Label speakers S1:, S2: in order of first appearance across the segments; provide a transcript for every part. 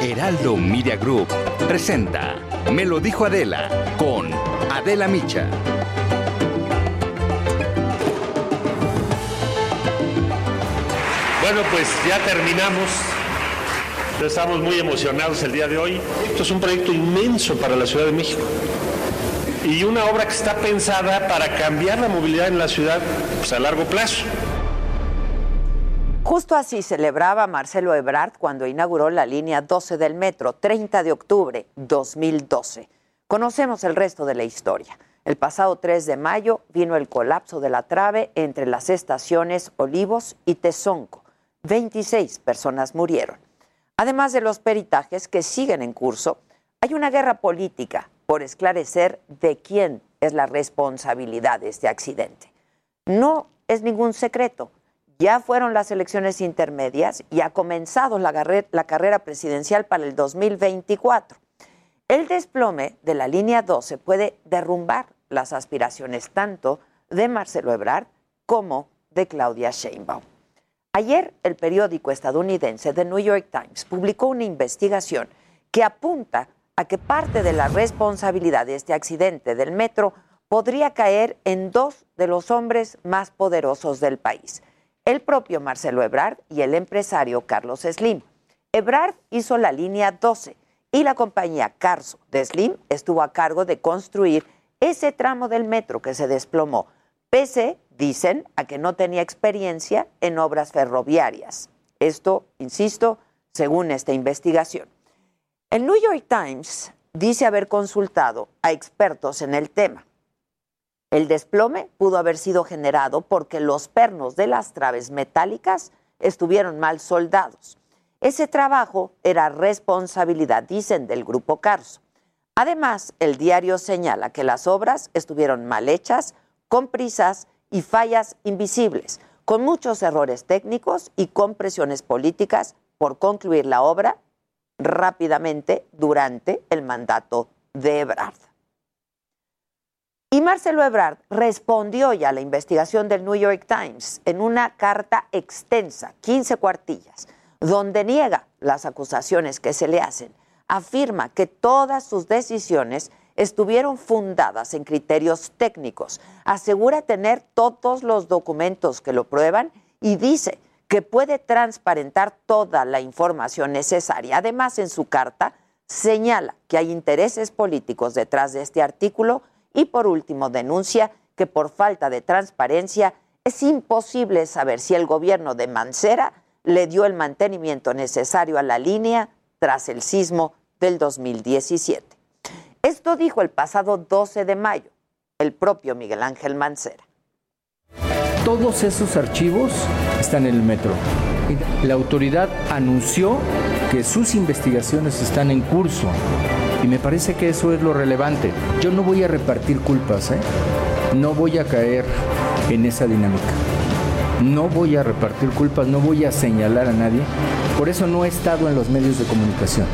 S1: Heraldo Media Group presenta Me lo dijo Adela con Adela Micha.
S2: Bueno, pues ya terminamos. Estamos muy emocionados el día de hoy. Esto es un proyecto inmenso para la Ciudad de México. Y una obra que está pensada para cambiar la movilidad en la ciudad pues, a largo plazo.
S3: Justo así celebraba Marcelo Ebrard cuando inauguró la línea 12 del metro, 30 de octubre 2012. Conocemos el resto de la historia. El pasado 3 de mayo vino el colapso de la trave entre las estaciones Olivos y Tezonco. 26 personas murieron. Además de los peritajes que siguen en curso, hay una guerra política por esclarecer de quién es la responsabilidad de este accidente. No es ningún secreto. Ya fueron las elecciones intermedias y ha comenzado la, garre- la carrera presidencial para el 2024. El desplome de la línea 12 puede derrumbar las aspiraciones tanto de Marcelo Ebrard como de Claudia Sheinbaum. Ayer el periódico estadounidense The New York Times publicó una investigación que apunta a que parte de la responsabilidad de este accidente del metro podría caer en dos de los hombres más poderosos del país, el propio Marcelo Ebrard y el empresario Carlos Slim. Ebrard hizo la línea 12 y la compañía Carso de Slim estuvo a cargo de construir ese tramo del metro que se desplomó, pese, dicen, a que no tenía experiencia en obras ferroviarias. Esto, insisto, según esta investigación. El New York Times dice haber consultado a expertos en el tema. El desplome pudo haber sido generado porque los pernos de las traves metálicas estuvieron mal soldados. Ese trabajo era responsabilidad, dicen, del grupo Carso. Además, el diario señala que las obras estuvieron mal hechas, con prisas y fallas invisibles, con muchos errores técnicos y con presiones políticas por concluir la obra rápidamente durante el mandato de Ebrard. Y Marcelo Ebrard respondió ya a la investigación del New York Times en una carta extensa, 15 cuartillas, donde niega las acusaciones que se le hacen. Afirma que todas sus decisiones estuvieron fundadas en criterios técnicos. Asegura tener todos los documentos que lo prueban y dice que puede transparentar toda la información necesaria. Además, en su carta señala que hay intereses políticos detrás de este artículo y, por último, denuncia que por falta de transparencia es imposible saber si el gobierno de Mancera le dio el mantenimiento necesario a la línea tras el sismo del 2017. Esto dijo el pasado 12 de mayo el propio Miguel Ángel Mancera.
S4: Todos esos archivos están en el metro. La autoridad anunció que sus investigaciones están en curso y me parece que eso es lo relevante. Yo no voy a repartir culpas, ¿eh? no voy a caer en esa dinámica. No voy a repartir culpas, no voy a señalar a nadie. Por eso no he estado en los medios de comunicación.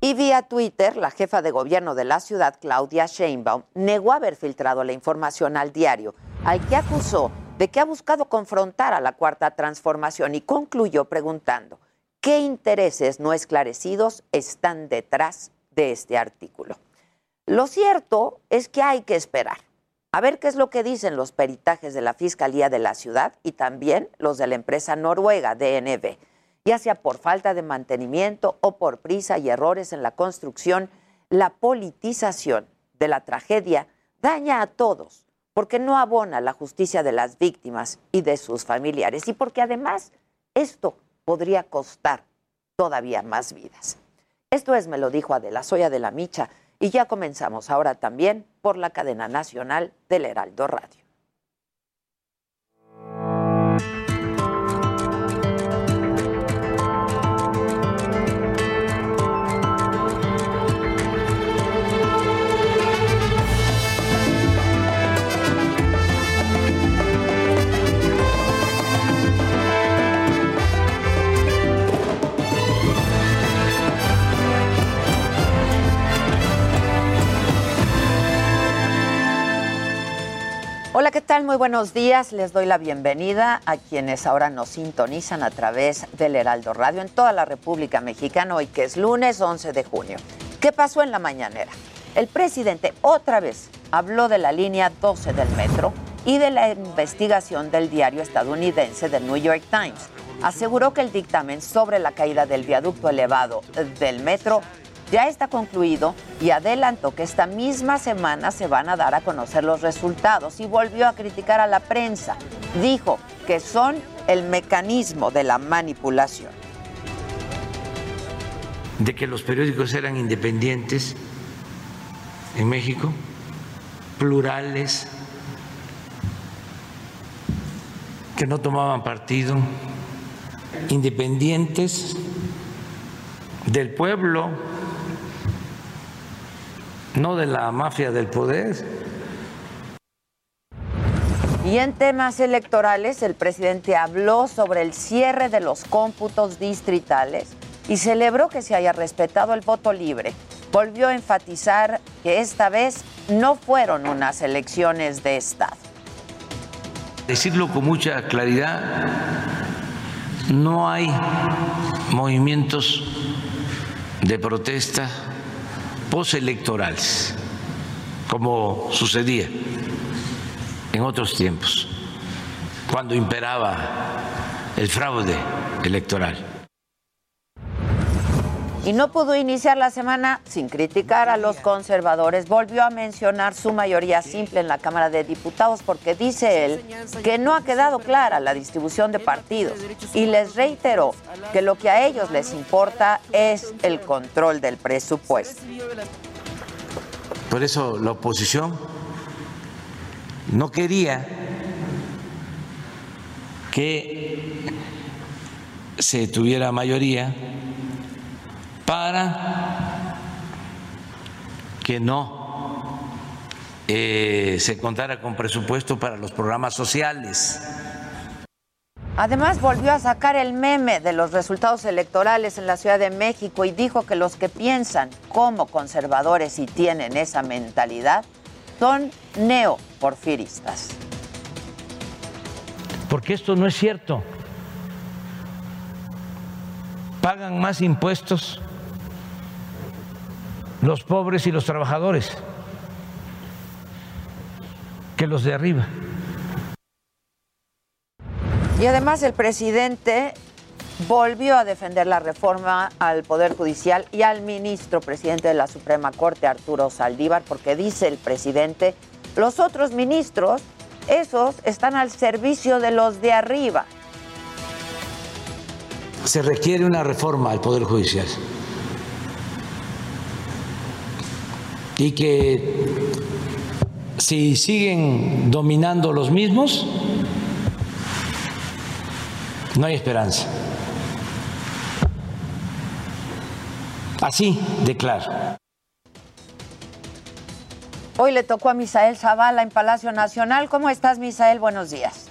S3: Y vía Twitter, la jefa de gobierno de la ciudad, Claudia Sheinbaum, negó haber filtrado la información al diario, al que acusó de que ha buscado confrontar a la cuarta transformación y concluyó preguntando, ¿qué intereses no esclarecidos están detrás de este artículo? Lo cierto es que hay que esperar a ver qué es lo que dicen los peritajes de la Fiscalía de la Ciudad y también los de la empresa noruega DNB, ya sea por falta de mantenimiento o por prisa y errores en la construcción, la politización de la tragedia daña a todos porque no abona la justicia de las víctimas y de sus familiares y porque además esto podría costar todavía más vidas. Esto es, me lo dijo Adela, soy Adela Micha. Y ya comenzamos ahora también por la cadena nacional del Heraldo Radio. tal? Muy buenos días. Les doy la bienvenida a quienes ahora nos sintonizan a través del Heraldo Radio en toda la República Mexicana, hoy que es lunes 11 de junio. ¿Qué pasó en la mañanera? El presidente otra vez habló de la línea 12 del metro y de la investigación del diario estadounidense The New York Times. Aseguró que el dictamen sobre la caída del viaducto elevado del metro ya está concluido y adelantó que esta misma semana se van a dar a conocer los resultados y volvió a criticar a la prensa. Dijo que son el mecanismo de la manipulación.
S5: De que los periódicos eran independientes en México, plurales, que no tomaban partido, independientes del pueblo, no de la mafia del poder.
S3: Y en temas electorales, el presidente habló sobre el cierre de los cómputos distritales y celebró que se haya respetado el voto libre. Volvió a enfatizar que esta vez no fueron unas elecciones de Estado.
S5: Decirlo con mucha claridad, no hay movimientos de protesta postelectorales, como sucedía en otros tiempos, cuando imperaba el fraude electoral.
S3: Y no pudo iniciar la semana sin criticar a los conservadores. Volvió a mencionar su mayoría simple en la Cámara de Diputados porque dice él que no ha quedado clara la distribución de partidos y les reiteró que lo que a ellos les importa es el control del presupuesto.
S5: Por eso la oposición no quería que se tuviera mayoría para que no eh, se contara con presupuesto para los programas sociales.
S3: Además volvió a sacar el meme de los resultados electorales en la Ciudad de México y dijo que los que piensan como conservadores y tienen esa mentalidad son neoporfiristas.
S5: Porque esto no es cierto. Pagan más impuestos los pobres y los trabajadores que los de arriba.
S3: Y además el presidente volvió a defender la reforma al Poder Judicial y al ministro presidente de la Suprema Corte, Arturo Saldívar, porque dice el presidente, los otros ministros, esos están al servicio de los de arriba.
S5: Se requiere una reforma al Poder Judicial. y que si siguen dominando los mismos, no hay esperanza. Así declaro.
S3: Hoy le tocó a Misael Zavala en Palacio Nacional. ¿Cómo estás, Misael? Buenos días.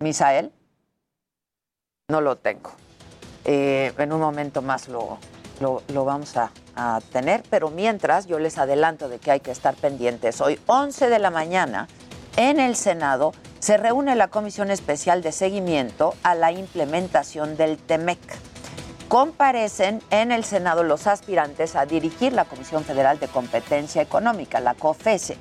S3: Misael, no lo tengo. Eh, en un momento más lo, lo, lo vamos a, a, tener, pero mientras yo les adelanto de que hay que estar pendientes. Hoy, 11 de la mañana, en el Senado se reúne la Comisión Especial de Seguimiento a la implementación del TEMEC. Comparecen en el Senado los aspirantes a dirigir la Comisión Federal de Competencia Económica, la COFESE.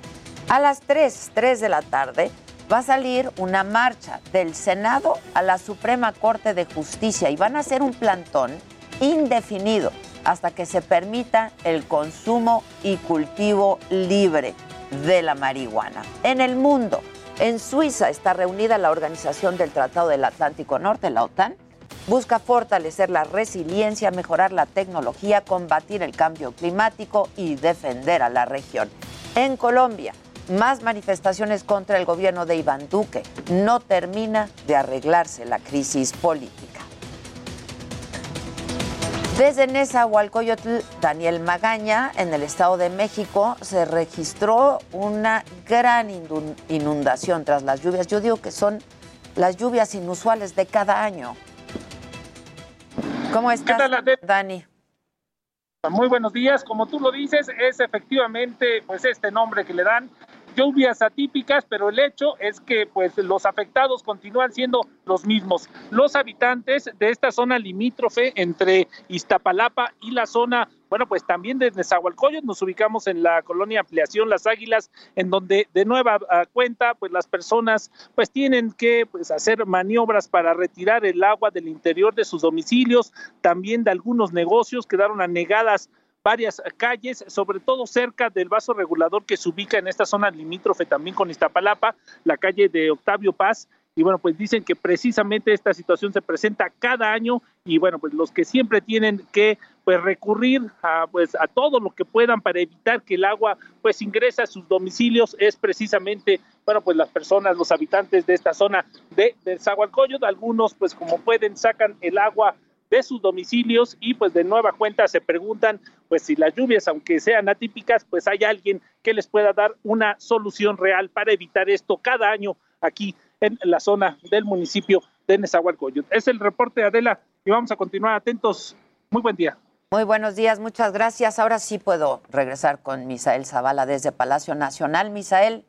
S3: A las 3, 3 de la tarde, va a salir una marcha del Senado a la Suprema Corte de Justicia y van a hacer un plantón indefinido hasta que se permita el consumo y cultivo libre de la marihuana. En el mundo, en Suiza está reunida la Organización del Tratado del Atlántico Norte, la OTAN. Busca fortalecer la resiliencia, mejorar la tecnología, combatir el cambio climático y defender a la región. En Colombia, más manifestaciones contra el gobierno de Iván Duque. No termina de arreglarse la crisis política. Desde Nezahualcóyotl, Daniel Magaña, en el Estado de México, se registró una gran inundación tras las lluvias. Yo digo que son las lluvias inusuales de cada año. ¿Cómo estás, Dani?
S6: Muy buenos días. Como tú lo dices, es efectivamente pues este nombre que le dan lluvias atípicas, pero el hecho es que pues los afectados continúan siendo los mismos. Los habitantes de esta zona limítrofe entre Iztapalapa y la zona bueno, pues también desde Zahualcoyot nos ubicamos en la colonia Ampliación Las Águilas, en donde de nueva cuenta, pues las personas pues tienen que pues hacer maniobras para retirar el agua del interior de sus domicilios, también de algunos negocios quedaron anegadas varias calles, sobre todo cerca del vaso regulador que se ubica en esta zona limítrofe también con Iztapalapa, la calle de Octavio Paz, y bueno, pues dicen que precisamente esta situación se presenta cada año y bueno, pues los que siempre tienen que pues recurrir a pues a todo lo que puedan para evitar que el agua pues ingrese a sus domicilios es precisamente bueno, pues las personas, los habitantes de esta zona de del Zagualcoyot, algunos pues como pueden sacan el agua de sus domicilios y pues de nueva cuenta se preguntan pues si las lluvias aunque sean atípicas pues hay alguien que les pueda dar una solución real para evitar esto cada año aquí en la zona del municipio de Nezahualcóyotl. Es el reporte de Adela y vamos a continuar atentos. Muy buen día.
S3: Muy buenos días, muchas gracias. Ahora sí puedo regresar con Misael Zavala desde Palacio Nacional. Misael.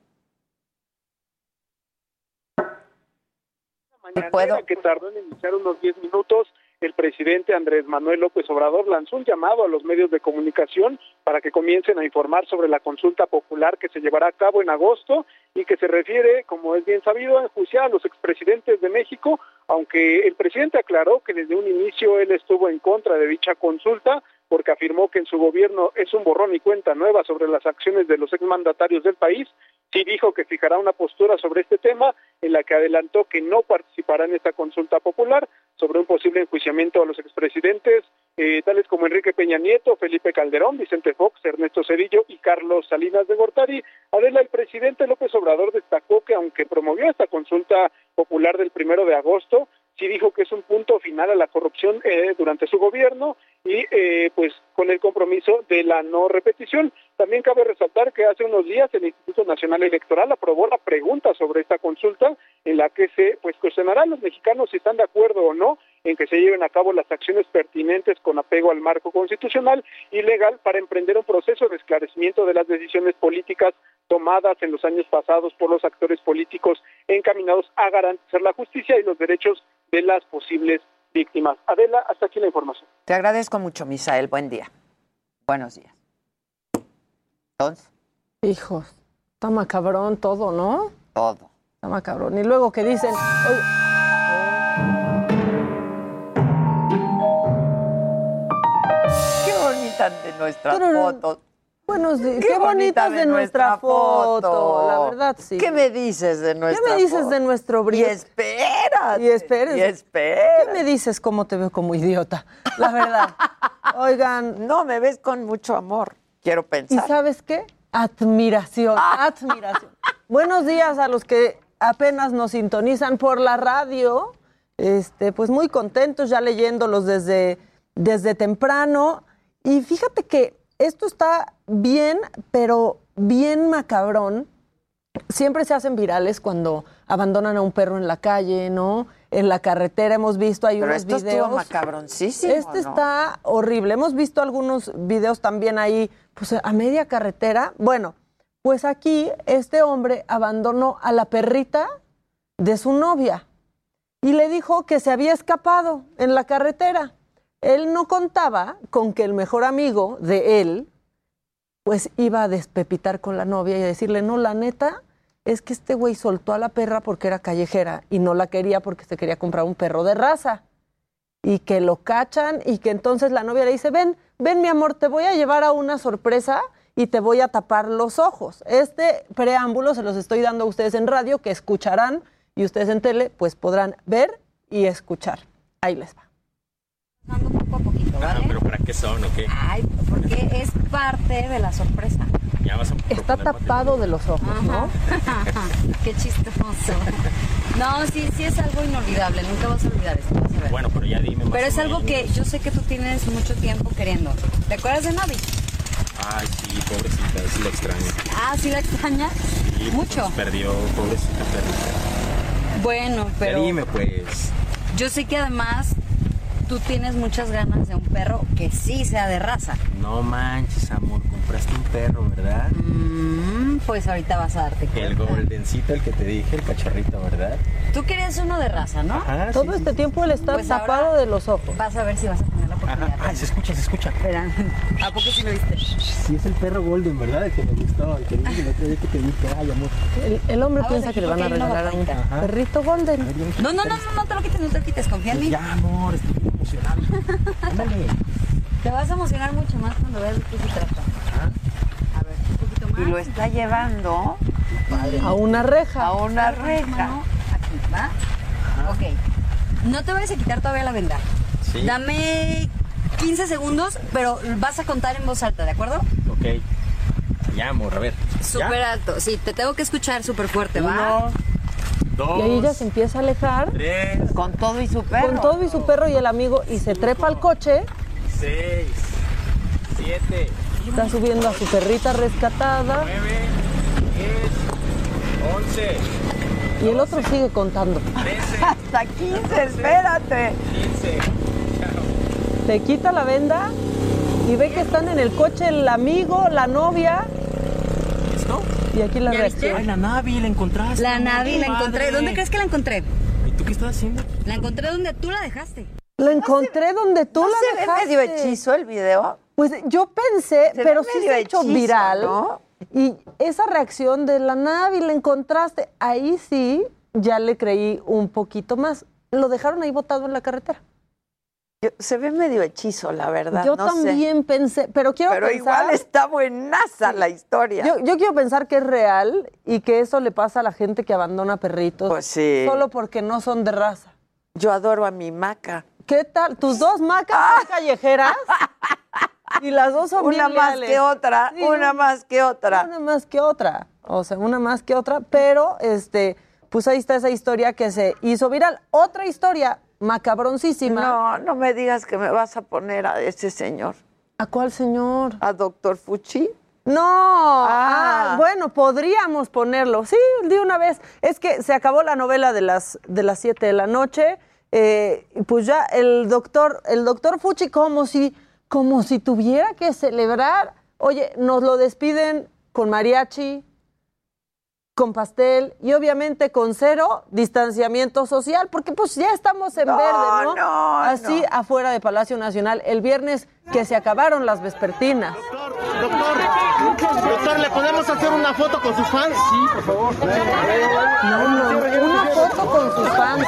S7: Mañana ¿Puedo? que tardó en iniciar unos 10 minutos, el presidente Andrés Manuel López Obrador lanzó un llamado a los medios de comunicación para que comiencen a informar sobre la consulta popular que se llevará a cabo en agosto y que se refiere, como es bien sabido, a enjuiciar a los expresidentes de México, aunque el presidente aclaró que desde un inicio él estuvo en contra de dicha consulta porque afirmó que en su gobierno es un borrón y cuenta nueva sobre las acciones de los exmandatarios del país, sí dijo que fijará una postura sobre este tema en la que adelantó que no participará en esta consulta popular sobre un posible enjuiciamiento a los expresidentes, eh, tales como Enrique Peña Nieto, Felipe Calderón, Vicente Fox, Ernesto Cedillo y Carlos Salinas de Gortari. Adela, el presidente López Obrador destacó que aunque promovió esta consulta popular del primero de agosto, sí dijo que es un punto final a la corrupción eh, durante su gobierno y eh, pues con el compromiso de la no repetición. También cabe resaltar que hace unos días el Instituto Nacional Electoral aprobó la pregunta sobre esta consulta en la que se pues cuestionará a los mexicanos si están de acuerdo o no en que se lleven a cabo las acciones pertinentes con apego al marco constitucional y legal para emprender un proceso de esclarecimiento de las decisiones políticas tomadas en los años pasados por los actores políticos encaminados a garantizar la justicia y los derechos de las posibles víctimas. Adela, hasta aquí la información.
S3: Te agradezco mucho, Misael. Buen día. Buenos días. Entonces,
S8: Hijos, está macabrón todo, ¿no?
S3: todo.
S8: Está macabrón. Y luego que dicen, oye,
S3: Qué bonitas de nuestras
S8: Pero-
S3: fotos.
S8: buenos días, qué, bonitas de nuestra foto. La verdad, sí.
S3: ¿Qué me dices de nuestra
S8: me dices
S3: foto?
S8: de nuestro brillo?
S3: Y espérate.
S8: Y espérate.
S3: Y espérate.
S8: ¿Qué me dices cómo te veo como idiota? La verdad. Oigan,
S3: No, me ves con mucho amor. Quiero
S8: ¿y
S3: pensar.
S8: sabes qué? Admiración, admiración. Buenos días a los que apenas nos sintonizan por la radio. Este, pues muy contentos ya leyéndolos desde, desde temprano. Y fíjate que esto está bien, pero bien macabrón, siempre se hacen virales cuando abandonan a un perro en la calle, ¿no? En la carretera hemos visto, hay
S3: Pero
S8: unos
S3: esto estuvo
S8: videos.
S3: macabroncísimo,
S8: Este
S3: ¿no?
S8: está horrible. Hemos visto algunos videos también ahí, pues a media carretera. Bueno, pues aquí este hombre abandonó a la perrita de su novia y le dijo que se había escapado en la carretera. Él no contaba con que el mejor amigo de él, pues iba a despepitar con la novia y a decirle, no, la neta es que este güey soltó a la perra porque era callejera y no la quería porque se quería comprar un perro de raza. Y que lo cachan y que entonces la novia le dice, ven, ven mi amor, te voy a llevar a una sorpresa y te voy a tapar los ojos. Este preámbulo se los estoy dando a ustedes en radio, que escucharán y ustedes en tele, pues podrán ver y escuchar. Ahí les va.
S9: Ando poco a poquito, ¿vale?
S10: ¿Pero para qué son o qué?
S9: Ay, porque es parte de la sorpresa.
S10: Ya vas a
S8: Está
S10: proponer
S8: tapado de los ojos, ¿no?
S9: Qué chistoso. No, sí, sí es algo inolvidable, nunca vas a olvidar esto, vas a ver.
S10: matrimonio. Bueno, pero ya dime más
S9: Pero
S10: o
S9: es algo
S10: menos.
S9: que yo sé que tú tienes mucho tiempo queriendo. ¿Te acuerdas de Navi?
S10: Ay, sí, pobrecita, sí la extraño.
S9: Ah, sí la extrañas.
S10: Sí,
S9: Mucho.
S10: pues, perdió, pobrecita, perdió.
S9: Bueno,
S10: Ya
S9: pero
S10: dime, pues.
S9: yo sé que además tú tienes muchas ganas de un perro que sí sea de raza.
S11: No manches, amor, compraste un perro, ¿verdad?
S9: Mm, pues ahorita vas a darte
S11: El
S9: cuenta.
S11: goldencito, el que te dije, el cachorrito, ¿verdad?
S9: Tú querías uno de raza, ¿no?
S11: Ajá, sí,
S8: Todo
S11: sí,
S8: este tiempo él está
S9: Pues ahora-
S8: tapado de los ojos.
S9: Vas a ver si vas a tener la oportunidad.
S11: Ajá. Ay, se escucha, se escucha.
S9: Espera, ¿a poco sí me viste?
S11: Sí, es el perro golden, ¿verdad? El que me gustó, el que dije el otro día que te dije, ay, amor.
S8: El, el hombre
S9: Vamos
S8: piensa
S9: aquí
S8: que le van a
S9: porque hay una
S8: regalar a un
S9: bajadita.
S8: perrito golden.
S9: No, no, no, no, no te lo quites, no te lo quites, confía en mí.
S11: Ya, amor, estoy bien emocionado. Ándale.
S9: Te vas a emocionar mucho más cuando veas de qué se trata. A ver, un poquito más.
S3: Y lo está llevando
S8: A una
S3: a
S8: reja.
S3: una
S9: Agarra tu
S3: reja.
S9: mano Aquí, ¿va? Ok. No te vayas a quitar todavía la venda.
S11: Sí.
S9: Dame 15 segundos, pero vas a contar en voz alta, ¿de acuerdo?
S11: Ok. Ya, amor, a ver.
S9: Súper alto. Sí, te tengo que escuchar súper fuerte, ¿va?
S11: Uno,
S8: Y ahí ella
S11: dos,
S8: se empieza a alejar
S11: tres,
S3: Con todo y su perro.
S8: con todo y su perro y el amigo y se trepa al coche.
S11: seis, siete,
S8: Está subiendo a su perrita rescatada
S11: nueve, diez, once,
S8: y el otro sigue contando.
S11: trece,
S3: Hasta 15, espérate.
S11: quince.
S8: Te quita la venda y ve que están en el coche el amigo, la novia
S11: ¿Listo?
S8: y aquí la
S9: ¿Ya viste?
S8: reacción.
S11: Ay, la Navi, la encontraste.
S9: La Navi, la
S11: Padre.
S9: encontré. ¿Dónde crees que la encontré?
S11: ¿Y tú qué estás haciendo?
S9: La encontré donde tú la dejaste.
S8: La encontré donde tú
S3: ¿No
S8: la
S3: se ve
S8: dejaste.
S3: medio hechizo el video?
S8: Pues yo pensé,
S3: Se
S8: pero
S3: ve
S8: sí se
S3: medio
S8: ha hecho
S3: hechizo,
S8: viral.
S3: ¿no?
S8: Y esa reacción de la Navi, la encontraste, ahí sí ya le creí un poquito más. Lo dejaron ahí botado en la carretera.
S3: Yo- se ve medio hechizo, la verdad.
S8: yo
S3: no sé.
S8: también pensé, pero quiero
S3: Pero
S8: pensar.
S3: igual está buenaza la historia.
S8: yo, yo quiero pensar que es real y que eso le pasa a la gente que abandona perritos
S3: Pues sí.
S8: solo porque no son de raza.
S3: Yo adoro a mi maca. Ah.
S8: ¿Qué tal? Tus dos macas son callejeras y las dos son
S3: Una
S8: bien
S3: más
S8: leales.
S3: que otra,
S8: Sí,
S3: una más que otra.
S8: Una más que otra. O sea, una más que otra, pero este, pues ahí está esa historia que se hizo viral. Otra historia macabroncísima.
S3: No, no me digas que me vas a poner a ese señor,
S8: ¿A cuál señor?
S3: a doctor Fuchi.
S8: No.
S3: Ah.
S8: Ah, bueno, podríamos ponerlo. Sí, de una vez. Es que se acabó la novela de las de las 7 de la noche. eh, y pues ya el doctor, el doctor Fuchi, como si, como si tuviera que celebrar. Oye, nos lo despiden con mariachi, con pastel y obviamente con cero distanciamiento social, porque pues ya estamos en
S3: No,
S8: verde, ¿no?
S3: no,
S8: Así
S3: no.
S8: afuera de Palacio Nacional el viernes que se acabaron las vespertinas.
S12: Doctor, ¿le podemos hacer una foto con sus fans? Sí, por favor.
S8: No, no, una foto con sus fans.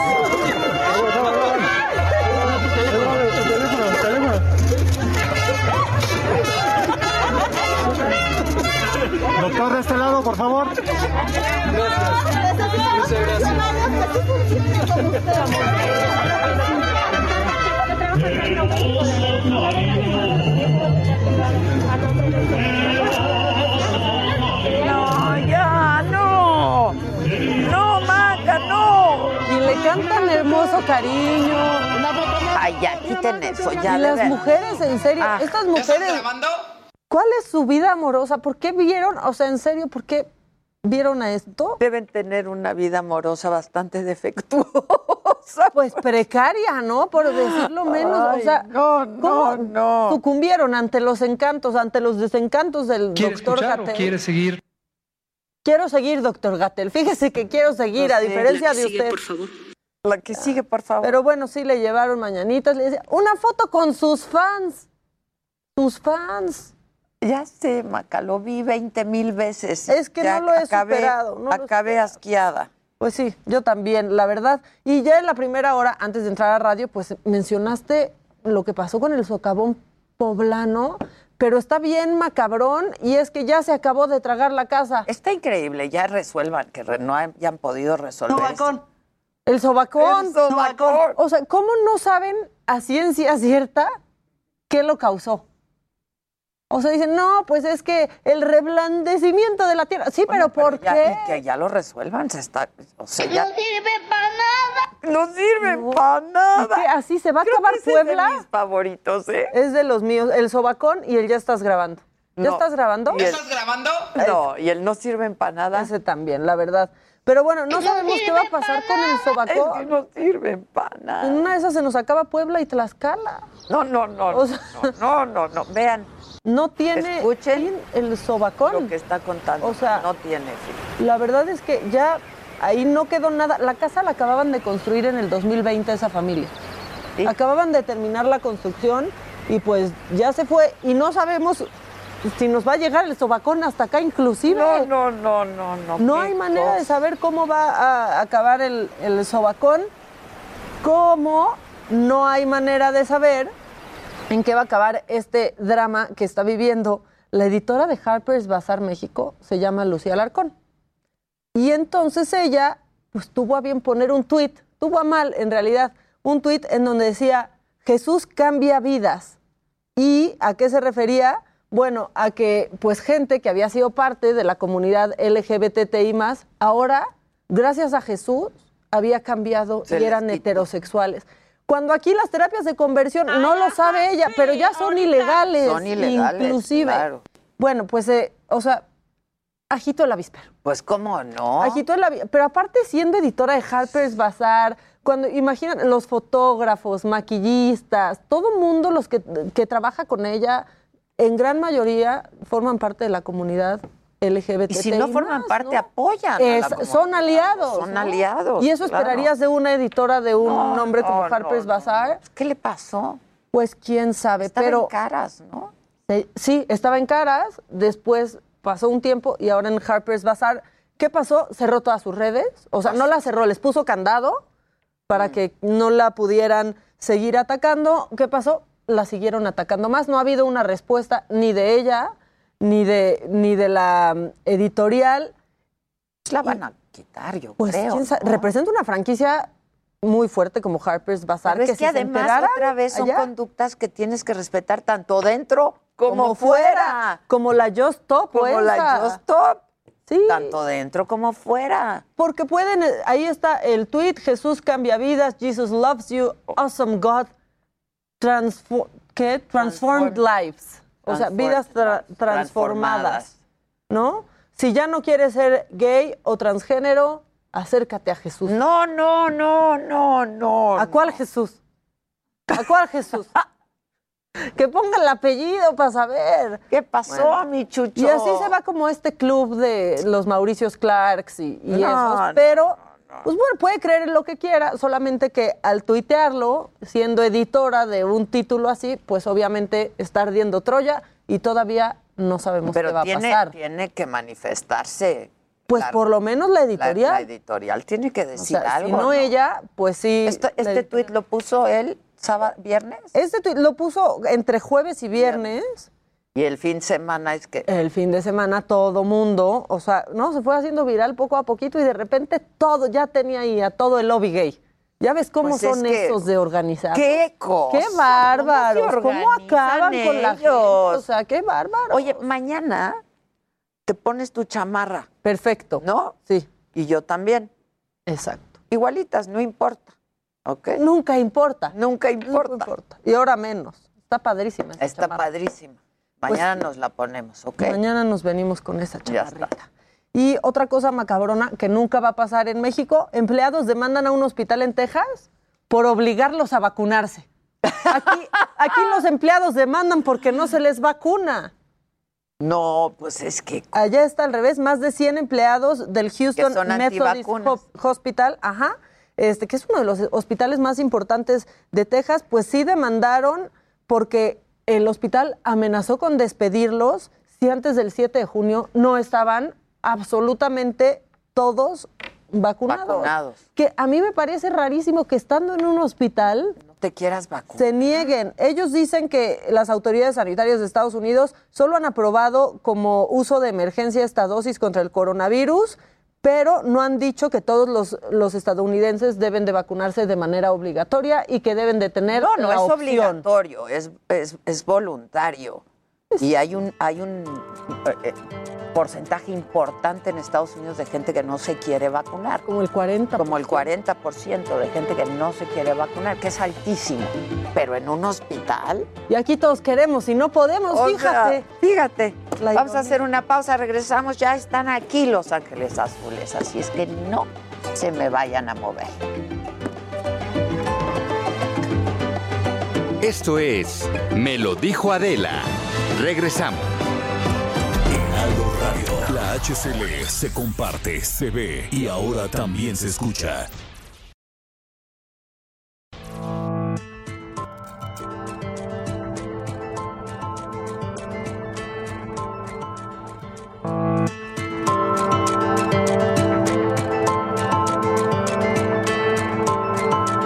S12: Doctor, de este lado, por favor.
S3: No, ya, no. No, maca, no.
S8: Y le cantan hermoso cariño.
S3: Ay, ya, quiten eso, ya.
S8: Y
S3: de
S8: las
S3: veras.
S8: mujeres, en serio,
S3: Ah.
S8: estas mujeres, ¿cuál es su vida amorosa? ¿Por qué vieron, o sea, en serio, por qué vieron a esto?
S3: Deben tener una vida amorosa bastante defectuosa.
S8: Pues precaria, ¿no? Por decirlo menos.
S3: Ay,
S8: o sea,
S3: no, no,
S8: ¿cómo
S3: no.
S8: Sucumbieron ante los encantos, ante los desencantos del
S4: ¿Quiere
S8: doctor
S4: escuchar o
S8: Gatel.
S4: quiere seguir?
S8: Quiero seguir, doctor Gatel. Fíjese que quiero seguir,
S3: No
S8: a
S3: sé.
S8: diferencia de usted.
S3: La que sigue, por favor.
S8: Pero bueno, sí le llevaron mañanitas. Le decía, una foto con sus fans. Sus fans.
S3: Ya sé, Maca, lo vi 20 mil veces.
S8: Es que
S3: Ya
S8: no lo he
S3: acabé,
S8: superado, no lo he
S3: acabé
S8: superado.
S3: asqueada.
S8: Pues sí, yo también, la verdad. Y ya en la primera hora, antes de entrar a radio, pues mencionaste lo que pasó con el socavón poblano, pero está bien macabrón y es que ya se acabó de tragar la casa.
S3: Está increíble, ya resuelvan, que re- no han- ya han podido resolver. esto.
S8: El sobacón.
S3: El sobacón.
S8: O sea, ¿cómo no saben a ciencia cierta qué lo causó? O sea, dicen, no, pues es que el reblandecimiento de la tierra. Sí,
S3: Bueno,
S8: pero, ¿por
S3: ya-
S8: qué?
S3: y que ya lo resuelvan, se está. O sea, ya.
S9: sirve para nada.
S3: No sirve
S8: No.
S3: para
S8: ¿Y qué,
S3: nada.
S8: ¿Así se va a
S3: Creo que
S8: acabar
S3: ese
S8: Puebla?
S3: Es de mis favoritos, ¿eh?
S8: Es de los míos, el sobacón y el ya estás grabando. ¿Ya
S3: No.
S8: estás grabando?
S3: ¿Estás grabando? No, y el no sirven para nada.
S8: Ese también, la verdad. Pero bueno, no sabemos qué va a pasar con el sobacón.
S3: Es que no sirven para nada.
S8: En una de esas se nos acaba Puebla y Tlaxcala.
S3: No, no, no.
S8: O sea-
S3: no, no, no, no. Vean.
S8: No tiene
S3: Escuchen
S8: fin el sobacón.
S3: lo que está contando.
S8: O sea-
S3: no tiene fin.
S8: La verdad es que ya ahí no quedó nada. La casa la acababan de construir en el 2020 esa familia. Acababan de terminar la construcción y pues ya se fue y no sabemos si nos va a llegar el sobacón hasta acá inclusive.
S3: No, no, no, no, no.
S8: No
S3: qué
S8: hay manera de
S3: cosa.
S8: saber cómo va a acabar el, el sobacón, cómo no hay manera de saber en qué va a acabar este drama que está viviendo la editora de Harper's Bazaar México, se llama Lucía Alarcón. Y entonces ella, pues tuvo a bien poner un tuit, tuvo a mal en realidad, un tuit en donde decía, Jesús cambia vidas. ¿Y a qué se refería? Bueno, a que pues gente que había sido parte de la comunidad LGBTI más, ahora, gracias a Jesús, había cambiado
S3: Se
S8: y
S3: les
S8: eran
S3: quitó.
S8: heterosexuales. Cuando aquí las terapias de conversión, no lo sabe ella, pero ya son ilegales.
S3: Son ilegales,
S8: Inclusive.
S3: claro.
S8: Bueno, pues, eh, o sea, ajito el avispero.
S3: Pues, ¿cómo no?
S8: Agitó el avi- Pero aparte, siendo editora de Harper's Bazaar, cuando imaginan los fotógrafos, maquillistas, todo mundo los que, que trabaja con ella, en gran mayoría forman parte de la comunidad LGBT.
S3: Y si no forman parte, apoyan. a la
S8: son
S3: comunidad,
S8: aliados.
S3: Son
S8: ¿no?
S3: aliados.
S8: Y eso
S3: claro.
S8: esperarías de una editora de un
S3: No,
S8: nombre como
S3: no, no,
S8: Harper's
S3: no.
S8: Bazaar.
S3: ¿Qué le pasó?
S8: Pues quién sabe,
S3: Estaban
S8: pero.
S3: caras, ¿no?
S8: Eh, Sí, estaba en Caras, después pasó un tiempo y ahora en Harper's Bazaar. ¿Qué pasó? Cerró todas sus redes, o sea, no la cerró, les puso candado para
S3: Mm.
S8: que no la pudieran seguir atacando. ¿Qué pasó? La siguieron atacando más. No ha habido una respuesta ni de ella, ni de, ni de la mm, editorial.
S3: Pues La van a quitar, yo
S8: Pues
S3: creo.
S8: quién sabe,
S3: ¿no?
S8: representa una franquicia muy fuerte como Harper's Bazaar.
S3: Pero es que,
S8: si se
S3: además
S8: enteraran
S3: otra vez son
S8: allá,
S3: conductas que tienes que respetar tanto dentro como, fuera.
S8: Como la Just Top.
S3: Como la
S8: esa.
S3: Just Stop,
S8: Sí.
S3: tanto dentro como fuera.
S8: Porque pueden, eh, ahí está el tweet, Jesús cambia vidas, Jesus loves you, awesome God, transfo- ¿qué? transformed
S3: Transform-
S8: lives. O sea,
S3: Transform-
S8: vidas tra- transformadas, ¿no? Si ya no quieres ser gay o transgénero, acércate a Jesús.
S3: No, no, no, no, no.
S8: ¿A cuál Jesús? ¿A cuál Jesús? que ponga el apellido para saber.
S3: ¿Qué pasó,
S8: Bueno.
S3: mi chucho?
S8: Y así se va como este club de los Mauricios Clarks y, y
S3: No,
S8: esos.
S3: no,
S8: Pero,
S3: Ah.
S8: pues bueno, puede creer en lo que quiera, solamente que al tuitearlo, siendo editora de un título así, pues obviamente está ardiendo Troya y todavía no sabemos qué
S3: Pero
S8: va a
S3: tiene,
S8: pasar.
S3: tiene que manifestarse.
S8: pues
S3: la-
S8: por lo menos la
S3: la-
S8: editorial.
S3: La, editorial tiene que
S8: O
S3: decir
S8: sea,
S3: algo.
S8: si no, ella, pues sí.
S3: Esto-
S8: la
S3: este
S8: editorial.
S3: tuit lo puso él sábado, viernes.
S8: Este tuit lo puso entre jueves y viernes.
S3: Y el fin de semana es que.
S8: el fin de semana todo mundo, o sea, no, se fue haciendo viral poco a poquito y de repente todo, ya tenía ahí a todo el lobby gay. Ya ves cómo
S3: Pues es
S8: son
S3: que-
S8: esos de organizar.
S3: ¡Qué cosa!
S8: ¡Qué bárbaros!
S3: ¿Cómo se
S8: ¿Cómo acaban
S3: organizan
S8: con la gente?
S3: ellos?
S8: O sea, qué bárbaros.
S3: Oye, mañana te pones tu chamarra,
S8: perfecto.
S3: ¿no?
S8: Sí,
S3: Y yo también.
S8: exacto.
S3: Igualitas, no importa. ¿Ok?
S8: Nunca importa.
S3: Nunca importa.
S8: Nunca Y ahora menos. Está padrísima. esa
S3: Está
S8: chamarra.
S3: padrísima. Mañana nos la ponemos, ¿ok?
S8: Pues Mañana nos venimos con esa
S3: Ya está.
S8: chamarrita. Y otra cosa macabrona que nunca va a pasar en México, empleados demandan a un hospital en Texas por obligarlos a vacunarse. Aquí, aquí los empleados demandan porque no se les vacuna.
S3: No, pues es que.
S8: Allá está al revés, más de 100 empleados del Houston
S3: Que son
S8: Methodist
S3: antivacunas.
S8: Ho- Hospital, ajá, este, que es uno de los hospitales más importantes de Texas, pues sí demandaron porque el hospital amenazó con despedirlos si antes del 7 de junio no estaban absolutamente todos vacunados.
S3: Vacunados.
S8: Que a mí me parece rarísimo que estando en un hospital
S3: No te quieras vacunar.
S8: se nieguen. Ellos dicen que las autoridades sanitarias de Estados Unidos solo han aprobado como uso de emergencia esta dosis contra el coronavirus, pero no han dicho que todos los, los estadounidenses deben de vacunarse de manera obligatoria y que deben de tener
S3: No, no
S8: la
S3: es
S8: opción.
S3: obligatorio, es, es, es voluntario. Y hay un, hay un eh, eh, porcentaje importante en Estados Unidos de gente que no se quiere vacunar.
S8: Como el 40.
S3: Como el 40% de gente que no se quiere vacunar, que es altísimo. Pero en un hospital.
S8: Y aquí todos queremos y no podemos,
S3: o sea,
S8: fíjate.
S3: fíjate.
S8: la
S3: Vamos a hacer una pausa, regresamos. Ya están aquí Los Ángeles Azules, así es que no se me vayan a mover.
S1: Esto es Me lo dijo Adela. Regresamos.
S13: Heraldo Radio. La HCL se comparte, se ve y ahora también se escucha.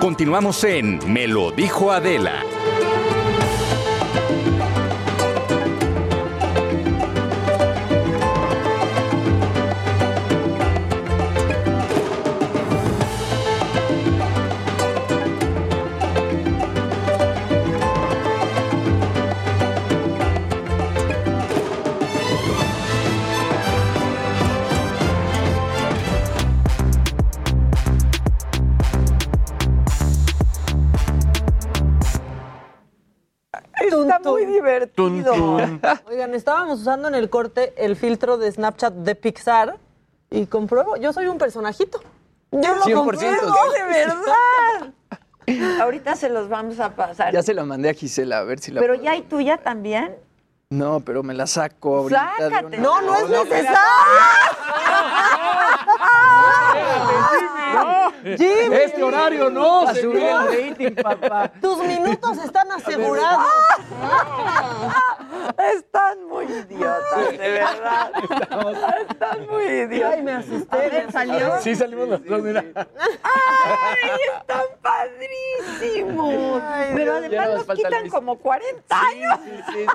S1: Continuamos en Me lo dijo Adela.
S8: Está muy divertido.
S14: tun.
S8: Oigan, estábamos usando en el corte el filtro de Snapchat de Pixar y compruebo, yo soy un personajito. Yo lo
S14: 100%.
S8: compruebo, de
S3: verdad. Ahorita se los vamos a pasar.
S14: Ya se la mandé a Gisela, a ver si la.
S3: Pero ya y tuya también.
S14: No, pero me la saco ahorita. de una-
S3: Sácate. No, no es necesario.
S8: ¡Ah! Jimmy.
S14: Este horario no,
S8: Para subir
S14: señor.
S8: el rating, papá. Tus minutos están asegurados.
S3: Están muy idiotas, de verdad. Están muy idiotas.
S8: Ay, me asusté.
S3: A ver, ¿salió?
S14: Sí, salimos los dos, mira.
S3: ¡Ay, están padrísimos!
S8: Ay,
S3: Pero
S8: Dios, ya nada
S3: además
S8: más
S3: nos
S8: falta el
S3: quitan
S8: mismo.
S3: como 40 años.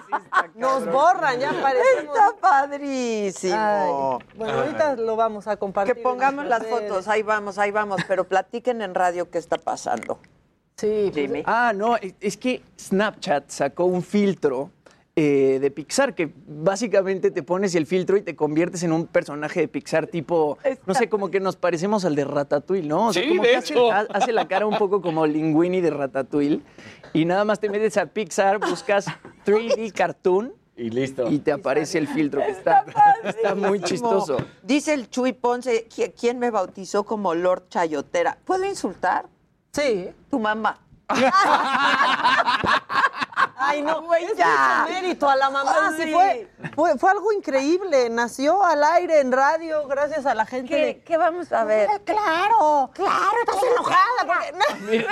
S8: Nos borran, ya parecemos.
S3: Está padrísimo.
S8: Bueno, ahorita lo vamos a compartir.
S3: Que pongamos
S8: en
S3: las
S8: nuestras redes.
S3: fotos, ahí vamos, ahí vamos, pero platiquen en radio qué está pasando.
S8: Sí.
S3: Jimmy.
S14: Ah, no, es es que Snapchat sacó un filtro eh, de Pixar que básicamente te pones el filtro y te conviertes en un personaje de Pixar tipo, no sé, como que nos parecemos al de Ratatouille, ¿no? O sea,
S15: Sí,
S14: como
S15: de
S14: que hace,
S15: hecho.
S14: ha- hace la cara un poco como Linguini de Ratatouille y nada más te metes a Pixar, buscas 3D cartoon
S15: Y listo.
S14: y te aparece el filtro que está, está muy chistoso.
S3: Dice el Chuy Ponce, "¿Qui- ¿quién me bautizó como Lord Chayotera? ¿Puedo insultar?
S8: Sí.
S3: Tu mamá.
S8: Ay, no,
S3: güey,
S8: es
S3: ya.
S8: mucho mérito a la mamá.
S3: Sí.
S8: Sí, Ah, fue, fue, fue algo increíble. Nació al aire, en radio, gracias a la gente.
S3: ¿Qué-
S8: de-
S3: qué vamos a ver?
S8: Eh, Claro, claro, estás enojada. porque-
S3: ¡Eh,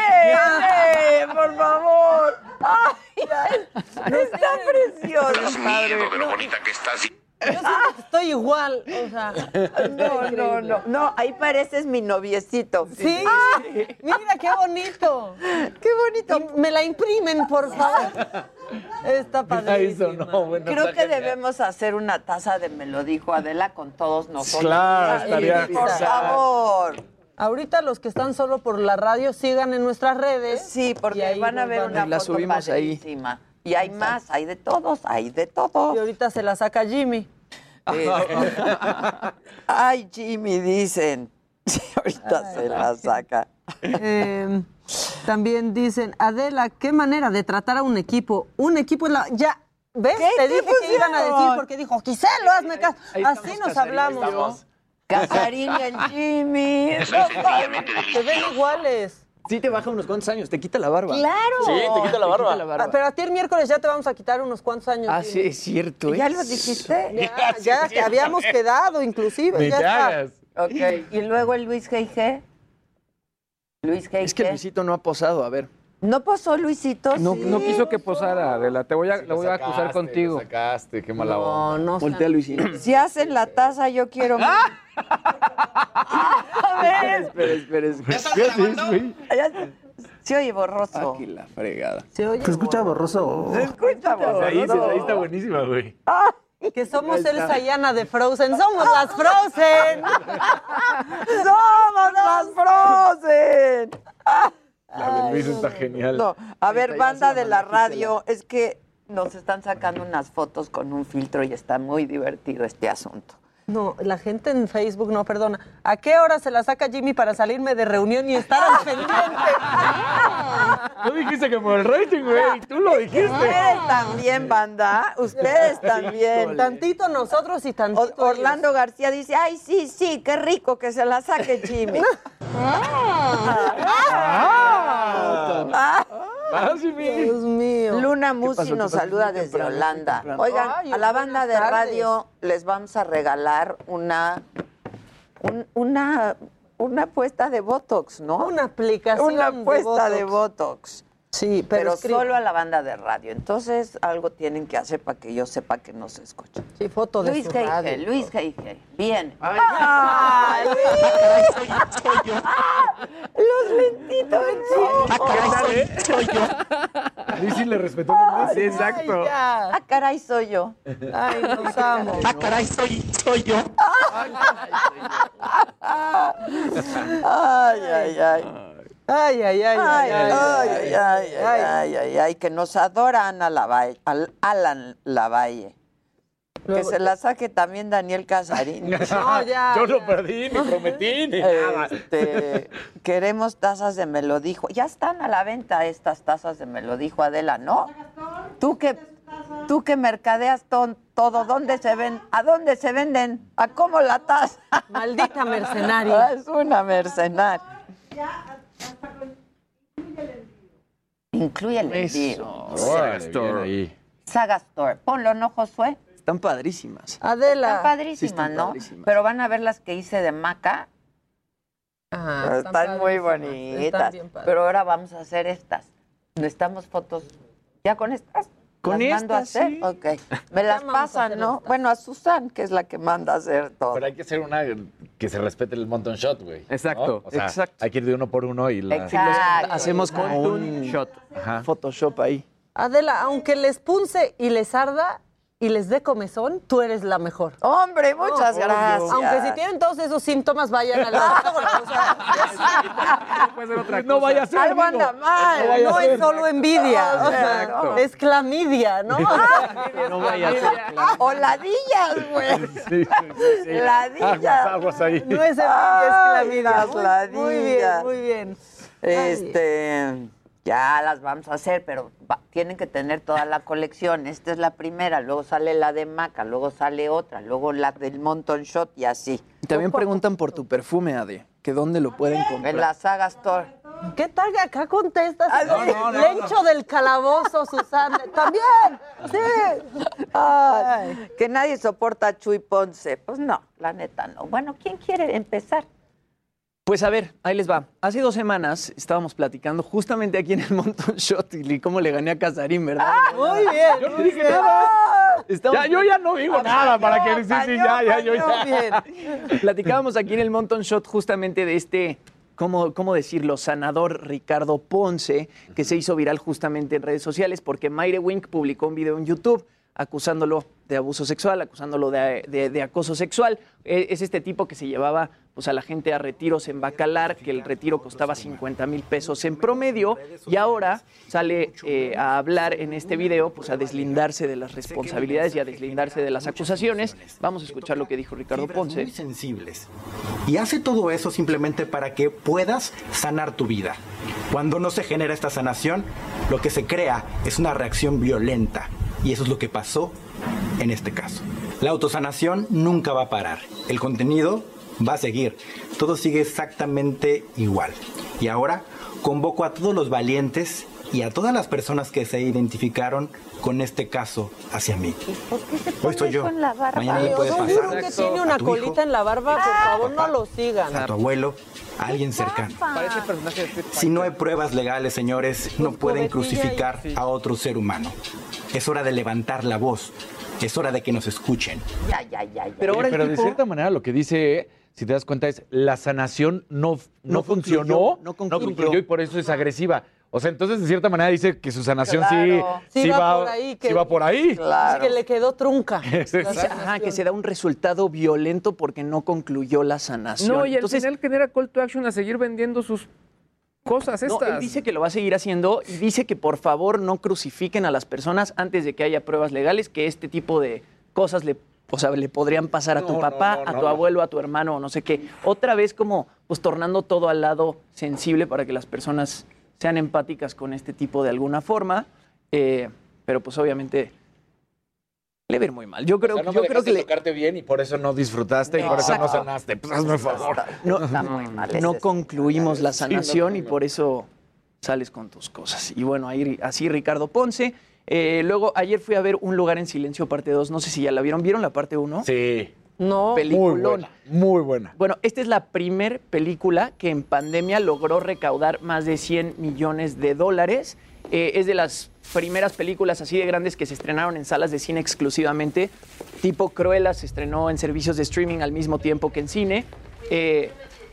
S3: eh, por favor! ¡Ay, ay! ¡Está precioso!
S5: de lo bonita que estás.
S8: Yo siento que estoy igual, o sea.
S3: No, no, no, no, ahí pareces mi noviecito.
S8: Sí,
S3: ¡Ah!
S8: mira qué bonito.
S3: Qué bonito.
S8: Me la imprimen, por favor. Está
S14: Mira
S8: padre.
S14: eso, no, bueno,
S3: Creo
S14: está
S3: que
S14: genial.
S3: debemos hacer una taza de me lo dijo Adela con todos nosotros.
S14: Claro, estaría-
S3: Por favor.
S8: Ahorita los que están solo por la radio sigan en nuestras redes.
S3: Sí,
S8: Y
S3: porque
S8: ahí
S3: van a
S8: nos
S3: ver
S8: van
S3: una
S14: La
S3: foto
S14: subimos ahí.
S3: padrísima. Y hay más, hay de todos, hay de todos.
S8: Y ahorita se la saca Jimmy.
S3: Este. Ay, Jimmy, dicen. Sí, ahorita se la saca.
S8: Eh, también dicen, Adela, qué manera de tratar a un equipo. Un equipo es la. Ya, ¿ves?
S3: ¿Qué?
S8: Te
S3: ¿Qué
S8: dije que iban a decir
S3: pusieron?
S8: porque dijo, Giselo, hazme caso.
S14: ahí estamos,
S8: Así nos
S14: Casarín,
S8: hablamos,
S14: ahí
S8: ¿no?
S14: estamos.
S3: Casarín y el Jimmy.
S5: Soy sencillamente
S8: Te ven
S5: delicioso.
S8: iguales.
S14: Sí te baja unos cuantos años, te quita la barba.
S3: Claro.
S15: Sí, te quita la barba.
S14: la
S8: Ah, pero a ti el miércoles ya te vamos a quitar unos cuantos años.
S14: Ah, sí,
S8: Jimmy.
S14: es cierto. ¿eh?
S3: ¿Ya lo dijiste?
S8: Ya, ya que habíamos quedado, inclusive.
S14: Ni
S8: Ya
S14: te
S8: está.
S14: hagas.
S3: Ok. Y luego el Luis G.I.G. Luis G.I.G.
S14: Es que Luisito no ha posado, a ver.
S3: ¿No pasó Luisito?
S16: No,
S3: Sí.
S16: no quiso que posara, Adela. Te voy a, la
S15: Lo
S16: voy a acusar
S15: sacaste,
S16: contigo.
S15: lo sacaste, qué mala onda.
S8: No, no.
S14: Voltea, Luisito.
S3: Si hacen la taza, yo quiero...
S14: Ah.
S3: A ver.
S14: Espera, espera, espera.
S3: ya- Se oye borroso.
S14: Aquí la fregada.
S8: Se oye.
S14: borroso.
S3: Se escucha
S15: Ahí, se- ahí
S3: borroso.
S15: está buenísima, güey.
S8: Que somos el Sayana de Frozen. Somos las Frozen.
S3: ¡Somos las Frozen!
S15: La de Luis está genial.
S3: No, a ver,
S14: ya
S3: banda
S14: se la
S3: de la
S14: mandó Gisela.
S3: radio, es que nos están sacando unas fotos con un filtro y está muy divertido este asunto.
S8: No, la gente en Facebook no perdona. ¿A qué hora se la saca Jimmy para salirme de reunión y estar al pendiente?
S15: Tú dijiste que por el rating, güey. Tú lo dijiste.
S3: eh, Ustedes también, banda. Ustedes también.
S8: Híjole. Tantito nosotros y tantito.
S3: Orlando García dice, ay, sí, sí, qué rico que se la saque Jimmy.
S10: Ah.
S3: Ah.
S8: Dios mío.
S3: Luna
S8: ¿Qué
S3: Musi
S8: pasó?
S3: nos
S8: ¿Qué pasó?
S3: saluda
S8: Muy
S3: desde
S8: temprano, muy
S3: Holanda.
S8: temprano.
S3: Oigan,
S8: Ay,
S3: a la
S8: buenas
S3: banda de
S8: tardes.
S3: radio les vamos a regalar una un- una una apuesta de Botox, ¿no?
S8: Una aplicación
S3: Una
S8: de
S3: apuesta de
S8: Botox.
S3: Botox.
S8: Sí, pero
S3: Pero,
S8: escribe.
S3: solo a la banda de radio. Entonces, algo tienen que hacer para que yo sepa que nos escuchan.
S8: Sí, foto de
S3: Luis
S8: su
S3: G.I.G.,
S8: radio.
S3: Luis G.I.G., bien.
S8: Ah,
S3: ¡Ay! Los lentitos en Ah,
S15: Lizzy le respetó las
S8: Ay,
S15: veces.
S8: ay, ya.
S3: Ah, caray, soy yo.
S8: Ay, nos amo.
S3: Ah, caray, soy, soy yo. Ay, ay, ay.
S8: Ay, ay, ay, ay,
S3: Ay, ay, ay, ay, ay, ay, ay, que nos adora Ana Lavalle, al- Alan Lavalle. Que
S8: Luego-
S3: se la saque también Daniel Casarín.
S8: No, ya,
S15: Yo no perdí, ni prometí, ni nada.
S3: Este, queremos tazas de Melodijo. Ya están a la venta estas tazas de Melodijo, Adela, ¿no? Tú que, tú que mercadeas ton- todo, ¿dónde se ven? ¿A dónde se venden? ¿A cómo la taza?
S8: Maldita mercenaria.
S3: Es una mercenaria. Incluye el envío.
S15: Órale, bien ahí.
S3: Saga Store. Ponlo, ¿no, Josué?
S14: Están padrísimas.
S8: Adela.
S3: Están padrísimas,
S14: Sí, están
S3: ¿no?
S14: padrísimas.
S3: Pero van a ver las que hice de maca. Pero Ah, están, muy
S8: Ah, padrísimas,
S3: bonitas.
S8: están bien padres.
S3: Pero ahora vamos a hacer estas. Necesitamos fotos. ¿Ya con estas?
S14: Con
S3: ¿Las mando a
S14: estas,
S3: hacer?
S14: sí.
S3: Ok. Me las pasan, ¿no? Bueno, a Susan, que es la que manda a hacer todo.
S15: Pero hay que hacer una que se respete el mountain shot, güey. ¿no?
S14: Exacto,
S15: O sea,
S14: exacto.
S15: Hay que ir de uno por uno y la...
S3: Exacto. Exacto.
S14: Hacemos como un shot. Photoshop ahí.
S8: Adela, aunque les punce y les arda y les dé comezón, tú eres la mejor. Oh,
S3: Hombre, muchas
S8: obvio.
S3: gracias. Ah,
S8: Aunque si tienen todos esos síntomas, vayan al doctor. o sea,
S15: No vaya a ser,
S3: Algo
S15: amigo.
S3: anda mal.
S8: es- no es solo envidia, o sea,
S3: Exacto.
S8: es clamidia, ¿no?
S15: No vaya Ah, a ser.
S3: O ladillas, güey.
S15: Sí, sí, sí.
S3: Ladillas.
S15: Aguas, aguas ahí. Ah,
S8: No es envidia,
S3: Ay,
S8: es clamidia.
S3: las
S8: Muy- Muy
S3: ladillas.
S8: bien, muy bien.
S3: Este, ya las vamos a hacer, pero va- tienen que tener toda la colección. Esta es la primera, luego sale la de Maca, luego sale otra, luego la del Mountain Shot y así.
S14: Y también preguntan por tu perfume, Ade, que dónde lo pueden comprar.
S3: En la saga Store.
S8: ¿Qué tal que acá contestas?
S3: Ah,
S8: No,
S3: sí.
S8: no, no, Lencho del calabozo, Susana. También. Sí. Ay.
S3: Que nadie soporta a Chuy Ponce. Pues no, la neta no. Bueno, ¿quién quiere empezar?
S14: Pues a ver, ahí les va. Hace dos semanas estábamos platicando justamente aquí en el Mountain Shot y cómo le gané a Casarín, ¿verdad?
S8: Muy bien.
S15: Yo no dije nada.
S14: Estamos-
S15: Ya, yo ya no digo nada para que... Sí, sí, ya, ya, yo ya.
S14: Platicábamos aquí en el Mountain Shot justamente de este, ¿cómo, cómo decirlo? Sanador Ricardo Ponce, que se hizo viral justamente en redes sociales porque Mayre Wink publicó un video en YouTube acusándolo de abuso sexual, acusándolo de, de- de acoso sexual. E- Es este tipo que se llevaba pues, a la gente a retiros en Bacalar, que el retiro costaba 50 mil pesos en promedio, y ahora sale eh, a hablar en este video, pues a deslindarse de las responsabilidades y a deslindarse de las acusaciones. Vamos a escuchar lo que dijo Ricardo
S17: fibras
S14: Ponce.
S17: muy sensibles. Y hace todo eso simplemente para que puedas sanar tu vida. Cuando no se genera esta sanación, lo que se crea es una reacción violenta. Y eso es lo que pasó en este caso. La autosanación nunca va a parar. El contenido va a seguir. Todo sigue exactamente igual. Y ahora convoco a todos los valientes y a todas las personas que se identificaron con este caso hacia mí. Hoy soy yo.
S3: con la barba?
S17: Mañana le
S8: Yo
S17: puedes
S8: seguro
S17: pasar
S8: que tiene
S17: a
S8: una
S17: tu hijo,
S8: colita en la barba, por favor, no lo sigan.
S17: a tu abuelo, a alguien cercano.
S15: Parece personaje de Street
S17: Si no hay pruebas legales, señores, no pueden
S8: cobertilla y-
S17: crucificar a otro ser humano. Es hora de levantar la voz. Es hora de que nos escuchen.
S3: Ya, ya, ya, ya.
S14: Pero
S15: Oye,
S14: ahora el
S15: pero de
S14: tipo-
S15: cierta manera lo que dice, si te das cuenta, es la sanación no, no,
S14: No concluyó,
S15: funcionó,
S14: no concluyó.
S15: y por eso es agresiva. O sea, entonces de cierta manera dice que su sanación sí,
S3: Claro.
S8: Sí
S15: sí
S8: va
S15: va
S8: por ahí, que-
S15: sí va por ahí.
S3: Claro.
S8: Es que le quedó trunca.
S14: Dice, ajá, que se da un resultado violento porque no concluyó la sanación.
S15: No, y al
S14: Entonces,
S15: final
S16: genera call to action a seguir vendiendo sus cosas
S14: no,
S16: estas.
S14: él dice que lo va a seguir haciendo y dice que por favor no crucifiquen a las personas antes de que haya pruebas legales, que este tipo de cosas le o sea, le podrían pasar a
S18: No,
S14: tu
S18: no,
S14: papá,
S18: no,
S14: a
S18: no,
S14: tu
S18: no.
S14: abuelo, a tu hermano o no sé qué. Otra vez como pues tornando todo al lado sensible para que las personas sean empáticas con este tipo de alguna forma, eh, pero pues obviamente le ver muy mal. Yo creo,
S15: O sea, no este
S14: yo
S15: me
S14: creo que
S15: dejaste
S14: le,
S15: tocarte bien y por eso no disfrutaste y por eso no sanaste. Pues hazme favor.
S14: no, no
S15: ese
S14: concluimos la
S15: Sí, no, no,
S14: sanación y por eso sales con tus cosas. Y bueno, ahí, así Ricardo Ponce. Eh, luego, ayer fui a ver Un lugar en silencio, parte 2. No sé si ya la vieron. ¿Vieron la parte 1?
S15: Sí.
S14: No.
S15: Muy
S14: Peliculón.
S15: buena, muy buena.
S14: Bueno, esta es la primer película que en pandemia logró recaudar más de 100 millones de dólares. Eh, es de las primeras películas así de grandes que se estrenaron en salas de cine exclusivamente. Tipo Cruella se estrenó en servicios de streaming al mismo tiempo que en cine. Eh,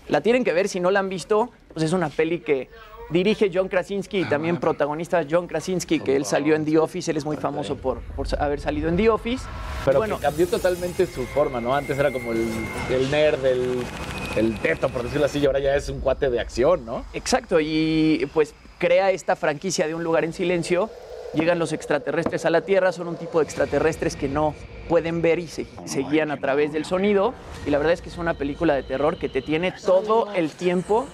S14: la tienen que ver, si no la han visto, pues es una peli que dirige John Krasinski
S15: Ah,
S14: y también protagonista John Krasinski, que él salió en The Office, él es muy famoso por, por haber salido en The Office.
S15: Pero
S14: bueno,
S15: que cambió totalmente su forma, ¿no? Antes era como el, el nerd, el, el teto, por decirlo así, y ahora ya es un cuate de acción, ¿no?
S14: Exacto, y pues crea esta franquicia de un lugar en silencio. Llegan los extraterrestres a la Tierra, son un tipo de extraterrestres que no pueden ver y se, se guían a través del sonido. Y la verdad es que es una película de terror que te tiene todo el tiempo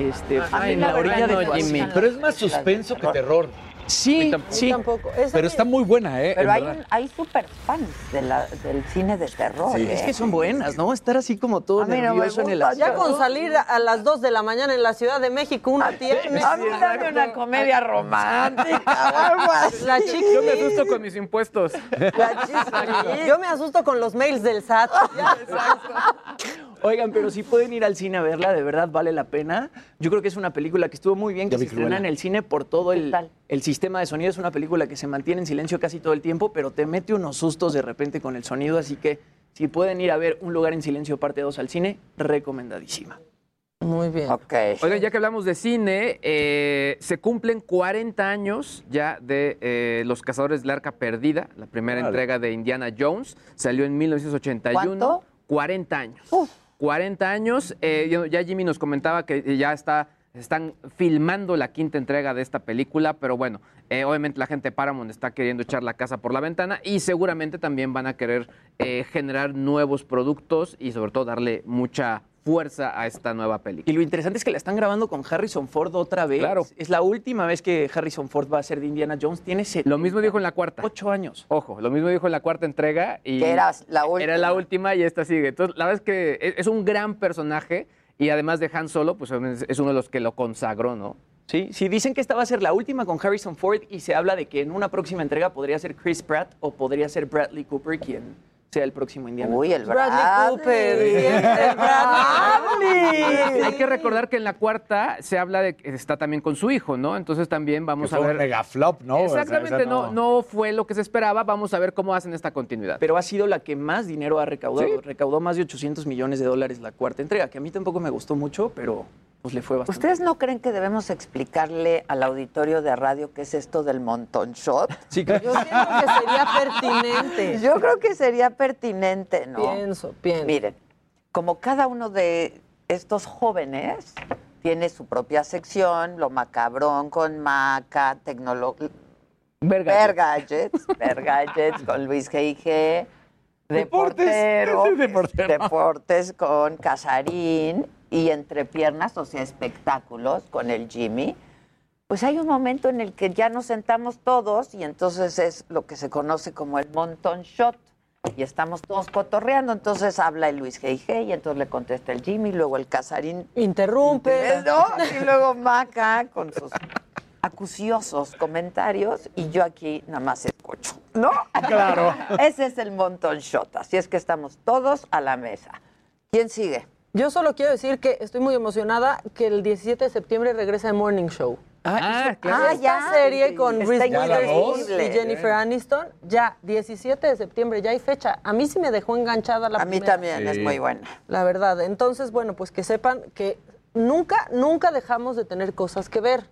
S14: este, en la, orilla de tu asiento.
S15: Pero es más suspenso que terror.
S14: Sí,
S3: sí. tampoco. Esa
S15: Pero
S3: me-
S15: está muy buena, ¿eh?
S3: Pero
S15: En
S3: hay,
S15: verdad.
S3: un- hay super fans de la- del cine de terror. ¿eh?
S14: Sí. Es que son buenas, ¿no? Estar así como todo
S3: A mí no me
S14: nervioso en el
S3: gusta,
S8: Ya
S14: asiento.
S8: con salir a las 2 de la mañana en la Ciudad de México, uno tiene.
S3: A mí dame una comedia romántica.
S8: La chiquis.
S16: Yo me asusto con mis impuestos.
S8: Yo me asusto con los mails del SAT.
S14: Oigan, pero si pueden ir al cine a verla, de verdad vale la pena. Yo creo que es una película que estuvo muy bien, que
S15: Ya
S14: se
S15: vi
S14: estrena
S15: Cruella.
S14: en el cine por todo el, el sistema de sonido. Es una película que se mantiene en silencio casi todo el tiempo, pero te mete unos sustos de repente con el sonido. Así que si pueden ir a ver Un lugar en silencio parte 2 al cine, recomendadísima.
S8: Muy bien.
S3: Ok.
S16: Oigan, ya que hablamos de cine, eh, se cumplen 40 años ya de eh, Los Cazadores de la Arca Perdida, la primera
S3: Órale.
S16: entrega de Indiana Jones. Salió en 1981.
S3: ¿Cuánto?
S16: 40 años. 40 años. eh, ya- ya Jimmy nos comentaba que eh, ya está, están filmando la quinta entrega de esta película, pero bueno, eh, obviamente la gente de Paramount está queriendo echar la casa por la ventana y seguramente también van a querer eh, generar nuevos productos y sobre todo darle mucha fuerza a esta nueva película.
S14: Y lo interesante es que la están grabando con Harrison Ford otra vez.
S16: Claro.
S14: Es la última vez que Harrison Ford va a ser de Indiana Jones. Tiene
S16: Lo mismo dijo en la cuarta.
S14: Ocho años.
S16: Ojo, lo mismo dijo en la cuarta entrega. Y
S14: Que era la
S16: Era la última y esta sigue. Entonces, la verdad es que e-, es, es un gran personaje y además de Han Solo, pues obviamente, es es uno de los que lo consagró, ¿no?
S14: Sí, sí, dicen que esta va a ser la última con Harrison Ford y se habla de que en una próxima entrega podría ser Chris Pratt o podría ser Bradley Cooper quien sea el próximo Indiana.
S3: Uy, el
S8: Bradley Cooper. siempre el Bradley.
S16: Hay que recordar que en la cuarta se habla de que está también con su hijo, ¿no? Entonces también vamos
S15: Que fue
S16: a ver.
S15: un mega flop, ¿no? O sea,
S16: Exactamente,
S15: o sea,
S16: no. no fue lo que se esperaba. Vamos a ver cómo hacen esta continuidad.
S14: Pero ha sido la que más dinero ha recaudado.
S16: Sí.
S14: Recaudó más de 800 millones de dólares la cuarta entrega, que a mí tampoco me gustó mucho, pero pues le fue bastante.
S3: ¿Ustedes no creen que debemos explicarle al auditorio de radio qué es esto del montón shot?
S14: Sí, claro.
S3: Yo
S8: siento que sería pertinente.
S3: Yo creo que sería pertinente, ¿no?
S8: Pienso, pienso.
S3: Miren, como cada uno de estos jóvenes tiene su propia sección, lo macabrón con maca, tecnolo...
S16: Ver
S3: gadgets, ver gadgets con Luis G.I.G., deportero, este, deportes con Casarín y entre piernas, o sea, espectáculos con el Jimmy. Pues hay un momento en el que ya nos sentamos todos y entonces es lo que se conoce como el montón shot y estamos todos cotorreando. Entonces habla el Luis G.I.G. y entonces le contesta el Jimmy, luego el Casarín.
S8: Interrumpe.
S3: ¿no? Y luego Maca con sus acuciosos comentarios y yo aquí nada más escucho, ¿no?
S8: Claro.
S3: Ese es el montón shot, así es que estamos todos a la mesa. ¿Quién sigue?
S8: Yo solo quiero decir que estoy muy emocionada que el 17 de septiembre regresa el Morning Show.
S16: Ah,
S8: Ah, ya. serie con
S3: Está
S8: Reese
S3: increíble.
S8: Witherspoon y Jennifer Aniston. Ya, 17 de septiembre, ya hay fecha. A mí sí me dejó enganchada la
S3: A mí
S8: primera.
S3: también es Sí. muy buena.
S8: La verdad. Entonces, bueno, pues que sepan que nunca, nunca dejamos de tener cosas que ver.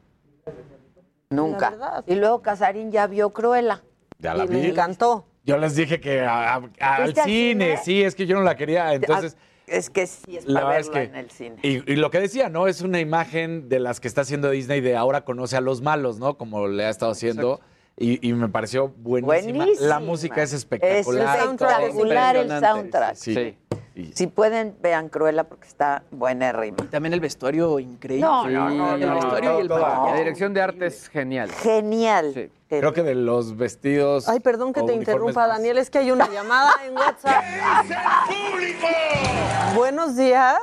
S8: La
S3: Nunca.
S8: verdad.
S3: Y luego Casarín ya vio Cruella.
S15: Ya la
S3: Y
S15: vi.
S3: me
S8: encantó.
S15: Yo les dije que a- a- al
S3: ¿Fuiste
S15: cine,
S3: al cine? Ah,
S15: sí, es que yo no la quería, entonces...
S3: Es que sí, es
S15: La
S3: para
S15: verdad es
S3: verla
S15: que-
S3: en el cine.
S15: Y, y lo que decía, ¿no? Es una imagen de las que está haciendo Disney de ahora conoce a los malos, ¿no? Como le ha estado haciendo y, y me pareció buenísima.
S3: Buenísima.
S15: La música es
S3: Es
S15: espectacular.
S3: espectacular el
S15: impresionante.
S3: soundtrack.
S15: Sí.
S3: Si pueden, vean Cruella porque está buena rima.
S14: También el vestuario increíble.
S3: No, no, no,
S14: El
S3: no,
S14: vestuario y el
S3: no, no.
S14: maquillaje.
S16: La dirección de arte es genial.
S3: Genial.
S15: Creo que de los vestidos.
S8: Ay, perdón que
S15: o
S8: te
S15: uniformes
S8: interrumpa, Daniel, es que hay una llamada en WhatsApp. Buenos días.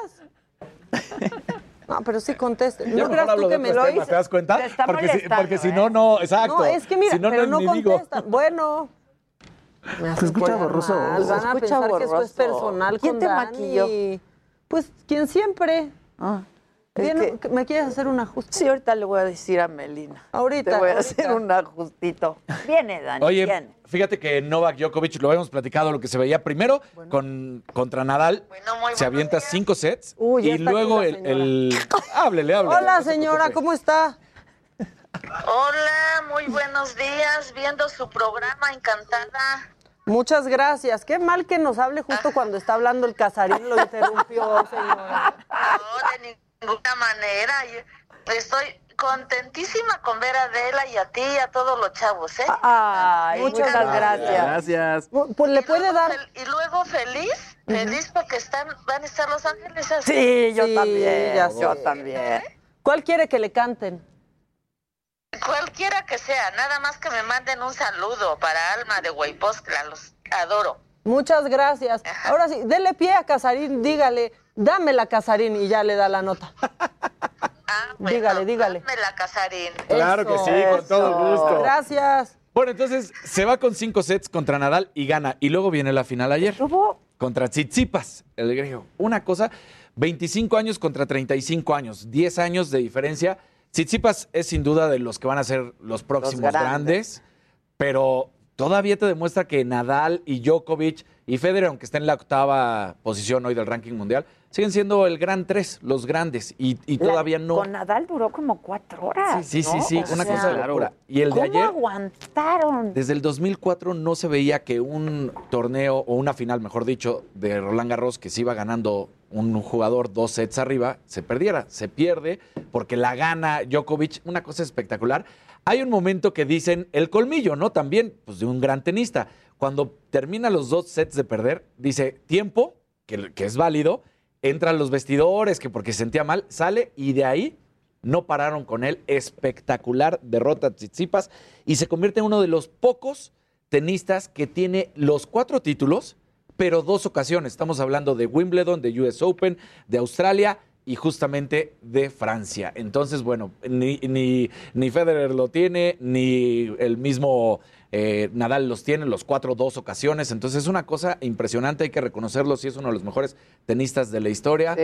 S8: No, pero sí conteste.
S15: Ya
S8: No
S15: mejor
S8: creas
S15: hablo
S8: tú
S15: de
S8: que me
S15: otros
S8: lo
S15: temas,
S8: hice.
S15: ¿Te das cuenta?
S8: Te está
S15: porque si,
S8: molestando,
S15: porque si
S8: ¿eh?
S15: no, no, exacto.
S8: No, es que mira,
S15: si no,
S8: pero
S15: no,
S8: no
S15: es ni digo.
S8: contestan. Bueno.
S15: Se escucha borroso.
S8: Mal, Van
S3: Ah, Se
S8: a pensar
S3: escucha
S8: que esto es
S3: borroso.
S8: personal
S3: ¿Quién
S8: con
S3: te
S8: Dani.
S3: maquilló? Ah.
S8: Pues quien siempre.
S3: es
S8: Bien, ¿Me quieres hacer un ajuste?
S3: Sí, ahorita le voy a decir a Melina.
S8: Ahorita.
S3: Te voy a
S8: ahorita.
S3: hacer un ajustito. Viene, Dani.
S15: Oye,
S3: viene.
S15: fíjate que Novak Djokovic, lo habíamos platicado, lo que se veía primero con, contra Nadal, se avienta cinco sets
S8: Uy, ya
S15: y
S8: está
S15: luego
S8: aquí
S15: el,
S8: la
S15: el- Háblele, háblele.
S8: Hola, señora, ¿cómo está?
S18: Hola, muy buenos días. Viendo su programa, encantada.
S8: Muchas gracias. Qué mal que nos hable
S3: Ah.
S8: justo cuando está hablando el casarín, lo interrumpió, señora.
S18: No, de ninguna manera. Yo Estoy contentísima con ver a Adela y a ti y a todos los chavos, ¿eh?
S3: Ay,
S18: Muchas
S3: muchas gracias.
S16: Gracias.
S8: Bu- Pues le puede dar.
S18: Y luego feliz, feliz porque están, van a estar Los Ángeles así.
S3: Sí, yo
S8: Sí,
S3: también.
S8: ya
S3: yo
S8: sé.
S3: también.
S8: ¿Cuál quiere que le canten?
S18: Cualquiera que sea, nada más que me manden un saludo para Alma de Huayposcla, los adoro.
S8: Muchas gracias.
S18: Ah.
S8: Ahora sí, dele pie a Casarín, dígale, dame la Casarín y ya le da la nota. dígale, dígale.
S18: Ah, Dame la Casarín.
S15: Claro que sí, con todo gusto.
S8: Gracias.
S15: Bueno, entonces se va con cinco sets contra Nadal y gana. Y luego viene la final ayer. Contra Tsitsipas, el griego. Una cosa, 25 años contra 35 años, 10 años de diferencia. Tsitsipas es sin duda de los que van a ser los próximos
S3: grandes.
S15: grandes, pero todavía te demuestra que Nadal y Djokovic y Federer, aunque está en la octava posición hoy del ranking mundial, siguen siendo el gran tres, los grandes, y, y
S3: La-
S15: todavía no.
S3: Con Nadal duró como cuatro horas.
S15: Sí, sí,
S3: ¿no?
S15: sí,
S3: O
S15: una
S3: sea,
S15: cosa de locura. Y el de
S3: ¿Cómo
S15: ayer,
S3: aguantaron?
S15: desde el 2004 no se veía que un torneo o una final, mejor dicho, de Roland Garros que se iba ganando un jugador dos sets arriba, se perdiera. Se pierde porque la gana Djokovic, una cosa espectacular. Hay un momento que dicen el colmillo, ¿no? También, pues de un gran tenista. Cuando termina los dos sets de perder, dice tiempo, que, que es válido, entra a los vestidores, que porque se sentía mal, sale y de ahí no pararon con él. Espectacular derrota a Tsitsipas y se convierte en uno de los pocos tenistas que tiene los cuatro títulos, pero dos ocasiones. Estamos hablando de Wimbledon, de US Open, de Australia y justamente de Francia. Entonces, bueno, ni, ni, ni Federer lo tiene, ni el mismo eh, Nadal los tiene, los cuatro dos ocasiones. Entonces, es una cosa impresionante, hay que reconocerlo, sí es uno de los mejores tenistas de la historia.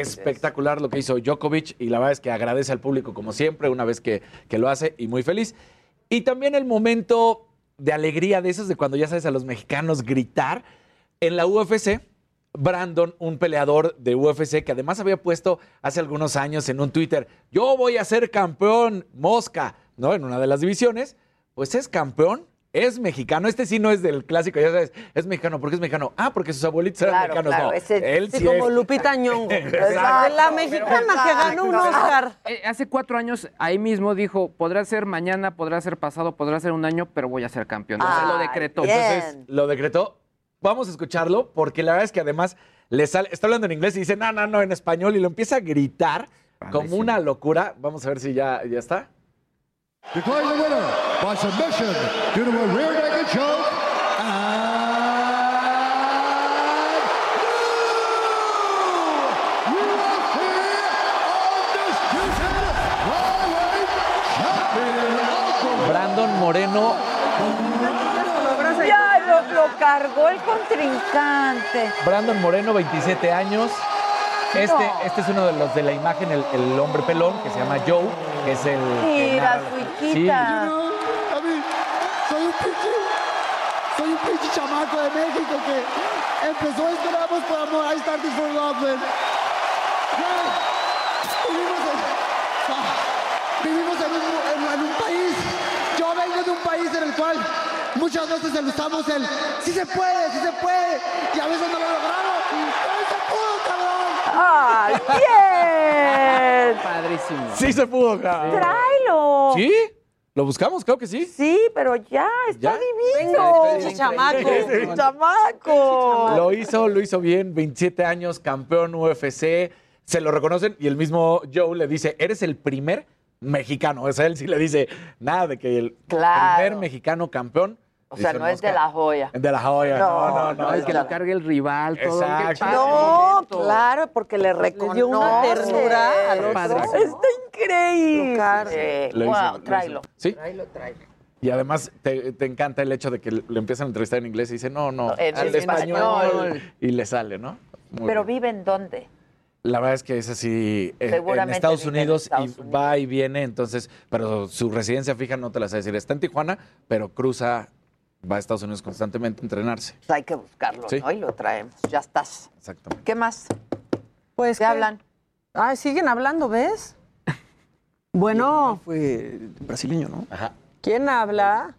S15: Espectacular lo que hizo Djokovic y la verdad es que agradece al público como siempre una vez que, que lo hace y muy feliz. Y también el momento de alegría de esos de cuando ya sabes a los mexicanos gritar. En la UFC, Brandon, un peleador de UFC que además había puesto hace algunos años en un Twitter, yo voy a ser campeón, mosca, ¿no? En una de las divisiones, pues es campeón. Es mexicano, este sí no es del clásico, ya sabes, es mexicano, porque es mexicano. Ah, porque sus abuelitos eran
S8: Claro,
S15: mexicanos,
S8: claro,
S15: no.
S8: ese-
S15: él
S8: sí,
S15: sí,
S8: como
S15: es.
S8: Lupita Ñongo.
S15: Exacto.
S8: De la mexicana que ganó un Oscar.
S16: Ah, Eh, hace cuatro años ahí mismo dijo, podrá ser mañana, podrá ser pasado, podrá ser un año, pero voy a ser campeón. O
S8: Ah,
S16: sea, lo decretó.
S15: Entonces, lo decretó. Vamos a escucharlo porque la verdad es que además le sale, está hablando en inglés y dice, no, no, no, en español y lo empieza a gritar como una locura. Vamos a ver si ya, ya está.
S10: Declaring the winner by submission due to a rear naked choke. and new UFC undisputed flyweight champion of the
S15: Brandon Moreno.
S3: Ya, lo, lo cargó el contrincante.
S15: Brandon Moreno, 27 años. Este,
S3: No.
S15: este es uno de los de la imagen, el, el hombre pelón, que se llama Joe, que es el... que
S3: Mira,
S15: narra-
S3: su
S15: Sí.
S3: hijita.
S10: A mí, soy un pinche, soy un pinche chamaco de México que empezó Esperamos por Amor, I Started for Love, man. Güey, Vivimos, en, ah, vivimos en, un, en- en un país, yo vengo de un país en el cual muchas veces usamos el sí se puede, sí se puede, y a veces no lo logramos, y hoy se pudo, cabrón.
S3: ¡Ay, bien!
S16: Padrísimo.
S15: Sí se pudo, claro.
S3: ¡Tráelo!
S15: ¿Sí? ¿Lo buscamos? Creo que sí.
S3: Sí, pero ya,
S15: Ya.
S3: está divino.
S15: Venga, está increíble.
S3: chamaco, chamaco.
S15: Lo hizo, lo hizo bien, 27 años, campeón UFC, se lo reconocen y el mismo Joe le dice, eres el primer mexicano. O sea, él sí le dice, nada de que el
S3: Claro.
S15: primer mexicano campeón.
S3: O sea,
S15: dice
S3: no es
S15: Mosca,
S3: de la joya.
S15: De la joya, no, no, no.
S16: No, el que lo cargue el rival, todo.
S15: Exacto.
S16: qué padre.
S3: No, claro, porque le reconoce.
S8: dio una ternura al otro.
S15: Exacto.
S3: Está increíble.
S15: Lo hizo,
S3: wow,
S15: lo hizo.
S3: tráelo.
S15: Sí.
S3: Tráelo, tráelo.
S15: Y además te, te encanta el hecho de que le empiezan a entrevistar en inglés y dice, no, no,
S3: No, en
S15: al
S3: español".
S15: español. Y le sale, ¿no? Muy
S3: Pero
S15: bien.
S3: vive en dónde.
S15: La verdad es que es así eh, en
S3: Seguramente
S15: Estados
S3: vive en
S15: Unidos y
S3: Estados
S15: va y viene, entonces, pero su residencia fija no te la sé decir. Está en Tijuana, pero cruza, va a Estados Unidos constantemente a entrenarse.
S3: Pues hay que buscarlo,
S15: Sí.
S3: ¿no? Y lo traemos. Ya estás.
S15: Exactamente.
S3: ¿Qué más?
S8: Pues
S3: ¿Qué hablan?
S8: Ah, siguen hablando, ¿ves? Bueno,
S14: Fue brasileño, ¿no?
S15: Ajá.
S8: ¿quién habla?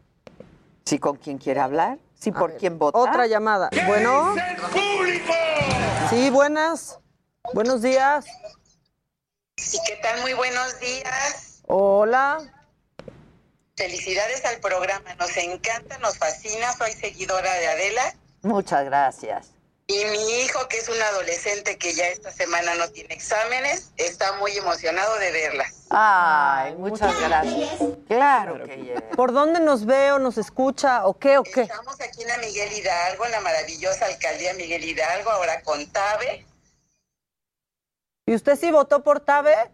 S3: Sí, con quien quiere hablar. Sí, por quién vota.
S8: Otra llamada. Bueno. Sí, buenas. Buenos días.
S18: ¿Qué tal? Muy buenos días.
S8: Hola.
S18: Felicidades al programa. Nos encanta, nos fascina. Soy seguidora de Adela.
S3: Muchas gracias.
S18: Y mi hijo, que es un adolescente que ya esta semana no tiene exámenes, está muy emocionado de verlas.
S3: Ay, muchas gracias. Claro que yes.
S8: ¿Por dónde nos ve o nos escucha o qué o qué?
S18: Estamos aquí en la Miguel Hidalgo, en la maravillosa alcaldía Miguel Hidalgo, ahora con Tabe.
S8: ¿Y usted sí votó por Tabe?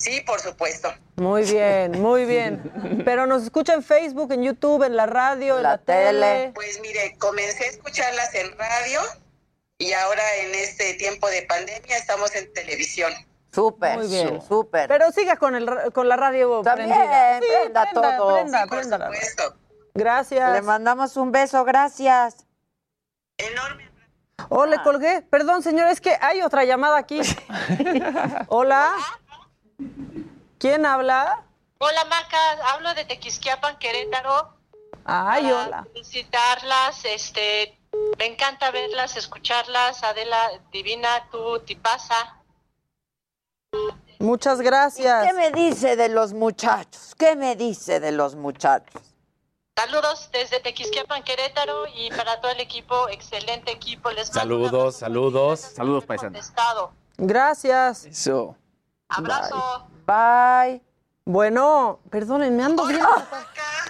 S18: Sí, por supuesto.
S8: Muy bien, muy bien. Pero nos escucha en Facebook, en YouTube, en la radio, en la, tele.
S18: Pues mire, comencé a escucharlas en radio y ahora en este tiempo de pandemia estamos en televisión.
S3: Súper,
S8: Muy bien.
S3: súper.
S8: Pero siga con, el, ra- con la radio
S3: También,
S8: prendida. Sí,
S3: prenda todo.
S8: Prenda,
S3: Sí, por
S8: prenda la radio.
S18: supuesto.
S8: Gracias.
S3: Le mandamos un beso, gracias. Ah.
S8: Oh, le colgué. Perdón, señor, es que hay otra llamada aquí. Hola. ¿Quién habla?
S15: ¿eh?
S19: Hola, Maca. Hablo de Tequisquiapan, Querétaro.
S8: Ay,
S19: Para
S8: hola.
S19: Felicitarlas, este, me encanta verlas, escucharlas. Adela, divina, tú, tipaza.
S8: Muchas gracias.
S3: ¿Qué me dice de los muchachos? ¿Qué me dice de los muchachos?
S19: Saludos desde Tequisquiapan, Querétaro y para todo el equipo, excelente equipo. Les mando
S15: Saludos, saludos. Saludos,
S19: un
S15: paisanos.
S19: estado.
S8: Gracias.
S14: Eso.
S19: Abrazo.
S3: Bye.
S8: Bueno, perdónenme, ando bien.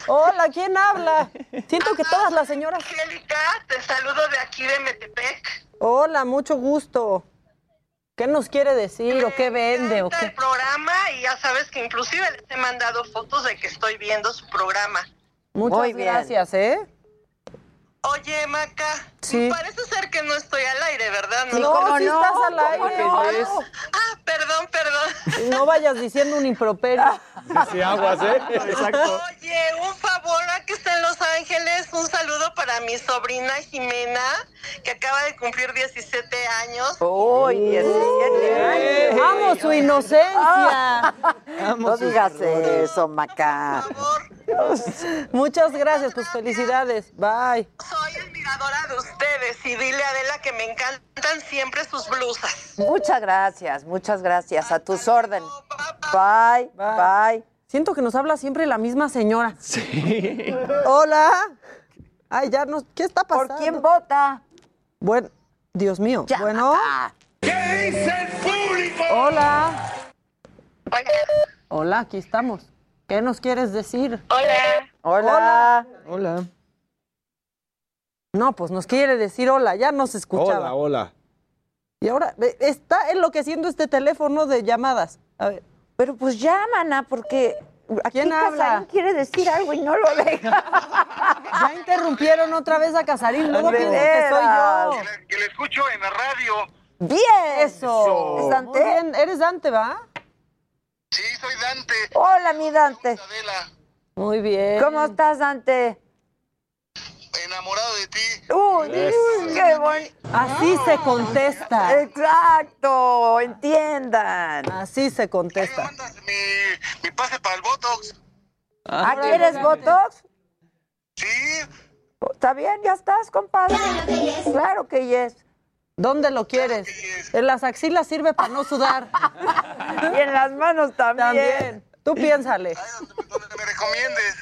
S8: Hola, ¿quién habla? Siento que todas las señoras.
S18: Angélica, te saludo de aquí de Metepec.
S8: Hola, mucho gusto. ¿Qué nos quiere decir o qué vende o
S18: El
S8: qué?
S18: programa y ya sabes que inclusive les he mandado fotos de que estoy viendo su programa.
S8: Muchas
S18: Muy bien.
S8: gracias, ¿eh?
S18: Oye, Maca,
S8: Sí.
S18: parece ser que no estoy al aire, ¿verdad?
S8: Sí, No, cómo sí no, estás al ¿cómo aire, que no? ves?
S18: Ah, perdón, perdón.
S8: No vayas diciendo un improperio.
S15: Sí, sí, aguas, ¿eh? Exacto.
S18: Oye, un favor, a que está en Los Ángeles, un saludo para mi sobrina Jimena, que acaba de cumplir 17 años.
S3: Uy, 17 años. Ah.
S8: Amo su inocencia.
S3: No digas eso, Maca.
S8: Pues, Muchas gracias, pues felicidades. Bye.
S18: Admiradora de ustedes y dile a Adela que me encantan siempre sus blusas.
S3: Muchas gracias, muchas gracias. A tus órdenes. Bye, bye.
S8: Siento que nos habla siempre la misma señora. Hola. Ay, ya nos. ¿Qué está pasando? ¿Por quién
S3: vota?
S8: Bueno, Dios mío. Bueno.
S18: ¿Qué dice el público?
S8: Hola. Hola, aquí estamos. ¿Qué nos quieres decir?
S18: Hola.
S8: Hola.
S14: Hola.
S8: No, pues nos quiere decir hola, ya nos escuchaba.
S15: Hola, hola.
S8: Y ahora ve, está enloqueciendo este teléfono de llamadas. A ver.
S3: Pero pues llama, Ana, porque aquí
S8: ¿Quién habla?
S3: Casarín quiere decir algo y no lo deja.
S8: Ya interrumpieron otra vez a Casarín, luego
S3: De
S8: piensan que soy yo.
S3: veras.
S18: Que le escucho en la radio.
S3: Bien.
S8: Eso.
S3: ¿Es Dante?
S8: Muy bien, eres Dante, ¿va?
S3: Hola, mi Dante.
S8: Muy bien.
S3: ¿Cómo estás, Dante? Enamorado de ti. Uy, qué bonito.
S8: Así
S18: Ah.
S8: se contesta.
S3: Exacto, entiendan.
S8: Así se contesta.
S18: Mi pase para el Botox.
S3: ¿Ah, quieres Botox? Sí. Está bien, ya estás, compadre. Claro que yes.
S8: ¿Dónde lo quieres? En las axilas sirve para no sudar.
S3: Y en las manos también.
S8: También. Tú piénsale.
S5: recomiendes.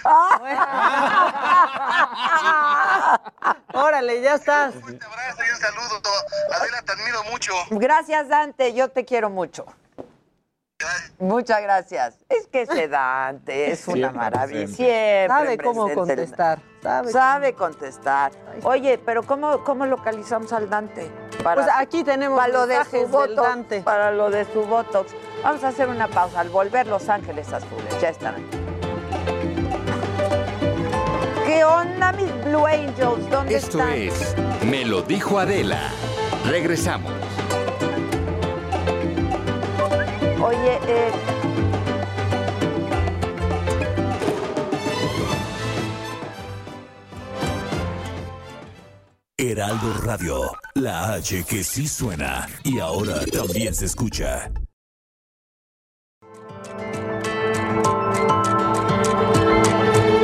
S8: Órale, ya estás.
S5: Adela, te admiro mucho.
S3: Gracias, Dante. Yo te quiero mucho. Muchas gracias. Es que ese Dante es una
S8: Siempre
S3: maravilla.
S8: presente.
S3: Siempre.
S8: Sabe cómo
S3: presente.
S8: contestar, sabe
S3: Sabe contestar. Oye, pero ¿cómo, cómo localizamos al Dante?
S8: Pues aquí tenemos
S3: para lo de su
S8: mensajes del
S3: voto, Para lo de su Botox. Vamos a hacer una pausa. Al volver, Los Ángeles Azules. Ya están aquí. ¿Qué onda, mis Blue Angels? ¿Dónde
S1: Esto
S3: están?
S1: es Me lo dijo Adela. Regresamos.
S3: Oye, eh,
S13: Heraldo Radio, la H que sí suena y ahora también se escucha.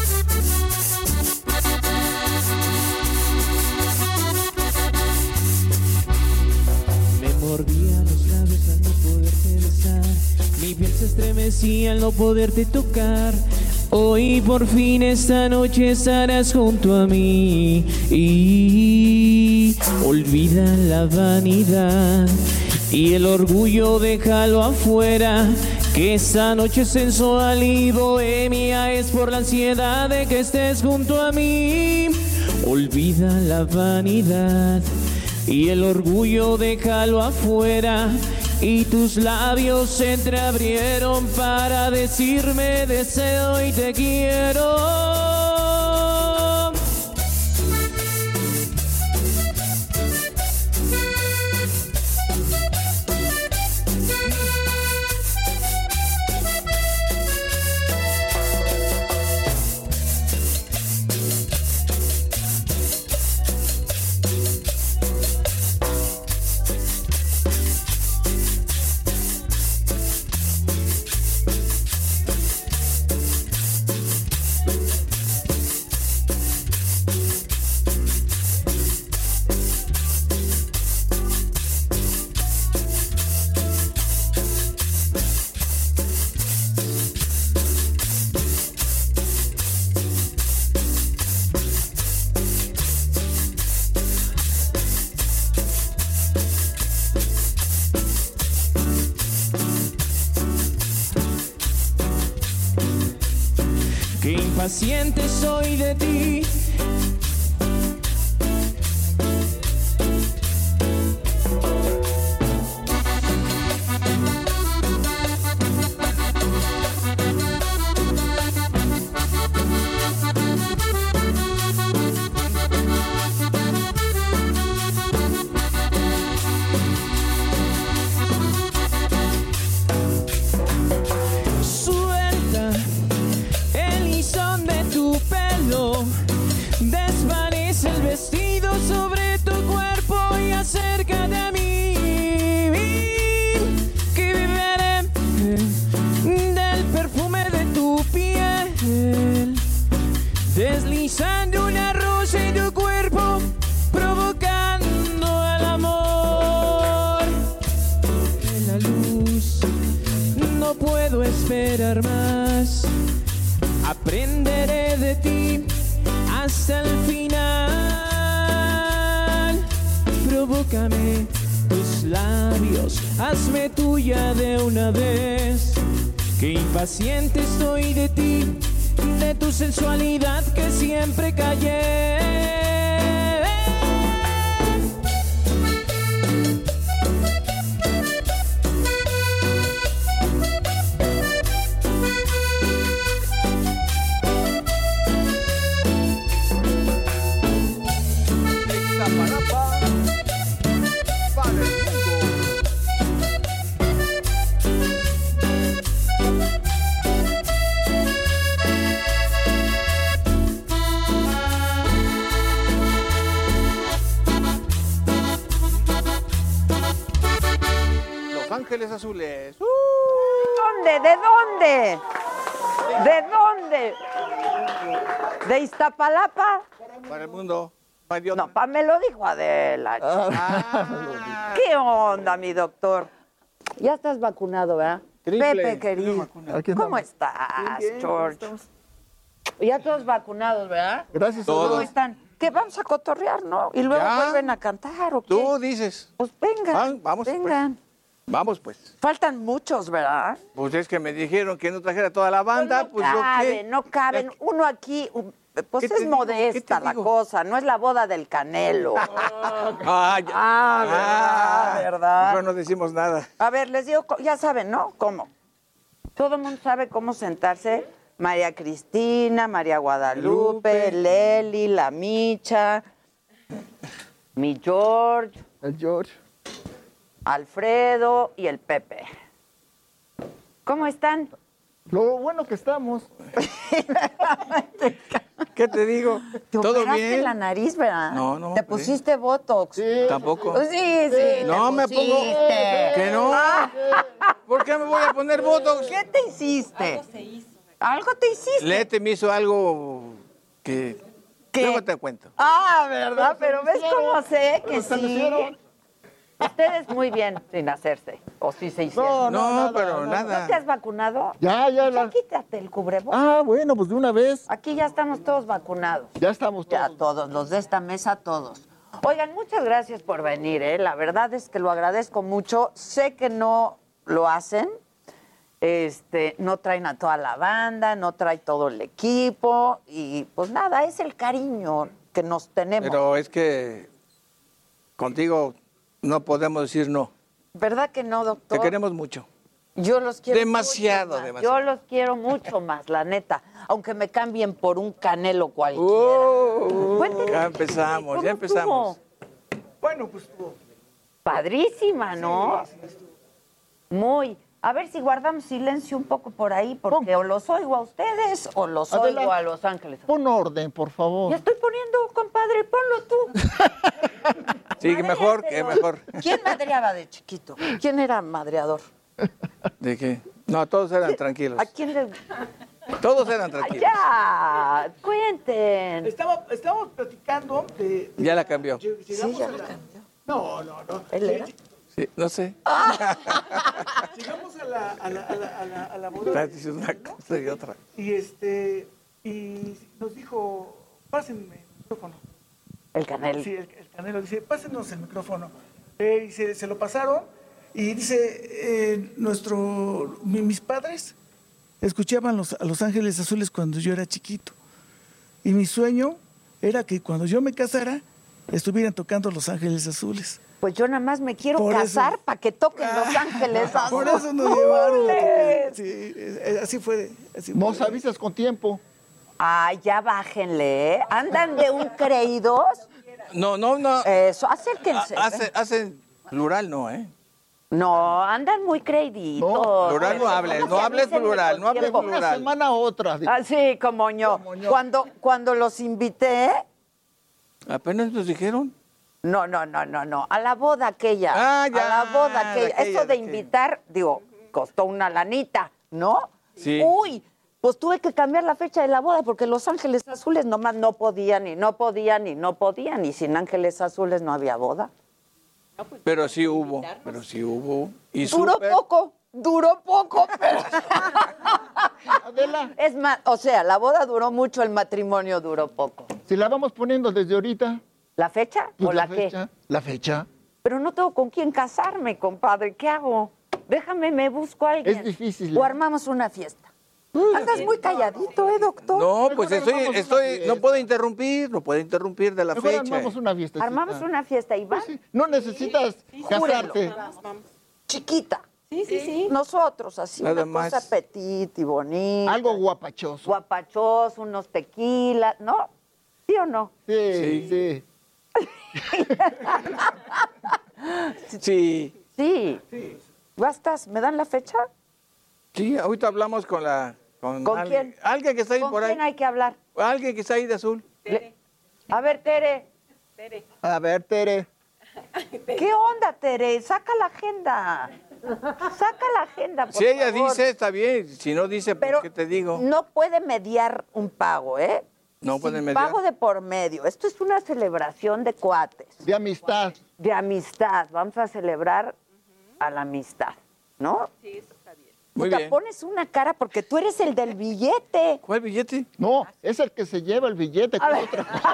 S20: Me mordía los labios al no poderte besar. Mi piel se estremecía al no poderte tocar. Hoy por fin esta noche estarás junto a mí. Y olvida la vanidad. Y el orgullo déjalo afuera. Que esta noche sensual y bohemia es por la ansiedad de que estés junto a mí. Olvida la vanidad. Y el orgullo déjalo afuera y tus labios se entreabrieron para decirme deseo y te quiero. Qué impaciente soy de ti. Suelta el lisón de tu pelo desvanece el vestido sobre tu cuerpo y acércate a mí. Que viviré del perfume de tu piel, deslizando una rosa en tu cuerpo, provocando al amor. En la luz no puedo esperar más. Aprenderé de ti hasta el final. Provócame, tus labios, hazme tuya de una vez. Qué impaciente estoy de ti, de tu sensualidad que siempre callé.
S2: Los Ángeles Azules.
S8: Uh.
S3: ¿Dónde? ¿De dónde? ¿De dónde? ¿De Iztapalapa?
S2: Para el mundo.
S3: No, pa, me lo dijo Adela. Ah, ¿Qué onda, mi doctor? Ya estás vacunado, ¿verdad?
S2: Triple,
S3: Pepe,
S2: triple
S3: querido.
S2: vacunado. Aquí
S3: ¿Cómo
S2: andamos.
S3: estás,
S2: Bien, bien,
S3: George? Ya todos vacunados, ¿verdad?
S2: Gracias a
S3: ¿Cómo
S2: Dios.
S3: están? ¿Qué vamos a cotorrear, no? Y luego pues,
S2: Ya.
S3: vuelven a cantar, ¿o qué?
S2: Tú dices.
S3: Pues vengan.
S2: vamos, pues.
S3: vengan.
S2: Vamos, pues.
S3: Faltan muchos, ¿verdad?
S2: Pues es que me dijeron que no trajera toda la banda, pues yo qué.
S3: caben, no caben. Uno aquí, um, pues es modesta la cosa, no es la boda del canelo.
S2: Ah, ya.
S3: Ah, ¿verdad? ¿verdad?
S2: Mejor no decimos nada.
S3: A ver, les digo, co- ya saben, ¿no? ¿Cómo? Todo el mundo sabe cómo sentarse. María Cristina, María Guadalupe, Leli, la Micha, mi George. El George. Alfredo y el Pepe. ¿Cómo están?
S2: Lo bueno que estamos. ¿Qué te digo?
S3: Te
S2: ¿Todo
S3: operaste
S2: bien?
S3: la nariz, ¿verdad?
S2: No, no me
S3: Te
S2: operé.
S3: pusiste Botox.
S2: Tampoco.
S3: Oh, Sí, sí. te
S2: No me pongo-
S3: pusiste.
S2: Que no.
S3: Ah,
S2: ¿Por qué me voy a poner botox?
S3: ¿Qué te hiciste? Algo se hizo. Algo te hiciste.
S2: Lete me hizo algo que... Luego te cuento.
S3: Ah, ¿verdad? Pero
S2: Pero se
S3: ves
S2: hicieron.
S3: cómo sé que
S2: Pero se
S3: sí.
S2: hicieron.
S3: Ustedes muy bien sin hacerse. O sí se hicieron.
S2: No, no, No, nada, pero nada. nada.
S3: ¿No te has vacunado?
S2: Ya, ya,
S3: Pues
S2: la-
S3: quítate el cubrebocas.
S2: Ah, bueno, pues de una vez.
S3: Aquí ya estamos todos vacunados. Ya estamos todos. Ya todos, los de esta mesa, todos. Oigan, muchas gracias por venir, ¿eh? La verdad es que lo agradezco mucho. Sé que no lo hacen. Este, no traen a toda la banda, no trae todo el equipo. Y pues nada, es el cariño que nos tenemos.
S2: Pero es que contigo no podemos decir no.
S3: ¿Verdad que no, doctor?
S2: Te queremos mucho.
S3: Yo los quiero
S2: Demasiado,
S3: mucho más.
S2: demasiado.
S3: Yo los quiero mucho más, la neta. Aunque me cambien por un canelo cualquiera.
S2: Uh,
S3: Cuéntenos,
S2: Ya empezamos,
S3: Uh. ¿cómo
S2: ya empezamos.
S3: Bueno, pues estuvo. Padrísima, ¿no? Muy. A ver si guardamos silencio un poco por ahí, porque o los oigo a ustedes o los
S10: Adela,
S3: oigo a Los Ángeles.
S10: Pon orden, por favor.
S3: Ya estoy poniendo, compadre, ponlo tú.
S2: Sí, que mejor, que mejor.
S3: ¿Quién madreaba de chiquito? ¿Quién era madreador?
S2: ¿De qué? No, todos eran tranquilos.
S3: ¿A quién le...?
S2: Todos eran tranquilos.
S3: ¡Ya! Ah, ¡Cuenten!
S11: Estaba, estábamos platicando de...
S2: Ya la cambió.
S11: llegamos a la- No, no, no.
S2: Sí, no sé.
S3: Ah.
S11: Llegamos a la, a la, a la, a la, a la boda
S2: Estás
S11: de-
S2: diciendo una cosa y otra.
S11: y este y nos dijo, pásenme el micrófono.
S3: El canelo.
S11: Sí, el, el canelo dice, pásenos el micrófono. Eh, y se, se lo pasaron y dice, eh, nuestro, mi- mis padres escuchaban los, a Los Ángeles Azules cuando yo era chiquito. Y mi sueño era que cuando yo me casara, estuvieran tocando Los Ángeles Azules.
S3: Pues yo nada más me quiero
S11: Por eso. Ah.
S3: casar para que toquen Los Ángeles Azules.
S11: Por eso nos llevaron. a tocar. Sí, eh, eh, así fue. Así
S10: Nos
S11: fue.
S10: avisas con tiempo.
S3: Ay, ya bájenle, ¿eh? Andan de un creídos. Eh,
S2: No, no, no.
S3: Eso, acérquense.
S2: Ha- Ah, hace- Hacen plural, no, ¿eh?
S3: No, andan muy creíditos.
S2: No, plural no hables, no hables plural, no hables
S3: tiempo.
S2: plural. Una semana
S10: a otra.
S3: Así, Ah, como yo. Cuando, cuando los invité...
S2: Apenas nos dijeron.
S3: No, no, no, no, no. A la boda aquella.
S2: Ah, ya,
S3: A la boda
S2: de
S3: aquella.
S2: aquella,
S3: Eso de
S2: de aquella.
S3: invitar, digo, costó una lanita, ¿no?
S2: Sí.
S3: Uy, pues tuve que cambiar la fecha de la boda porque Los Ángeles Azules nomás no podían y no podían y no podían y sin Ángeles Azules no había boda.
S2: Pero sí hubo, pero sí hubo. Y
S3: duró
S2: súper.
S3: poco, duró poco, pero...
S10: Adela.
S3: Es más, o sea, la boda duró mucho, el matrimonio duró poco.
S10: Si la vamos poniendo desde ahorita.
S3: ¿La fecha
S10: pues,
S3: o la, qué?
S10: fecha. La fecha.
S3: pero no tengo con quién casarme, compadre. ¿Qué hago? Déjame, me busco a alguien.
S21: Es difícil.
S3: O armamos una fiesta. Andas muy calladito, ¿eh, doctor?
S2: No, pues estoy, estoy, no puedo interrumpir, no puedo interrumpir de la
S21: Mejor
S2: fecha.
S21: armamos una fiesta.
S3: Armamos una fiesta y va.
S21: No necesitas casarte.
S3: Chiquita. Sí, sí, sí. Nosotros, así,
S21: Nada
S3: una cosa
S21: más.
S3: petit y bonita.
S21: Algo guapachoso.
S3: Guapachoso, unos tequilas, ¿no? ¿Sí o no?
S21: Sí, sí.
S2: Sí.
S3: Sí. ¿Bastas? ¿Me dan la fecha?
S2: Sí, ahorita hablamos con la. ¿Con,
S3: ¿Con
S2: alguien-
S3: quién?
S2: Alguien que está ahí
S3: ¿Con
S2: por ahí.
S3: quién hay que hablar?
S2: Alguien que está ahí de azul.
S3: Le- A ver, Tere.
S21: A ver, Tere.
S3: ¿Qué onda, Tere? Saca la agenda. Saca la agenda, por
S2: Si ella
S3: favor.
S2: dice, está bien. Si no dice, ¿por ¿qué te digo?
S3: No puede mediar un pago, ¿eh?
S2: No
S3: Sin
S2: puede mediar.
S3: Pago de por medio. Esto es una celebración de cuates.
S21: De amistad.
S3: De amistad. Vamos a celebrar a la amistad, ¿no?
S19: Sí, eso está bien.
S2: Muy
S3: Puta,
S2: bien.
S3: pones una cara porque tú eres el del billete.
S2: ¿Cuál billete?
S21: No, es el que se lleva el billete.
S3: A
S21: ¿cuál
S3: ver.
S21: otra?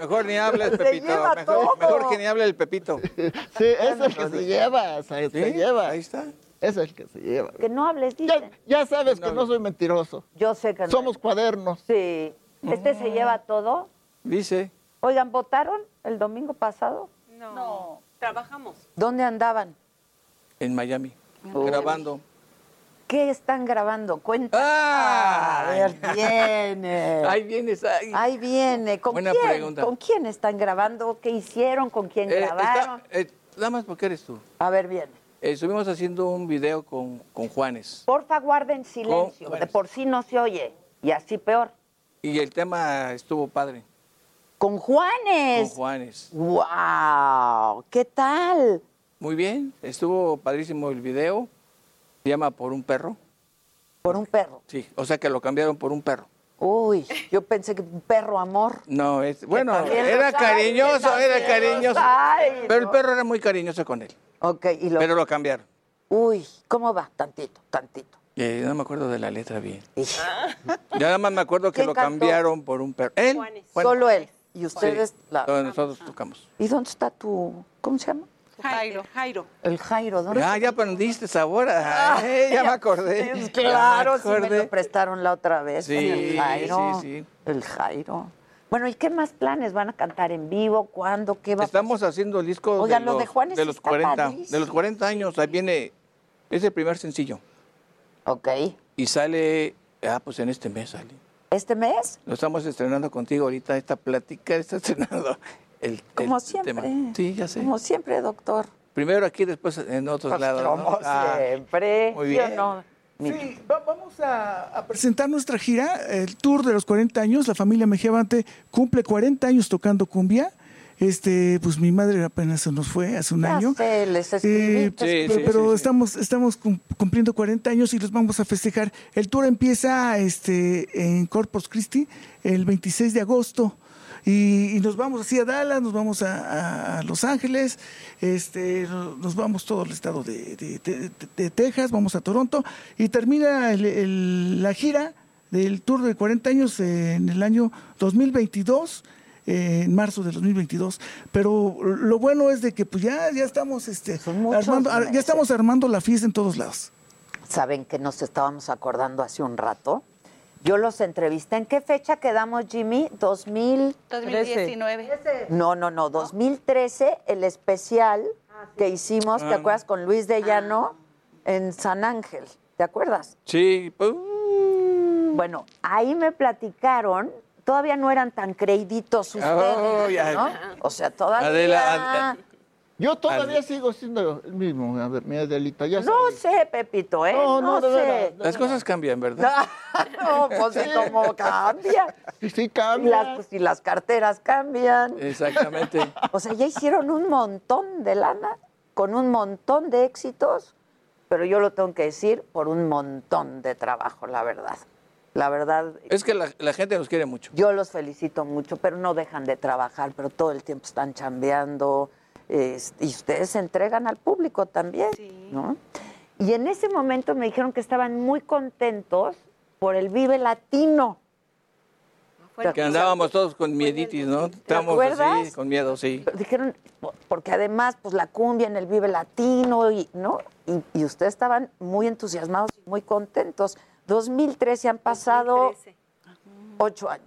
S2: Mejor ni hables,
S3: Se
S2: Pepito.
S3: lleva todo.
S2: Mejor, mejor que ni hable el Pepito.
S21: Sí, es el que se lleva. o sea, Se
S2: ¿Sí?
S21: lleva.
S2: Ahí está.
S21: Es el que se lleva.
S3: Que no hables, dicen.
S21: Ya sabes que no soy mentiroso.
S3: Yo sé que no.
S21: Somos cuadernos.
S3: Sí. Este se lleva todo.
S2: Dice.
S3: Oigan, ¿votaron el domingo pasado?
S19: No. Trabajamos.
S3: ¿Dónde andaban?
S2: En Miami.
S3: Oh.
S2: Grabando.
S3: ¿Qué están grabando? Cuenta. A ver, viene.
S2: Ah, Ahí vienes. Ahí,
S3: Ahí viene. ¿Con
S2: Buena
S3: quién?
S2: pregunta.
S3: ¿Con quién están grabando? ¿Qué hicieron? ¿Con quién
S2: Eh, está-
S3: grabaron?
S2: eh, nada más porque eres tú.
S3: A ver, viene.
S2: Eh, estuvimos haciendo un video con, con Juanes.
S3: Porfa, guarden
S2: Oh,
S3: silencio. De por sí no se oye. Y así peor.
S2: Y el tema estuvo padre.
S3: Con Juanes.
S2: Con Juanes.
S3: ¡Wow! ¿Qué tal?
S2: Muy bien. Estuvo padrísimo el video. Se llama Por un perro.
S3: Por un perro.
S2: Sí. O sea que lo cambiaron por un perro.
S3: Uy, yo pensé que un perro amor.
S2: No, es, bueno,
S3: también los
S2: era
S3: hay, que
S2: cariñoso, era
S3: también los
S2: cariñoso.
S3: hay,
S2: Pero el
S3: ¿no?
S2: perro era muy cariñoso con él.
S3: Ok, y lo.
S2: Pero lo cambiaron.
S3: Uy, ¿cómo va? Tantito, tantito.
S2: Eh, no me acuerdo de la letra bien. Yo nada más me acuerdo que
S3: ¿Quién
S2: lo
S3: cantó?
S2: cambiaron por un perro. Él. Juan-
S3: Solo él. Y
S2: Sí,
S3: ustedes. la-
S2: todos nosotros tocamos.
S3: ¿Y dónde está tu. ¿Cómo se llama?
S19: Jairo, Jairo.
S3: El Jairo, ¿dónde
S2: Ah,
S3: está?
S2: ya aprendiste sabor. Ah, eh, ya me acordé.
S3: Sí,
S2: Ya
S3: Claro,
S2: me
S3: sí me
S2: acordé.
S3: lo prestaron la otra vez.
S2: Sí,
S3: el Jairo.
S2: sí, sí.
S3: El Jairo. Bueno, ¿y qué más planes? ¿Van a cantar en vivo? ¿Cuándo? ¿Qué va a
S2: Estamos haciendo el disco
S3: Oigan,
S2: de,
S3: lo
S2: los,
S3: de Juanes
S2: los
S3: está
S2: 40.
S3: padrísimo.
S2: De los 40 años. Ahí viene. Es el primer sencillo.
S3: Ok.
S2: Y sale. Ah, pues en este mes sale.
S3: ¿Este mes?
S2: Lo estamos estrenando contigo ahorita. Esta plática está estrenando el, el
S3: Como siempre.
S2: tema. Sí, ya sé.
S3: Como siempre, doctor.
S2: Primero aquí, después en otros
S3: Pues
S2: lados. ¿no?
S3: como
S2: Ah,
S3: siempre.
S2: muy
S3: ¿sí
S2: bien.
S3: o no?
S11: Sí, va- vamos a, a presentar nuestra gira, el tour de los 40 años. La familia Mejía Bante cumple 40 años tocando cumbia. Este, pues mi madre apenas se nos fue hace un
S3: Ya
S11: año.
S3: sé, les escribí.
S11: Eh, pero pero estamos, estamos cum- cumpliendo 40 años y los vamos a festejar. El tour empieza este, en Corpus Christi el 26 de agosto. Y, y nos vamos así a Dallas, nos vamos a, a- a Los Ángeles, este, no- nos vamos todo el estado de, de- de- de- de Texas, vamos a Toronto y termina el- el- la gira del tour de 40 años eh, en el año 2022 eh, en marzo de 2022, pero lo bueno es de que pues ya ya estamos este
S3: muchos
S11: armando, ar-
S3: meses.
S11: ya estamos armando la fiesta en todos lados.
S3: Saben que nos estábamos acordando hace un rato. Yo los entrevisté. ¿En qué fecha quedamos, Jimmy? 2000.
S9: 2019.
S3: No, no, no. 2013, el especial que hicimos, ¿te
S2: Ah.
S3: acuerdas? Con Luis de Llano en San Ángel. ¿Te acuerdas?
S2: Sí, pues, uh.
S3: Bueno, ahí me platicaron. Todavía no eran tan creíditos ustedes,
S2: Oh, ya.
S3: ¿no? O sea, todavía...
S2: Adela, ad-
S21: Yo todavía sigo siendo el mismo. A ver, mi Adelita, ya
S3: No sé, Pepito, ¿eh? No,
S21: No, no, de
S3: sé.
S21: veras,
S2: las cosas cambian,
S3: No,
S2: ¿verdad?
S3: no, pues sí, como cambia.
S21: sabes. Sí,
S3: Y las,
S21: cambia.
S3: pues, y las carteras cambian.
S2: Exactamente.
S3: O sea, ya hicieron un montón de lana con un montón de éxitos, pero yo lo tengo que decir por un montón de trabajo, la verdad. La verdad,
S2: Es que la, la gente nos quiere mucho.
S3: yo los felicito mucho, pero no dejan de trabajar, pero todo el tiempo están chambeando es- y ustedes se entregan al público también, ¿no? Y en ese momento me dijeron que estaban muy contentos por el Vive Latino. fue el-
S2: Que andábamos todos con mieditis, ¿no? Estábamos así,
S3: acuerdas?
S2: con miedo, sí.
S3: Dijeron, porque además, pues la cumbia en el Vive Latino, y, ¿no? Y, y ustedes estaban muy entusiasmados y muy contentos. 2013 han pasado ocho años.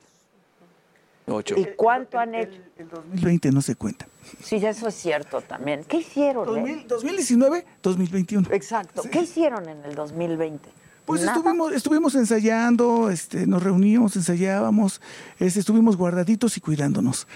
S2: Ocho.
S3: ¿Y cuánto han hecho?
S11: 2020 no se cuenta.
S3: Sí, eso es cierto también. ¿Qué hicieron? eh?
S11: 2000, 2019, 2021.
S3: Exacto. ¿Qué hicieron en el 2020?
S11: Pues
S3: Nada.
S11: estuvimos, estuvimos ensayando, este, nos reuníamos, ensayábamos, este, estuvimos guardaditos y cuidándonos.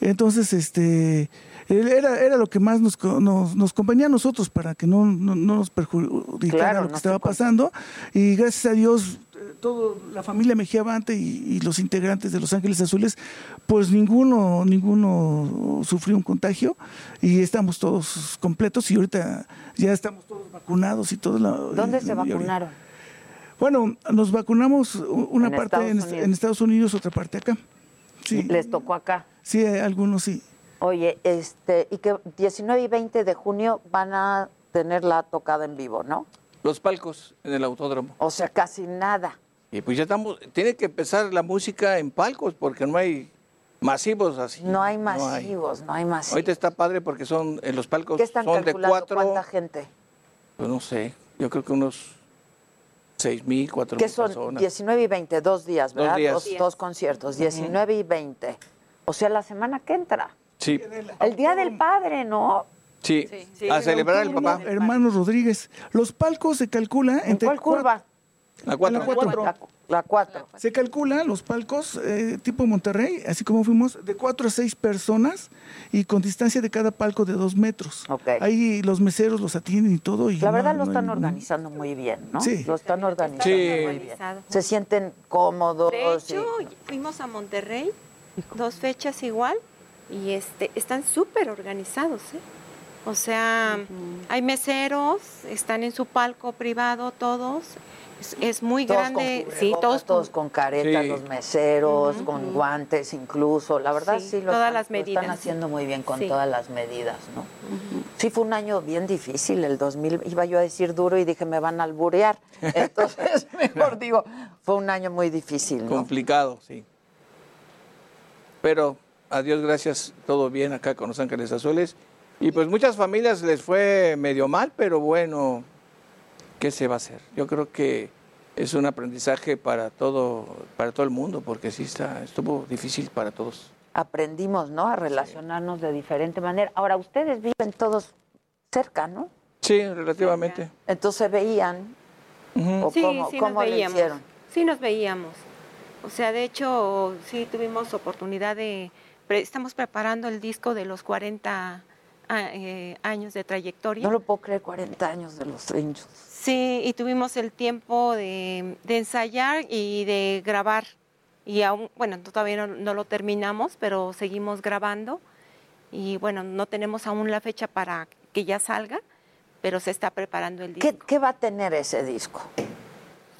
S11: Entonces, este, él era, era lo que más nos, co- nos, nos convenía a nosotros para que no, no, no nos perjudicara
S22: Claro,
S11: lo que
S22: no
S11: estaba pasando. Y gracias a Dios, eh, todo, la familia Mejía Bante y, y los integrantes de Los Ángeles Azules, pues ninguno, ninguno sufrió un contagio y estamos todos completos y ahorita ya estamos todos vacunados y todo. La,
S3: ¿Dónde se
S11: la mayoría.
S3: vacunaron?
S11: Bueno, nos vacunamos u- una
S3: En
S11: parte
S3: Estados
S11: en, est-
S3: Unidos.
S11: en Estados Unidos, otra parte acá. Sí.
S3: Les tocó acá.
S11: Sí, eh, algunos sí.
S3: Oye, este, y que 19 y 20 de junio van a tener la tocada en vivo, ¿no?
S2: Los palcos en el autódromo.
S3: O sea, casi nada.
S2: Y pues ya estamos, tiene que empezar la música en palcos porque no hay masivos así.
S3: No hay masivos, no hay, masivos.
S2: Ahorita está padre porque son en los palcos
S3: ¿Qué están
S2: son de
S3: calculando
S2: cuatro,
S3: cuánta gente?
S2: pues no sé, yo creo que unos seis mil, cuatro
S3: ¿Qué
S2: mil
S3: son?
S2: personas.
S3: 19 y 20, dos días,
S2: Dos
S3: ¿verdad?
S2: días.
S3: Dos, dos conciertos, 19 y 20. O sea, la semana que entra.
S2: Sí,
S3: El Día del Padre, ¿no?
S2: sí, a celebrar el papá.
S11: Hermanos Rodríguez. Los palcos se calcula entre
S3: ¿Cuál curva?
S2: La cuatro.
S11: La cuatro.
S3: La, la cuatro.
S11: Se calcula los palcos eh, tipo Monterrey, así como fuimos, de cuatro a seis personas y con distancia de cada palco de dos metros. Ahí los meseros los atienden y todo. Y
S3: La verdad
S11: Pues
S3: lo
S11: no- no hay
S3: están
S11: ningún-
S3: organizando muy bien, ¿no?
S11: Sí.
S3: Lo están organizando
S11: Sí.
S3: muy bien. Se sienten cómodos.
S23: De
S3: y-
S23: hecho, fuimos a Monterrey, dos fechas igual, y este, están súper organizados, ¿eh? O sea, hay meseros, están en su palco privado todos, es, es muy
S3: Todos con
S23: grande,
S3: cubrebocas,
S23: sí, todos,
S3: todos con caretas,
S23: Sí.
S3: los meseros, con guantes incluso. La verdad sí,
S23: Sí,
S3: lo,
S23: todas las
S3: están, lo están
S23: medidas.
S3: haciendo muy bien con
S23: Sí.
S3: todas las medidas, ¿no? Sí fue un año bien difícil, el 2000, iba yo a decir duro y dije me van a alburear. Entonces, mejor digo, fue un año muy difícil, ¿no?
S2: Complicado, sí. Pero a Dios gracias, todo bien acá con Los Ángeles Azules. Y pues muchas familias les fue medio mal, pero bueno, ¿qué se va a hacer? Yo creo que es un aprendizaje para todo, para todo el mundo, porque sí está, estuvo difícil para todos.
S3: Aprendimos, ¿no? A relacionarnos de diferente manera. Ahora, ustedes viven todos cerca, ¿no?
S2: Sí, relativamente.
S3: Entonces se veían. ¿O
S23: Sí,
S3: cómo,
S23: sí
S3: cómo
S23: nos
S3: le
S23: veíamos.
S3: hicieron?
S23: Sí nos veíamos. O sea, de hecho, sí tuvimos oportunidad de... pre- estamos preparando el disco de los 40 a- eh, años de trayectoria.
S3: No lo puedo creer, 40 años de los trinchos.
S23: Sí, y tuvimos el tiempo de, de ensayar y de grabar. Y aún, bueno, no- todavía no, no lo terminamos, pero seguimos grabando. Y bueno, no tenemos aún la fecha para que ya salga, pero se está preparando el disco.
S3: ¿Qué, qué va a tener ese disco?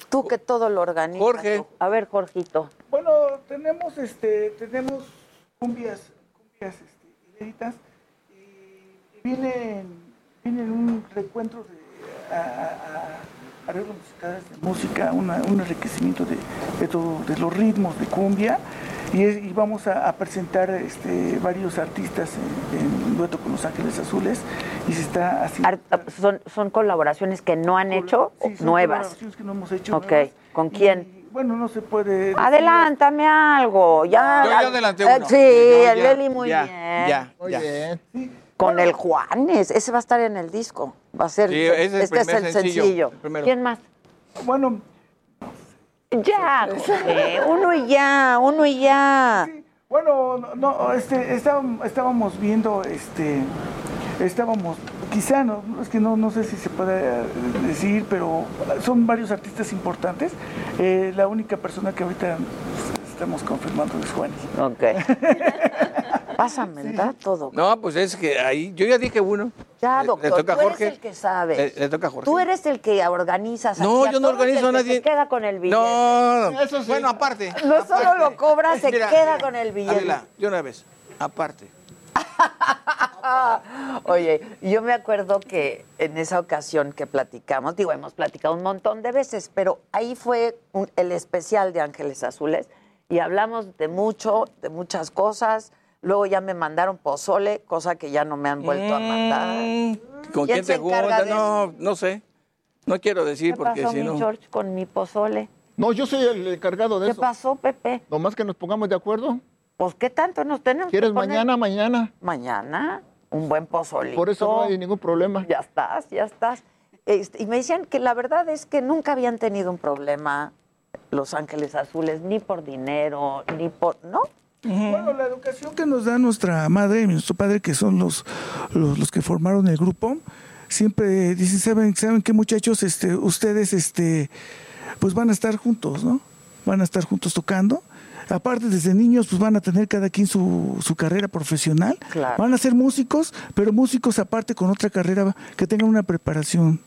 S3: Tú que todo lo organizas. Jorge. A ver, Jorgito.
S11: Bueno, tenemos este, tenemos cumbias, cumbias este, inéditas y, y vienen, vienen un reencuentro de a- a- a- arreglos musicales de música, una- un enriquecimiento de, de todo- de los ritmos de cumbia y, es- y vamos a, a presentar este, varios artistas en, en dueto con Los Ángeles Azules y se está haciendo
S3: ah, Son, son colaboraciones que no han hecho
S11: Sí, son
S3: nuevas.
S11: colaboraciones que no hemos hecho
S3: ok,
S11: nuevas.
S3: ¿con quién?
S11: Y, bueno, no se puede. decir.
S3: Adelántame algo. Ya,
S11: Yo ya adelanté
S3: Eh,
S11: uno.
S3: Sí,
S11: Yo
S3: el
S11: ya,
S3: Eli muy
S11: ya,
S3: bien.
S11: ya, Muy ya. bien.
S3: Con el Juanes. Ese va a estar en el disco. Va a ser.
S2: Sí, ese es el
S3: este es
S2: primer
S3: el
S2: sencillo,
S3: sencillo.
S2: el primero.
S3: ¿Quién más?
S11: Bueno.
S3: Ya, José, eh, uno y ya, uno y ya.
S11: Bueno, no, no, este, estábamos, estábamos viendo, este, estábamos, quizá, no, no, es que no, no sé si se puede eh, decir, pero son varios artistas importantes. Eh, la única persona que ahorita pues, estamos confirmando es Juanes.
S3: Ok. Pásame el dato, doctor.
S2: No, pues es que ahí, yo ya dije uno.
S3: Ya,
S2: Le-
S3: doctor,
S2: le toca a
S3: tú eres
S2: Jorge.
S3: el que sabe.
S2: Le, le toca a Jorge.
S3: Tú eres el que organizas.
S2: No,
S3: aquí
S2: yo no
S3: todos
S2: organizo
S3: el
S2: a
S3: que
S2: nadie.
S3: Se queda con el billete.
S2: No, no, Eso sí. bueno, aparte,
S3: No solo lo cobra, se
S2: Mira,
S3: queda con el billete.
S2: Adela, de una vez, aparte.
S3: Oye, yo me acuerdo que en esa ocasión que platicamos, digo, hemos platicado un montón de veces, pero ahí fue un- el especial de Ángeles Azules y hablamos de mucho, de muchas cosas. Luego ya me mandaron pozole, cosa que ya no me han vuelto a mandar.
S2: Mm, ¿Con quién,
S3: se
S2: te
S3: encarga
S2: gusta?
S3: de eso?
S2: No, no sé. No quiero decir
S3: ¿Qué
S2: porque
S3: pasó,
S2: si
S3: mi
S2: no.
S3: George, con mi pozole?
S21: No, yo soy el encargado de
S3: ¿Qué
S21: eso.
S3: pasó, Pepe?
S21: Nomás que nos pongamos de acuerdo.
S3: Pues, ¿qué tanto nos tenemos
S21: ¿Quieres
S3: que poner?
S21: mañana, mañana?
S3: Mañana, un buen pozolito.
S21: Por eso no hay ningún problema.
S3: Ya estás, ya estás. Este, y me decían que la verdad es que nunca habían tenido un problema Los Ángeles Azules, ni por dinero, ni por... ¿No?
S11: Bueno, la educación que nos da nuestra madre y nuestro padre, que son los, los, los que formaron el grupo, siempre dicen, ¿saben, saben qué muchachos? Este, ustedes este, pues van a estar juntos, ¿no? Van a estar juntos tocando. Aparte, desde niños, pues van a tener cada quien su, su carrera profesional.
S3: Claro.
S11: Van a ser músicos, pero músicos aparte con otra carrera, que tengan una preparación,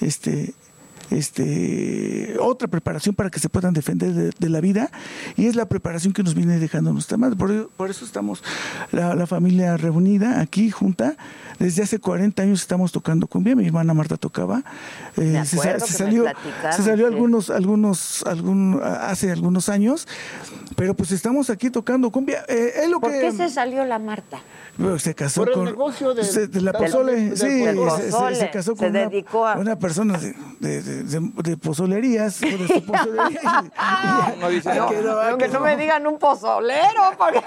S11: este, este, otra preparación para que se puedan defender de, de la vida y es la preparación que nos viene dejando nuestra madre. Por, ello- por eso estamos la, la familia reunida aquí junta. Desde hace 40 años estamos tocando cumbia. Mi hermana Marta tocaba. Eh,
S3: Me
S11: se, sa-
S3: acuerdo
S11: se
S3: que me
S11: salió,
S3: platicaron,
S11: se salió
S3: sí.
S11: algunos, algunos, algún, hace algunos años, pero pues estamos aquí tocando cumbia. Eh, es lo
S3: ¿Por
S11: que
S3: qué se salió la Marta?
S11: bueno, Se casó
S21: Por el
S11: con.
S21: negocio del-
S11: se- de la
S21: del-
S11: pozole.
S21: del-
S11: sí,
S21: del
S11: se- se-
S3: pozole.
S11: Se, casó
S3: Se
S11: con una-
S3: dedicó a-
S11: una persona de, de, de, de- de pozolerías. o de su pozolería.
S2: No dice
S11: Ah,
S2: no.
S11: que no, ah,
S3: Pero que
S11: que
S3: no
S11: no.
S3: me digan un pozolero, porque...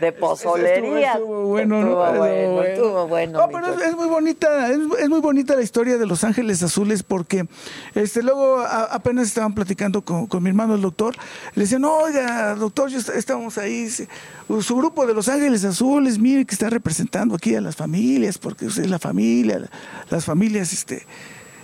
S3: De pozolería.
S11: Estuvo, estuvo bueno,
S3: Estuvo
S11: ¿no? Estuvo
S3: bueno,
S11: bueno.
S3: estuvo bueno,
S11: No,
S3: mi
S11: pero es,
S3: George.
S11: es muy bonita, es, es muy bonita la historia de Los Ángeles Azules porque este luego a- apenas estaban platicando con, con mi hermano el doctor, le decían, "No, oiga, doctor, yo est- estábamos ahí, se- su grupo de Los Ángeles Azules, mire que está representando aquí a las familias, porque usted es la familia, la- las familias este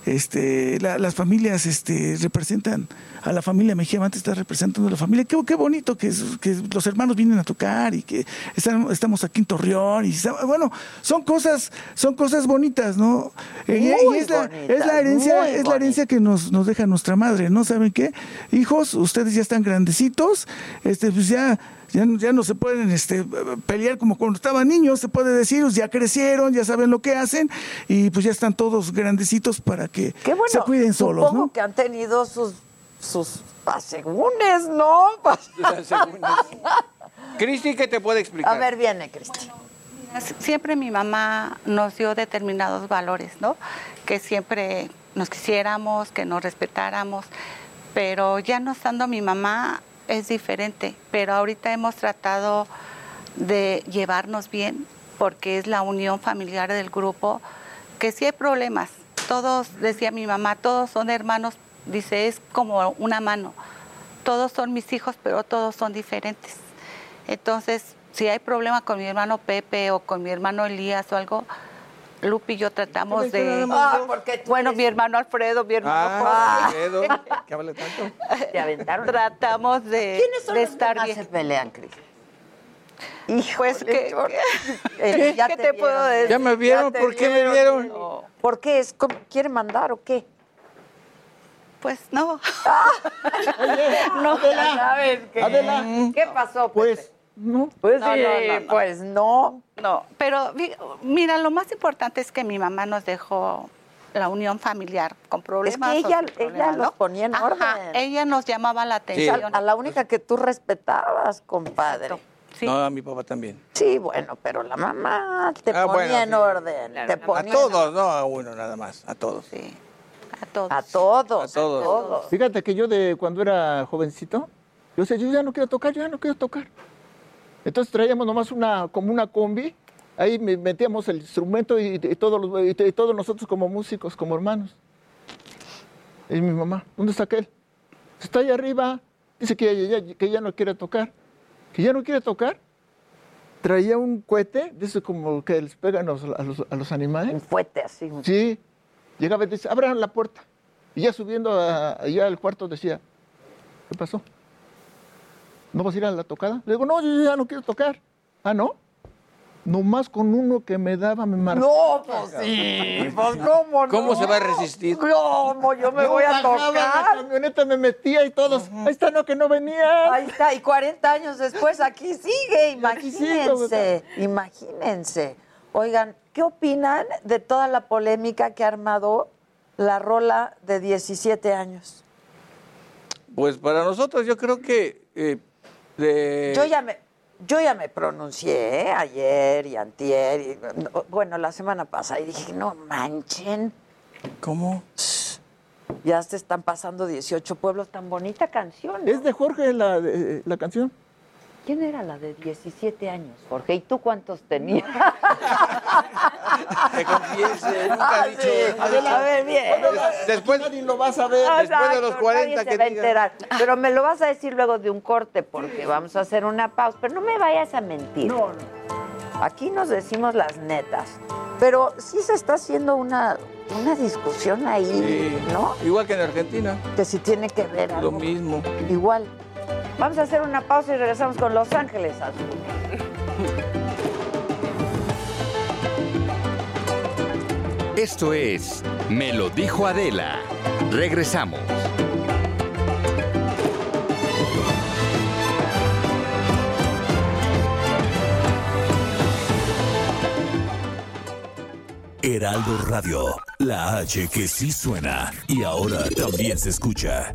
S11: este, la- las familias este, representan a la familia Mejía Mante está representando a la familia. Qué, qué bonito que, es- que los hermanos vienen a tocar y que están- estamos aquí en Torreón. Y, está- bueno, son cosas, son cosas bonitas, ¿no? Eh, y- y
S3: Muy
S11: es, la,
S3: bonitas,
S11: es la herencia,
S3: muy
S11: es la herencia que nos, nos deja nuestra madre, ¿no? ¿Saben qué? Hijos, ustedes ya están grandecitos, este, pues ya, ya, no- ya no se pueden este, pelear como cuando estaban niños, se puede decir, pues ya crecieron, ya saben lo que hacen, y pues ya están todos grandecitos para que
S3: Qué bueno.
S11: se cuiden solos,
S3: supongo
S11: ¿no?
S3: que han tenido sus, sus asegúnes, ¿no? Pues,
S2: Cristi, ¿qué te puede explicar?
S3: A ver, viene, Cristi.
S22: Siempre mi mamá nos dio determinados valores, ¿no? Que siempre nos quisiéramos, que nos respetáramos, pero ya no estando mi mamá es diferente, pero ahorita hemos tratado de llevarnos bien porque es la unión familiar del grupo, que sí hay problemas. Todos, decía mi mamá, todos son hermanos, dice, es como una mano. Todos son mis hijos, pero todos son diferentes. Entonces, si hay problema con mi hermano Pepe o con mi hermano Elías o algo, Lupi y yo tratamos de...
S3: Ah, porque tú
S22: bueno, mi hermano Alfredo, mi hermano
S2: Ah,
S22: Jorge.
S2: Alfredo, ¿qué habla tanto?
S3: Te aventaron.
S22: Tratamos de,
S3: ¿Quiénes son
S22: de
S3: los que
S22: estar
S3: más
S22: bien.
S3: se pelean, Cristi?
S22: Pues que,
S3: Eh, ya
S22: ¿qué te puedo decir?
S2: ¿Ya me vieron?
S3: te
S2: ¿Por qué me vieron?
S3: ¿Por qué? ¿Es como- ¿Quiere mandar o qué? Ah.
S22: Pues no.
S3: No,
S21: Adela,
S3: ¿sabes qué?
S21: Adela.
S3: ¿Qué pasó?
S21: Pues, no.
S3: Pues
S22: No,
S3: sí,
S22: no, no, no.
S3: pues no.
S22: No, pero vi- mira, lo más importante es que mi mamá nos dejó la unión familiar con problemas. o sin
S3: ella- ella
S22: problemas,
S3: los
S22: ¿no?
S3: ponía en
S22: Ajá,
S3: orden.
S22: Ella nos llamaba la atención.
S3: A la única que tú respetabas, compadre.
S2: No, a mi papá también.
S3: Ah, Sí, bueno, pero la mamá te
S2: Ah,
S3: ponía
S2: bueno,
S3: en
S2: sí.
S3: orden. te
S2: A
S3: ponía en
S2: todos, no a uno nada más, a todos. Ah,
S22: A todos.
S3: A todos.
S2: A todos.
S21: Fíjate que yo de cuando era jovencito, yo decía, yo ya no quiero tocar, yo ya no quiero tocar. Entonces traíamos nomás una, como una combi, ahí me- metíamos el instrumento y, y todos, los- y- y todos nosotros como músicos, como hermanos. Y mi mamá, ¿dónde está aquel? Está ahí arriba, dice que ya, ya- que ya no quiere tocar. ¿Que ya no quiere tocar? Traía un cohete, dice como que les pegan a los, a los- a los animales.
S3: Un cohete así.
S21: Sí, llegaba y dice, abran la puerta. Y ya subiendo a- allá al cuarto decía, ¿qué pasó? ¿No vas a ir a la tocada? Le digo, no, yo ya no quiero tocar. Ah, ¿no? Nomás con uno que me daba, me marcaba.
S3: No, pues sí, pues cómo no.
S2: ¿Cómo se va a resistir?
S3: ¿Cómo? Yo me
S21: Yo
S3: voy a
S21: bajaba de la
S3: tocar.
S21: camioneta me metía y todos, ahí está, no, que no venía.
S3: Ahí está, y 40 años después aquí sigue,
S21: aquí sigue, o
S3: imagínense, imagínense. Oigan, ¿qué opinan de toda la polémica que ha armado la rola de 17 años?
S2: Pues para nosotros yo creo que... eh, de-
S3: Yo ya me, yo ya me pronuncié ¿eh? ayer y antier, y, no, bueno, la semana pasada, y dije, no manchen.
S2: ¿Cómo?
S3: Ya se están pasando 18 pueblos, tan bonita canción. ¿no?
S21: ¿Es de Jorge la, de- la canción?
S3: ¿Quién era la de 17 años, Jorge? ¿Y tú cuántos tenías?
S2: Te confiese, nunca
S3: Ah,
S2: he dicho.
S3: sí.
S2: Adela,
S3: A ver, bien.
S2: Después nadie lo vas a ver, después de los
S3: Exacto,
S2: 40
S3: nadie
S2: que
S3: se va a
S2: digan.
S3: enterar. Pero me lo vas a decir luego de un corte porque vamos a hacer una pausa. Pero no me vayas a mentir. No, Aquí nos decimos las netas. Pero sí se está haciendo una, una discusión ahí,
S2: Sí.
S3: ¿no?
S2: Igual que en Argentina.
S3: Que si tiene que ver
S2: Lo
S3: algo.
S2: mismo.
S3: Igual. Vamos a hacer una pausa y regresamos con Los Ángeles Azul.
S1: Esto es Me lo dijo Adela. Regresamos.
S13: Heraldo Radio, la H que sí suena y ahora también se escucha.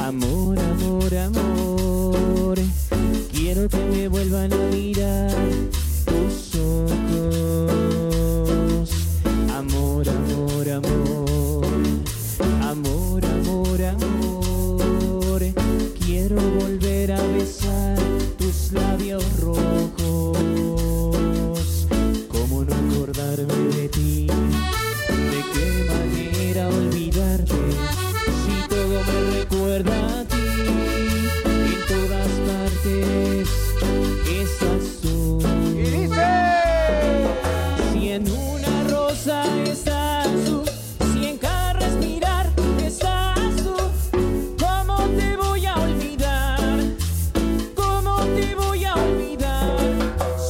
S20: Amor, amor, amor, quiero que me vuelvan a mirar tus ojos. Amor, amor, amor, amor, amor, amor, quiero volver a besar tus labios rojos. ¿Cómo no acordarme de ti? ¿De qué manera olvidarte? Si todo me recuerda a ti, en todas partes estás tú. Y dice: Si en una rosa estás tú, si en cada respirar estás tú, ¿cómo te voy a olvidar? ¿Cómo te voy a olvidar?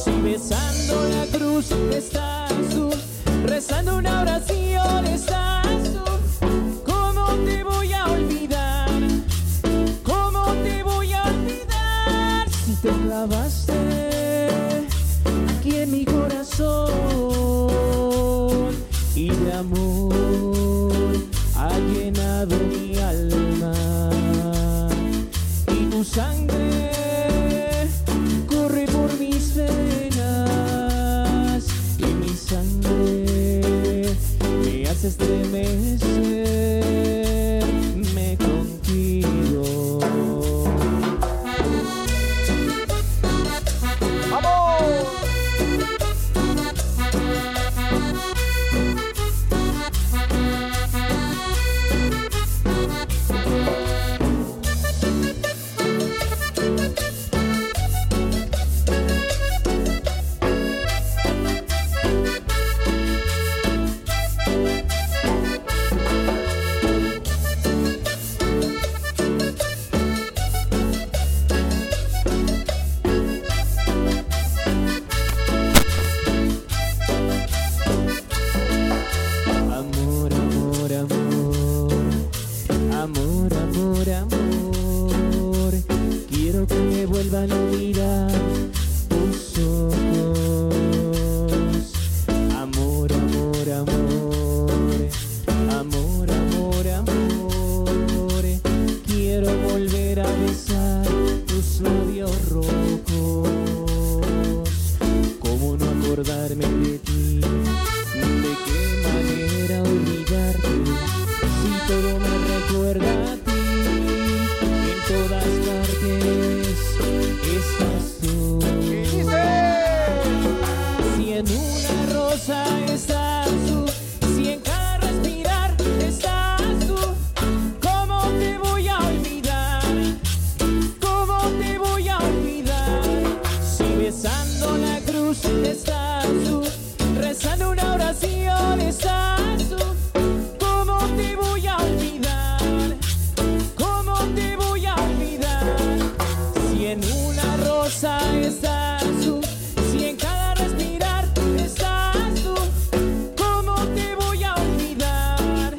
S20: Si besando la cruz estás tú, rezando una oración estás tú. ¿Cómo te voy a olvidar? ¿Cómo te voy a olvidar si te clavaste aquí en mi corazón y de amor ha llenado mi alma y tu sangre corre por mis venas y mi sangre me hace estremecerme contigo.
S10: ¡Vamos!
S20: Amor, amor, amor, amor, amor, amor. Quiero que me vuelvan a mirar tus ojos. Amor, amor, amor, amor, amor, amor. Quiero volver a besar tus labios rojos. ¿Cómo no acordarme de ti? ¿De qué manera olvidar? estás tú, rezando una oración estás tú. ¿Cómo te voy a olvidar? ¿Cómo te voy a olvidar? Si en una rosa estás tú, si en cada respirar estás tú, ¿cómo te voy a olvidar?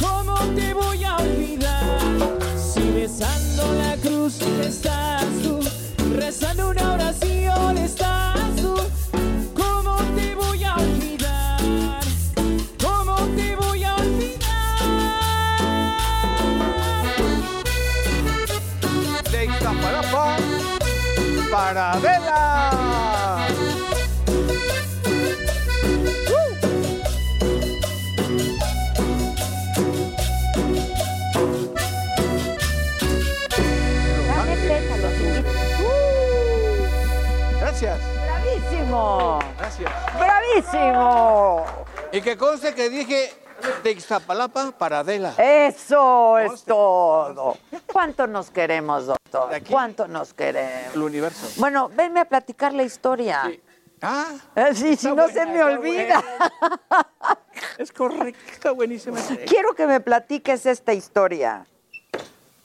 S20: ¿Cómo te voy a olvidar? Si besando la cruz estás tú, rezando una oración estás tú, ¿cómo te voy a olvidar? ¿Cómo te voy a olvidar?
S2: De Iztapalapa para Adela. Gracias.
S3: ¡Bravísimo!
S2: Gracias.
S3: ¡Bravísimo!
S2: Y que conste que dije de Iztapalapa para Adela.
S3: Eso es todo. ¿Cuánto nos queremos, doctor? ¿Cuánto nos queremos?
S2: El universo.
S3: Bueno, venme a platicar la historia.
S2: Ah,
S3: Eh, sí, si no se me olvida.
S2: Es correcto, está buenísima.
S3: Quiero que me platiques esta historia,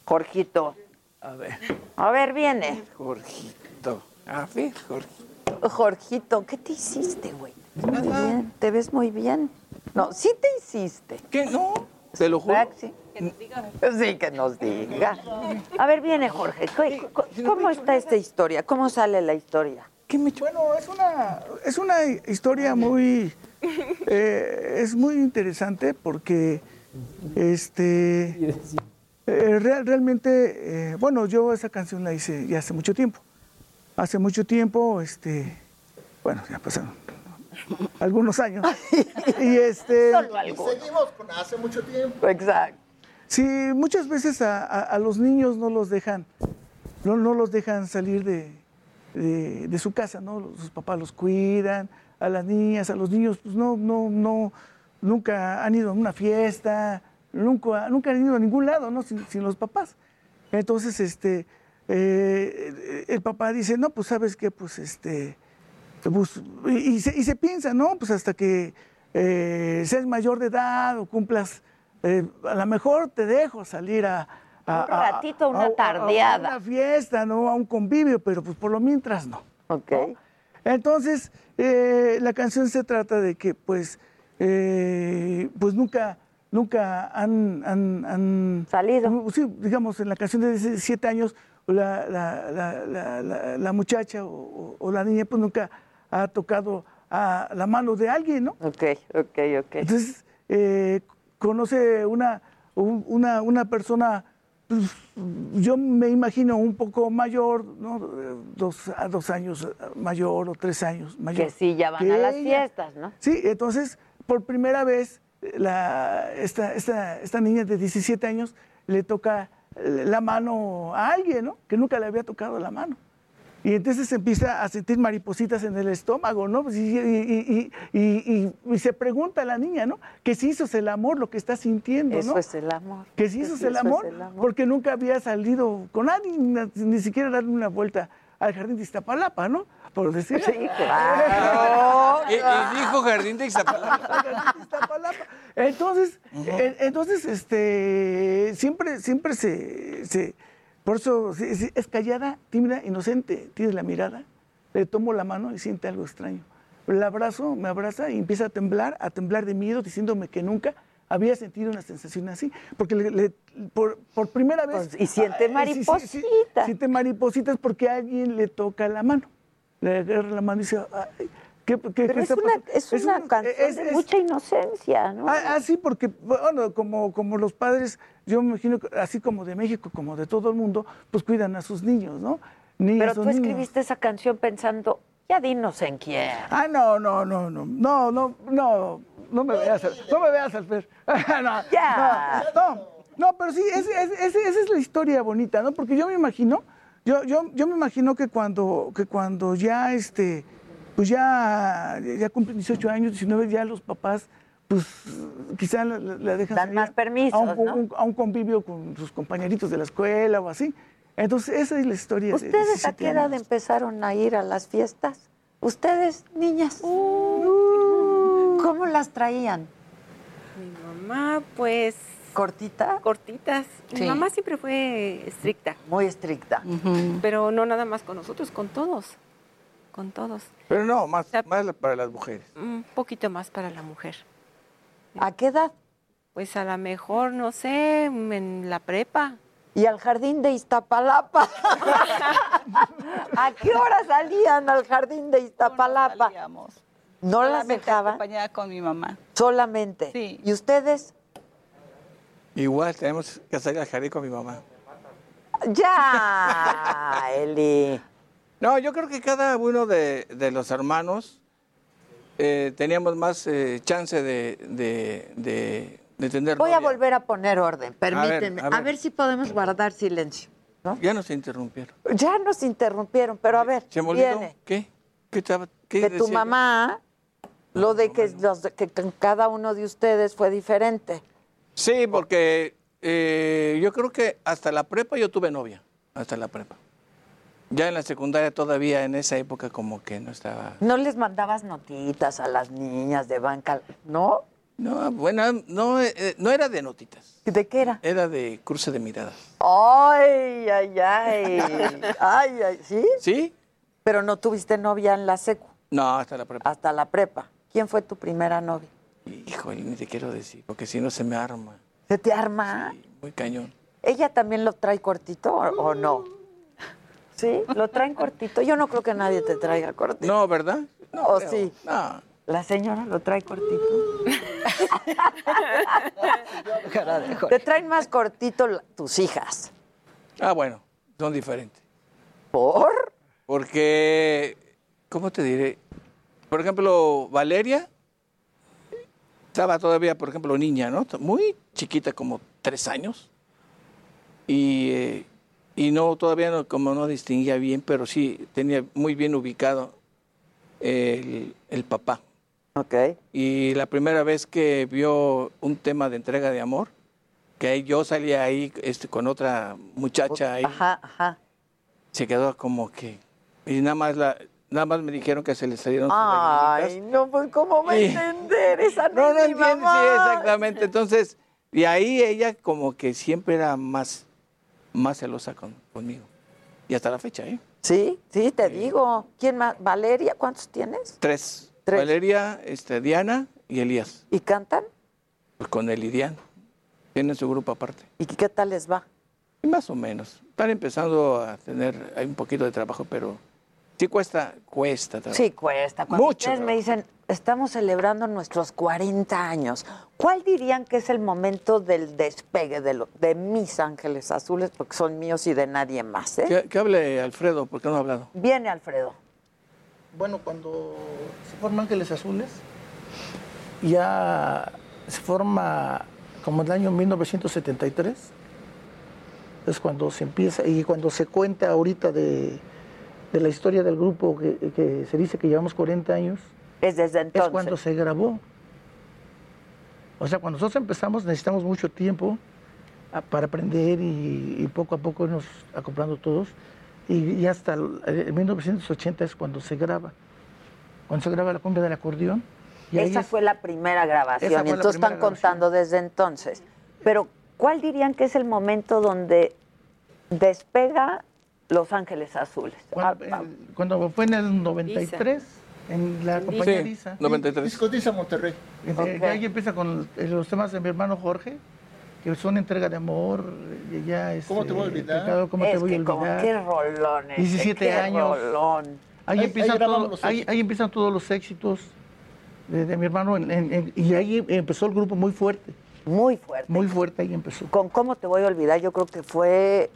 S3: Jorgito.
S2: A ver,
S3: A ver, viene.
S2: Jorgito. A ver, Jorgito.
S3: Jorgito, ¿qué te hiciste, güey? Muy bien, te ves muy bien. No, sí te hiciste.
S2: ¿Qué? No, te lo
S3: juro. Sí, Sí, que nos Pues diga. A ver, viene Jorge. ¿Cu- cu- ¿Cómo está esta historia? ¿Cómo sale la historia?
S11: Bueno, es una, es una historia muy. eh, es muy interesante porque. Este. eh, real- realmente, eh, bueno, yo esa canción la hice ya hace mucho tiempo. Hace mucho tiempo, este. Bueno, ya pasaron algunos años. y este.
S21: Seguimos con hace mucho tiempo.
S3: Exacto.
S11: Sí, muchas veces a, a- a los niños no los dejan, no, no los dejan salir de, de- de su casa, ¿no? Los- Sus papás los cuidan, a las niñas, a los niños, pues no, no, no, nunca han ido a una fiesta, nunca, nunca han ido a ningún lado, ¿no? Sin, sin los papás. Entonces, este, eh, el papá dice, no, pues sabes qué, pues este, pues, y, y se, y se piensa, ¿no? Pues hasta que eh, seas mayor de edad o cumplas, eh, a lo mejor te dejo salir a... a-
S3: Un
S11: a-
S3: ratito, una
S11: a- a- a
S3: tardeada.
S11: una fiesta, ¿no? A un convivio, pero pues por lo mientras no.
S3: Ok.
S11: Entonces, eh, la canción se trata de que, pues, eh, pues nunca, nunca han, han- han- nu- Sí, digamos, en la canción de 17 años, la, la- la- la- la- la muchacha o, o- o la niña, pues nunca ha tocado a la mano de alguien, ¿no?
S3: Ok, ok, ok.
S11: Entonces, eh, conoce una, un- una, una persona, pues, yo me imagino un poco mayor, ¿no? Eh, Dos, a dos años eh, mayor o tres años mayor.
S3: Que sí, ya van a las
S11: ella.
S3: fiestas, ¿no?
S11: Sí, entonces, por primera vez, eh, la, esta, esta, esta niña de 17 años le toca eh, la mano a alguien, ¿no? Que nunca le había tocado la mano. Y entonces empieza a sentir maripositas en el estómago, ¿no? Pues, Y, y- y- y- y- y se pregunta a la niña, ¿no? Que si eso es el amor lo que está sintiendo, ¿no?
S3: Eso es el amor.
S11: Que si eso es el amor, porque nunca había salido con nadie, na- ni siquiera darle una vuelta al jardín de Iztapalapa, ¿no? Por decir.
S2: Y, y dijo Jardín de Iztapalapa.
S11: Entonces, eh, entonces, este, siempre, siempre se, se- por eso sí, sí, es callada, tímida, inocente. Tiene la mirada, le tomo la mano y siente algo extraño. La abrazo, me abraza y empieza a temblar, a temblar de miedo, diciéndome que nunca había sentido una sensación así, porque le- le- por, por primera vez
S3: Pues, y siente
S11: ah, sí, sí, sí,
S3: maripositas.
S11: siente maripositas porque alguien le toca la mano, le agarra la mano y dice, "Ay, ¿qué, qué-
S3: Pero
S11: qué
S3: es
S11: está
S3: una,
S11: pasando?".
S3: es una canción de mucha inocencia, Pues ¿no?
S11: Ah, ah, sí, porque, bueno, como, como los padres, yo me imagino, que así como de México, como de todo el mundo, pues cuidan a sus niños, ¿no? Niñas
S3: Pero
S11: o
S3: tú
S11: niños.
S3: escribiste esa canción pensando, ya dinos en quién.
S11: Ah, no, no, no, no, no, no, no, no me veas, al- no me veas, Alfer. no,
S3: Ya.
S11: No, no, no, pero sí, es- es- es- esa es la historia bonita, ¿no? Porque yo me imagino, yo, yo, yo me imagino que cuando, que cuando ya, este, pues ya, ya cumplen 18 años, 19, ya los papás, pues quizá la, la- la dejan salir
S3: más permisos,
S11: a un,
S3: ¿no?
S11: un- a un convivio con sus compañeritos de la escuela o así. Entonces, esa es la historia. de
S3: ¿Ustedes a
S11: 17
S3: qué edad
S11: años.
S3: empezaron a ir a las fiestas? Ustedes, niñas, ¿cómo las traían?
S23: Mi mamá, pues.
S3: ¿Cortita?
S23: Cortitas.
S3: Sí.
S23: Mi mamá siempre fue estricta.
S3: Muy estricta.
S23: Pero no nada más con nosotros, con todos. Con todos.
S2: Pero no, más, más la- para las mujeres.
S23: Un poquito más para la mujer.
S3: ¿A qué edad?
S23: Pues a lo mejor, no sé, en la prepa.
S3: Y al jardín de Iztapalapa. ¿A qué hora salían al jardín de Iztapalapa? No las dejaban.
S24: acompañada con mi mamá.
S3: Solamente.
S24: Sí.
S3: ¿Y ustedes?
S2: Igual tenemos que salir al jardín con mi mamá.
S3: Ya, Eli.
S2: No, yo creo que cada uno de, de los hermanos eh, teníamos más eh, chance de, de, de, de tener
S3: Voy a
S2: novia.
S3: volver a poner orden, permítanme. A ver,
S2: A ver, a ver.
S3: si podemos guardar silencio.
S2: Ya nos interrumpieron.
S3: Ya nos interrumpieron, pero a ver,
S2: ¿Se me olvidó?
S3: viene.
S2: ¿Qué? ¿Qué, estaba- qué
S3: De
S2: decía
S3: tu
S2: yo?
S3: mamá, lo de que, los de que con cada uno de ustedes fue diferente.
S2: Sí, porque eh, yo creo que hasta la prepa yo tuve novia, hasta la prepa. Ya en la secundaria todavía en esa época como que no estaba...
S3: ¿No les mandabas notitas a las niñas de banca? ¿No?
S2: No, bueno, no, eh, eh, no era de notitas.
S3: ¿De qué era?
S2: Era de cruce de miradas.
S3: Ay, ay, ay. Ay, ay, ¿sí?
S2: Sí.
S3: Pero no tuviste novia en la secu,
S2: No, hasta la prepa.
S3: hasta la prepa. ¿Quién fue tu primera novia?
S2: Híjole, ni te quiero decir, porque si no se me arma.
S3: ¿Se te arma?
S2: Muy cañón.
S3: ¿Ella también lo trae cortito o, o no? ¿Sí? ¿Lo traen cortito? Yo no creo que nadie te traiga cortito.
S2: No, ¿verdad? No,
S3: ¿O
S2: creo.
S3: sí?
S2: No.
S3: La señora lo trae cortito. te traen más cortito la- tus hijas.
S2: Ah, bueno, son diferentes.
S3: ¿Por?
S2: Porque, ¿cómo te diré? Por ejemplo, Valeria estaba todavía, por ejemplo, niña, ¿no? Muy chiquita, como tres años. Y, eh, y no, todavía no, como no distinguía bien, pero sí tenía muy bien ubicado el, el papá.
S3: Ok.
S2: Y la primera vez que vio un tema de entrega de amor, que ahí yo salía ahí este, con otra muchacha ahí
S3: Ajá, ajá.
S2: se quedó como que y nada más la nada más me dijeron que se le salieron sus
S3: Ay,
S2: lagrimitas.
S3: no, pues ¿cómo va a
S2: Sí.
S3: entender esa
S2: no no
S3: mi
S2: entiende sí
S3: mamá?
S2: exactamente entonces y ahí ella como que siempre era más más celosa con- conmigo y hasta la fecha eh
S3: Sí, sí, te digo. ¿Quién más? ¿Valeria? ¿Cuántos tienes?
S2: tres, Valeria este Diana y Elías
S3: ¿Y cantan?
S2: pues con el y Diana tienen su grupo aparte
S3: ¿Y qué tal les va?
S2: y más o menos están empezando a tener hay un poquito de trabajo pero sí cuesta cuesta trabajo.
S3: Sí, cuesta. Cuando
S2: Mucho
S3: ustedes me dicen, estamos celebrando nuestros 40 años, ¿cuál dirían que es el momento del despegue de, lo- de mis ángeles azules? Porque son míos y de nadie más, ¿eh?
S2: que, que hable Alfredo porque no ha hablado
S3: Viene Alfredo.
S12: Bueno, cuando se forman Ángeles Azules, ya se forma como el año 1973. Es cuando se empieza y cuando se cuenta ahorita de, de la historia del grupo que, que se dice que llevamos 40 años.
S3: Es desde entonces.
S12: Es cuando se grabó. O sea, cuando nosotros empezamos necesitamos mucho tiempo a- para aprender y, y poco a poco irnos acoplando todos. Y, y hasta el, el 1980 es cuando se graba. Cuando se graba la cumbia del acordeón. Y ahí
S3: Esa
S12: es-
S3: fue la primera grabación.
S12: Esa fue la
S3: Entonces
S12: primera
S3: están contando desde entonces. Pero, ¿cuál dirían que es el momento donde despega Los Ángeles Azules?
S12: Cuando, el- eh, cuando fue en el 93, en la compañía
S2: Sí,
S12: Disa.
S2: 93.
S12: Discotiza Monterrey. Eh,
S2: Ok.
S12: Ya ahí empieza con eh, los temas de mi hermano Jorge, que son entrega de amor, eh, ya es...
S25: ¿Cómo te voy a olvidar?
S12: ¿Cómo
S25: Es
S12: te voy a
S25: que como
S12: olvidar?
S25: qué rolón ese,
S12: 17
S3: eh,
S25: qué
S12: años.
S25: rolón.
S12: Ahí,
S25: Ahí-
S12: empiezan
S25: ahí grabamos
S12: todo-
S25: los
S12: ahí-
S25: éxitos.
S12: ahí empiezan todos los éxitos de, de mi hermano, en- en- en- y ahí empezó el grupo muy fuerte.
S3: Muy fuerte.
S12: Muy fuerte, ahí empezó.
S3: Con ¿Cómo te voy a olvidar? Yo creo que fue.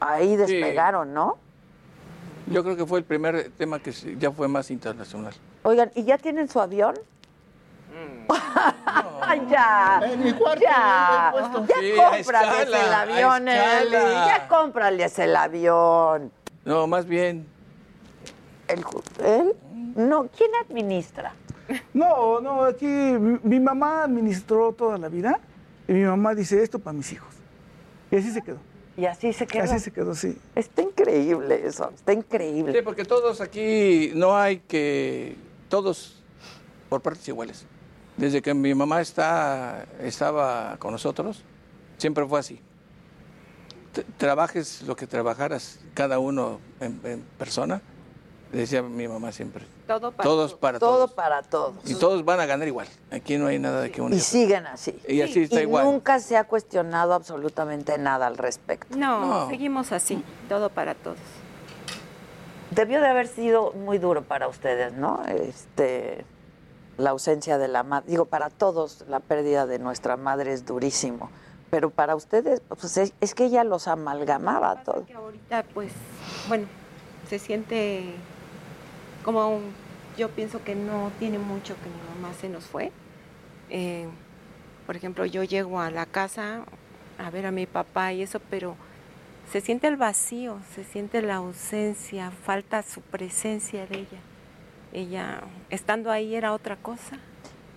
S3: Ahí despegaron, ¿no?
S2: Yo creo que fue el primer tema que sí- ya fue más internacional.
S3: Oigan, ¿y ya tienen su avión?
S2: Mm,
S3: ya.
S12: En mi cuarto.
S3: Ya.
S12: lo he puesto.
S3: Ya
S12: Sí, a
S3: cómprales
S12: escala,
S3: el
S12: a
S3: avión, Eli.
S2: escala.
S3: Ya cómprales el avión.
S2: No, más bien.
S3: El, ju- ¿Él? No, ¿quién administra?
S11: No, no, aquí mi, mi mamá administró toda la vida y mi mamá dice esto para mis hijos. Y así se quedó.
S3: Y así se quedó.
S2: Así se quedó, sí.
S3: Está increíble eso, está increíble.
S2: Sí, porque todos aquí no hay que. Todos por partes iguales. Desde que mi mamá está, estaba con nosotros, siempre fue así. T- Trabajes lo que trabajaras, cada uno en, en persona, decía mi mamá siempre.
S23: Todo para
S2: Todos para
S3: Todo
S2: todos.
S3: para todos.
S2: Y todos van a ganar igual. Aquí no hay nada de que uno.
S3: Y siguen así.
S2: Y así está
S3: y
S2: igual.
S3: nunca se ha cuestionado absolutamente nada al respecto.
S23: No, seguimos así, todo para todos.
S3: Debió de haber sido muy duro para ustedes, ¿no? Este, la ausencia de la madre. Digo, para todos la pérdida de nuestra madre es durísimo. Pero para ustedes, pues es, es que ella los amalgamaba a todos.
S23: Que ahorita, pues, bueno, se siente como un- yo pienso que no tiene mucho que mi mamá se nos fue. Eh, por ejemplo, yo llego a la casa a ver a mi papá y eso, pero se siente el vacío, se siente la ausencia, falta su presencia de ella. Ella, estando ahí era otra cosa.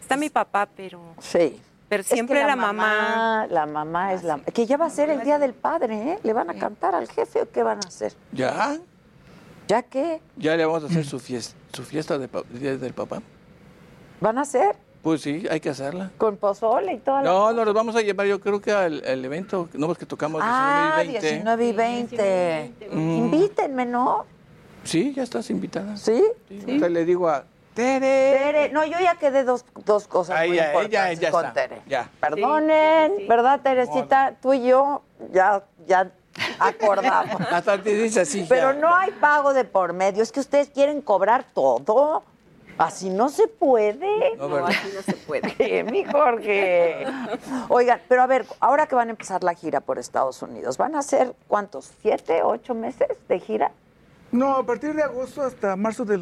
S23: Está mi papá, pero,
S3: Sí.
S23: pero
S3: Es que
S23: siempre la, mamá
S3: La mamá es la. Que ya va a ser el día del padre, ¿eh? ¿Le van a cantar al jefe o qué van a hacer?
S2: ¿Ya?
S3: ¿Ya qué?
S2: Ya le vamos a
S3: Mm.
S2: hacer su fiesta, su fiesta de pa- Día del papá.
S3: ¿Van a hacer?
S2: Pues sí, hay que hacerla.
S3: Con pozole y toda la.
S2: No, no, los vamos a llevar yo creo que al, al evento, no, pues que tocamos
S3: ah,
S2: 19 y 20.
S3: 19 y 20.
S2: Mm.
S3: Invítenme, ¿no?
S2: Sí, ya estás invitada.
S3: ¿Sí?
S2: Ahorita le digo a...
S3: Tere. No, yo ya quedé dos, dos cosas
S2: Ahí
S3: muy eh.
S2: ya, ella
S3: importantes
S2: ya, ya
S3: con
S2: está.
S3: Tere.
S2: Ya.
S3: Perdonen, ¿verdad, Teresita? Tú y yo ya, ya acordamos.
S2: Hasta te dice así.
S3: Pero
S2: ya.
S3: no hay pago de por medio. Es que ustedes quieren cobrar todo. Así no se puede.
S2: No, ¿verdad?
S3: así no se puede. Mi Jorge. Oigan, pero a ver, ahora que van a empezar la gira por Estados Unidos, ¿van a ser cuántos? ¿Siete, ocho meses de gira?
S11: No, a partir de agosto hasta marzo del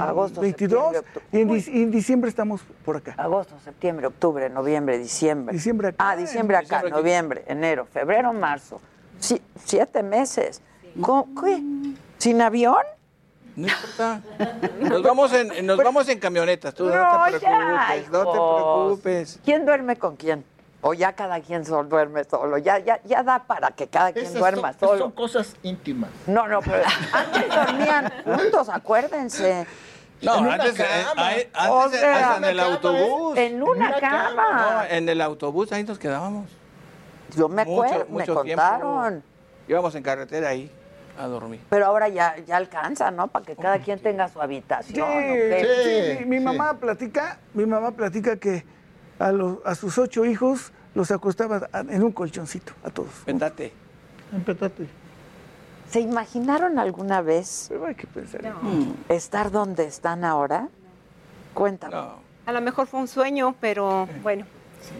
S11: 2022. y en, dic- y en diciembre estamos por acá.
S3: Agosto, septiembre, octubre, noviembre, diciembre. Diciembre acá. Ah, diciembre acá,
S11: Diciembre aquí.
S3: noviembre, enero, febrero, marzo. Sí, siete meses. ¿Con- qué? ¿Sin avión?
S2: No importa. Nos vamos en, en- nos vamos en camionetas, tú no, te preocupes. no te preocupes.
S3: ¿Quién duerme con quién? O ya cada quien sol duerme solo. Ya, ya, ya da para que cada quien
S21: Esas
S3: duerma
S21: son-
S3: solo.
S21: Son cosas íntimas.
S3: No, no, pero antes dormían juntos, acuérdense.
S2: No,
S21: En una
S2: antes, eh,
S21: cama.
S2: ahí-
S3: O
S2: antes
S3: sea,
S2: hasta en el
S3: en una cama,
S2: autobús.
S3: ¿eh? En una En una cama. cama.
S2: No, en el autobús, ahí nos quedábamos.
S3: Yo me
S2: Mucho,
S3: acuerdo, me
S2: mucho tiempo.
S3: contaron.
S2: Íbamos en carretera ahí a dormir.
S3: Pero ahora ya, ya alcanza, ¿no? Para que
S21: Oh,
S3: cada quien tenga su habitación. ¿o qué?
S11: Sí, sí, mi, mi mamá platica, mi mamá platica que a, los- a sus ocho hijos los acostaba a- en un colchoncito a todos.
S2: Pétate.
S11: Pétate.
S3: ¿Se imaginaron alguna vez estar donde están ahora? Cuéntame.
S23: A lo mejor fue un sueño, pero bueno,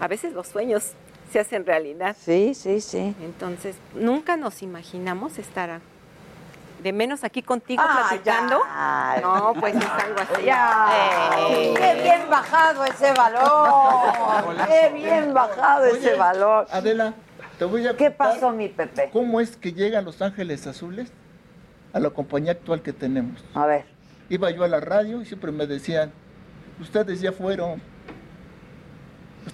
S23: a veces los sueños se hacen realidad.
S3: Sí, sí, sí.
S23: Entonces, nunca nos imaginamos estar a- de menos aquí contigo
S3: Ah,
S23: platicando. No, pues es algo así.
S3: Ya.
S23: Eh.
S3: ¡Qué bien bajado ese valor! ¡Qué bien bajado
S21: Oye,
S3: ese valor!
S21: Adela, te voy a
S3: ¿Qué pasó, mi Pepe?
S21: ¿Cómo es que llegan Los Ángeles Azules a la compañía actual que tenemos?
S3: A ver.
S21: Iba yo a la radio y siempre me decían, ustedes ya fueron.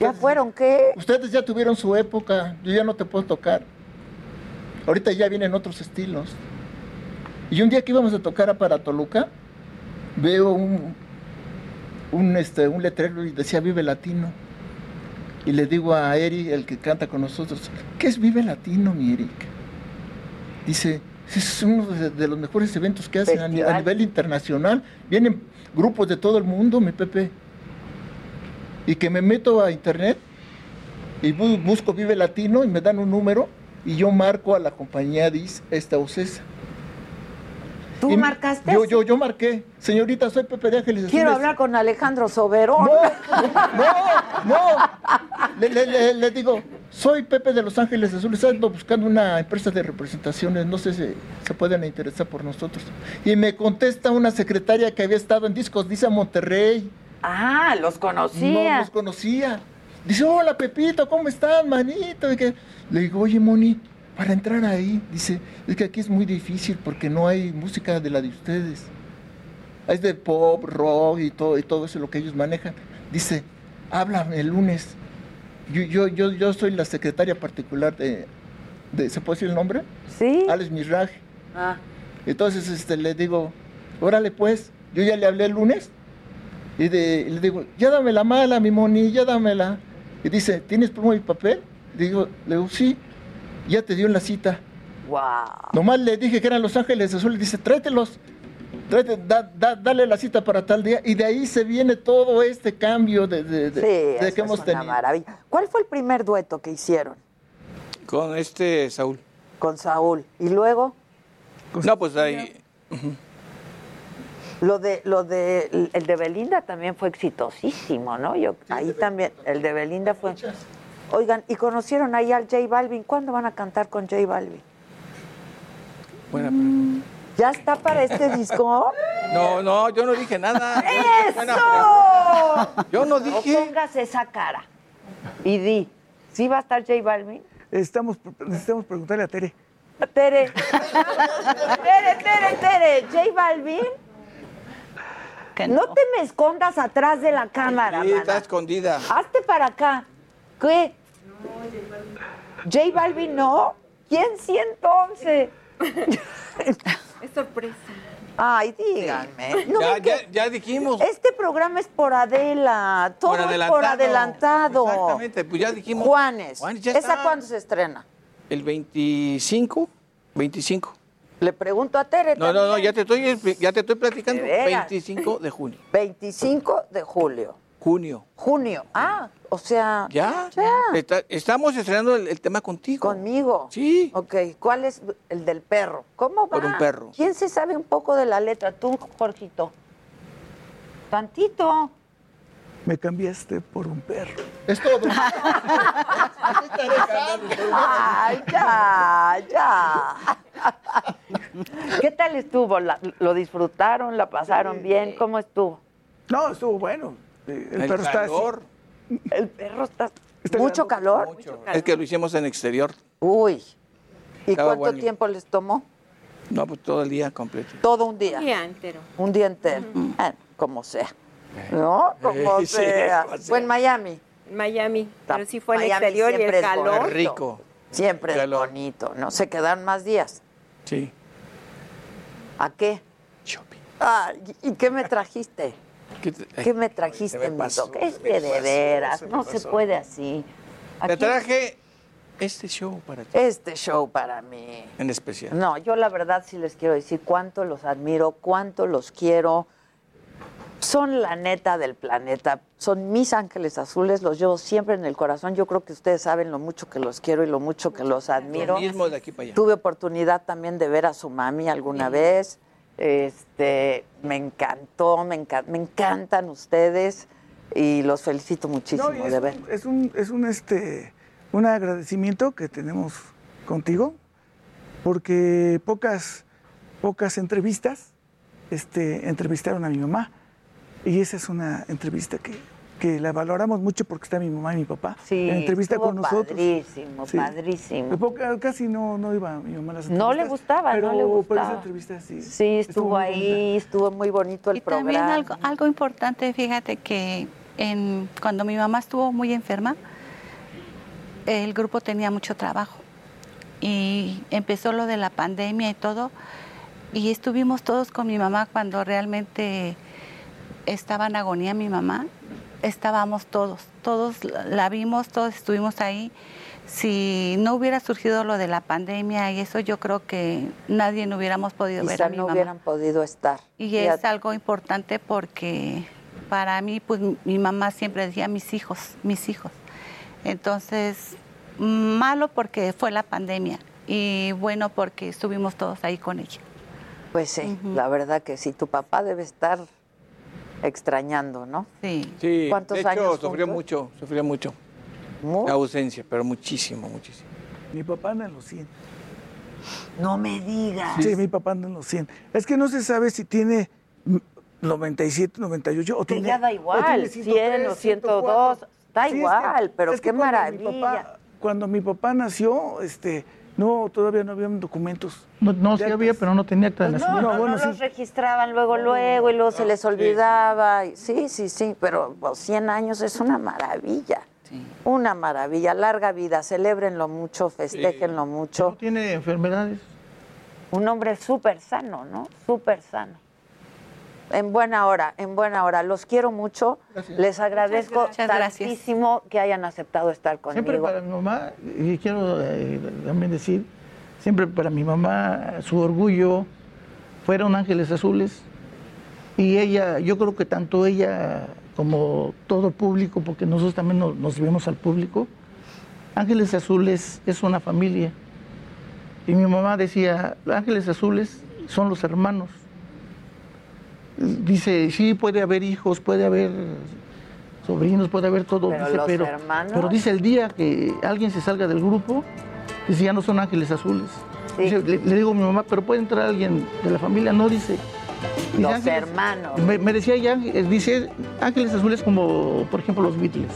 S3: ¿Ya fueron qué?
S21: Ustedes ya tuvieron su época, yo ya no te puedo tocar. Ahorita ya vienen otros estilos. Y un día que íbamos a tocar a para Toluca, veo un, un, este, un letrero y decía Vive Latino. Y le digo a Eri, el que canta con nosotros, ¿qué es Vive Latino, mi Eric? Dice, es uno de, de los mejores eventos que hacen a, ni- a
S7: Festival.
S21: nivel internacional. Vienen grupos de todo el mundo, mi Pepe. Y que me meto a internet y bu- busco Vive Latino y me dan un número y yo marco a la compañía DIS esta Ocesa.
S3: ¿Tú
S21: Y me-
S3: marcaste?
S21: Yo, yo, yo marqué. Señorita, soy Pepe de Ángeles.
S3: Quiero
S21: Azules.
S3: hablar con Alejandro Soberón.
S21: No, le, le- le- le digo, soy Pepe de Los Ángeles Azules, ando buscando una empresa de representaciones, no sé si se pueden interesar por nosotros. Y me contesta una secretaria que había estado en Discos Dice Monterrey.
S3: Ah, los conocía.
S21: No, los conocía. Dice, hola Pepito, ¿cómo estás, manito? Y que- le digo, oye, Moni, para entrar ahí, dice, es que aquí es muy difícil porque no hay música de la de ustedes. Es de pop, rock y todo, y todo eso lo que ellos manejan. Dice, háblame el lunes. Yo, yo, yo, yo soy la secretaria particular de, de- ¿se puede decir el nombre?
S3: Sí.
S21: Alex Misraj.
S3: Ah.
S21: Entonces este, le digo, órale pues, yo ya le hablé el lunes y, de- y le digo, ya dame la mala, mi moni, ya dámela. Y dice, ¿tienes pluma y papel? Digo, le digo, sí, ya te dio la cita.
S3: Wow.
S21: Nomás le dije que eran Los Ángeles Azules, dice, tráetelos, tráete, da- da- dale la cita para tal día. Y de ahí se viene todo este cambio de, de- de-
S3: Sí,
S21: de
S3: eso
S21: que hemos
S3: es una
S21: tenido.
S3: maravilla. ¿Cuál fue el primer dueto que hicieron
S2: Con este Saúl.
S3: con Saúl? Y luego
S2: No, pues ahí.
S3: lo de lo de el de Belinda también fue exitosísimo, ¿no? Yo ahí también el de Belinda fue. Oigan, y conocieron ahí al J Balvin. ¿Cuándo van a cantar con J Balvin?
S2: Buena pregunta.
S3: Ya está para este disco.
S2: No, no, yo no dije nada. Buena pregunta.
S3: ¡Eso!
S2: Yo no
S3: dije. No pongas esa cara. Y di, ¿sí va a estar J Balvin?
S7: Estamos, necesitamos preguntarle a Tere.
S3: Tere. Tere, Tere, Tere. J Balvin. no. te me escondas atrás de la cámara.
S2: Sí,
S3: mana.
S2: está escondida.
S3: Hazte para acá. ¿Qué? J Balvin no. ¿Quién sí entonces?
S9: Es sorpresa.
S3: Ay, díganme. No
S2: Ya,
S3: ven que
S2: ya, ya dijimos.
S3: Este programa es por Adela. Todo es por adelantado.
S2: Exactamente, pues ya dijimos.
S3: Juanes.
S2: Juanes, ya
S3: ¿Esa
S2: está.
S3: cuándo se estrena?
S2: El 25, 25.
S3: Le pregunto a Tere.
S2: No, no, no,
S3: también.
S2: ya te estoy, expli- ya te estoy platicando.
S3: De veras.
S2: 25 de junio.
S3: 25 de julio.
S2: Junio.
S3: Junio. Ah, o sea.
S2: ¿Ya?
S3: Ya.
S2: Está- estamos estrenando el, el tema contigo.
S3: Ah. Conmigo.
S2: Sí.
S3: Ok, ¿cuál es el del perro? ¿Cómo va?
S2: Por un perro.
S3: ¿Quién se sabe un poco de la letra? Tú, Jorgito. Tantito.
S7: Me cambiaste por un perro.
S21: Es todo.
S3: Ay, ya, ya. ¿Qué tal estuvo? ¿La- ¿Lo disfrutaron? ¿La pasaron bien? ¿Cómo estuvo?
S7: No, estuvo bueno. Eh, El,
S2: El
S7: perro
S2: calor.
S7: está.
S3: El perro está. ¿Mucho calor?
S2: Es que lo hicimos en exterior.
S3: Uy. ¿Y
S2: Estaba
S3: cuánto
S2: bueno.
S3: tiempo les tomó?
S2: No, pues todo el día completo.
S3: Todo un día.
S23: día entero.
S3: Un día entero. Ah, como sea. ¿No? Como
S23: Sí,
S3: sea.
S23: como sea.
S3: Fue en Miami.
S23: Miami, pero sí fue el
S3: Miami
S23: exterior y
S3: siempre
S23: el
S3: es
S23: calor.
S3: bonito. Siempre es bonito, ¿no? Se quedan más días.
S2: Sí.
S3: ¿A qué? Ah, ¿y- ¿Y qué me trajiste?
S2: ¿Qué, te-
S3: ¿Qué me trajiste,
S2: Se me
S3: mi
S2: pasó,
S3: Doc? Es
S2: se
S3: que
S2: me
S3: de
S2: pasó,
S3: veras,
S2: se me
S3: no se
S2: pasó.
S3: puede así.
S2: Te
S3: Aquí-
S2: traje este show para ti.
S3: Este show para mí.
S2: En especial.
S3: No, yo la verdad sí les quiero decir cuánto los admiro, cuánto los quiero. Son la neta del planeta, son mis ángeles azules, los llevo siempre en el corazón. Yo creo que ustedes saben lo mucho que los quiero y lo mucho que los admiro.
S2: Lo mismo de aquí para allá.
S3: Tuve oportunidad también de ver a su mami alguna vez. Este, me encantó, me, encan- me encantan ustedes y los felicito muchísimo
S7: No, y es
S3: de ver.
S7: un- es un, es un, este, un agradecimiento que tenemos contigo, porque pocas, pocas entrevistas este, entrevistaron a mi mamá. Y esa es una entrevista que, que la valoramos mucho porque está mi mamá y mi papá
S3: Sí,
S7: en entrevista
S3: estuvo
S7: con nosotros.
S3: Padrísimo,
S7: Sí.
S3: padrísimo.
S7: De poca- Casi no, no iba mi mamá a las entrevistas.
S3: No le gustaba,
S7: pero,
S3: no le
S7: Pero
S3: gustaba.
S7: esa entrevista sí.
S3: Sí, estuvo,
S7: muy
S3: ahí, estuvo muy bonito el programa.
S22: También algo, algo importante, fíjate que en- cuando mi mamá estuvo muy enferma, el grupo tenía mucho trabajo y empezó lo de la pandemia y todo, y estuvimos todos con mi mamá cuando realmente estaba en agonía mi mamá, estábamos todos, todos la- la vimos, todos estuvimos ahí. Si no hubiera surgido lo de la pandemia y eso, yo creo que nadie no hubiéramos podido ver
S3: Quizá
S22: a mi
S3: no
S22: mamá.
S3: hubieran podido estar.
S22: Y
S3: Fíjate.
S22: es algo importante porque para mí, pues mi mamá siempre decía mis hijos, mis hijos. Entonces, malo porque fue la pandemia y bueno porque estuvimos todos ahí con ella.
S3: Pues sí, la verdad que sí. Tu papá debe estar extrañando, ¿no?
S22: Sí.
S2: Sí,
S3: ¿Cuántos
S2: de hecho,
S3: años
S2: sufrió
S3: juntos?
S2: mucho, sufrió mucho.
S3: ¿Mu?
S2: La ausencia, pero muchísimo, muchísimo.
S7: Mi papá anda en los 100.
S3: No me digas.
S7: Sí, mi papá anda en los 100. Es que no se sabe si tiene mm, 97, 98 o
S3: Que
S7: tiene...
S3: ya da
S7: o tiene
S3: igual, 100 o
S7: 103,
S3: 102, da
S7: Sí, es que-
S3: igual, pero
S7: es que
S3: qué
S7: cuando mi
S3: maravilla.
S7: papá- cuando mi papá nació, este, no, todavía no habían documentos.
S12: No, no sí había, pero no tenía acta de
S3: Pues
S12: nacimiento.
S3: no, no, no los registraban luego, luego, y luego se les olvidaba. y- Sí, sí, sí, pero pues, 100 años es una maravilla. Una maravilla, larga vida, celébrenlo mucho, festéjenlo mucho.
S12: Tiene enfermedades.
S3: Un hombre súper sano, ¿no? Súper sano. En buena hora, en buena hora. Los quiero mucho.
S12: Gracias.
S3: Les agradezco
S12: Muchas gracias.
S3: tantísimo que hayan aceptado estar conmigo.
S12: Siempre para mi mamá, y quiero eh, también decir, siempre para mi mamá, su orgullo fueron ángeles azules. Y ella, yo creo que tanto ella como todo público, porque nosotros también nos, nos vemos al público, Ángeles Azules es una familia. Y mi mamá decía, Ángeles Azules son los hermanos. Dice, sí, puede haber hijos, puede haber sobrinos, puede haber todo.
S3: Pero
S12: dice,
S3: los hermanos-
S12: pero dice, el día que alguien se salga del grupo, dice, ya no son Ángeles Azules. Dice, le, le digo a mi mamá, pero puede entrar alguien de la familia, no dice. dice,
S3: Los
S12: "Ángeles".
S3: hermanos.
S12: Me, me decía ya, eh, dice, Ángeles Azules como, por ejemplo, los Beatles.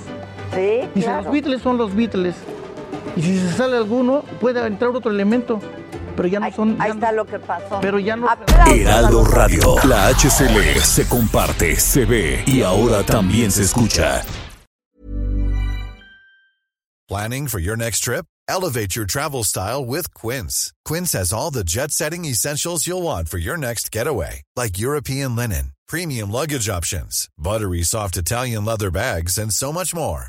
S3: Sí,
S12: Dice,
S3: claro.
S12: los Beatles son los Beatles. Y si se sale alguno, puede entrar otro elemento. Pero ya no son. Ahí está
S3: lo que pasó.
S12: Pero ya no.
S13: Heraldo Radio. La HCL se comparte, se ve y ahora también se escucha.
S4: Planning for your next trip? Elevate your travel style with Quince. Quince has all the jet setting essentials you'll want for your next getaway, like European linen, premium luggage options, buttery soft Italian leather bags, and so much more.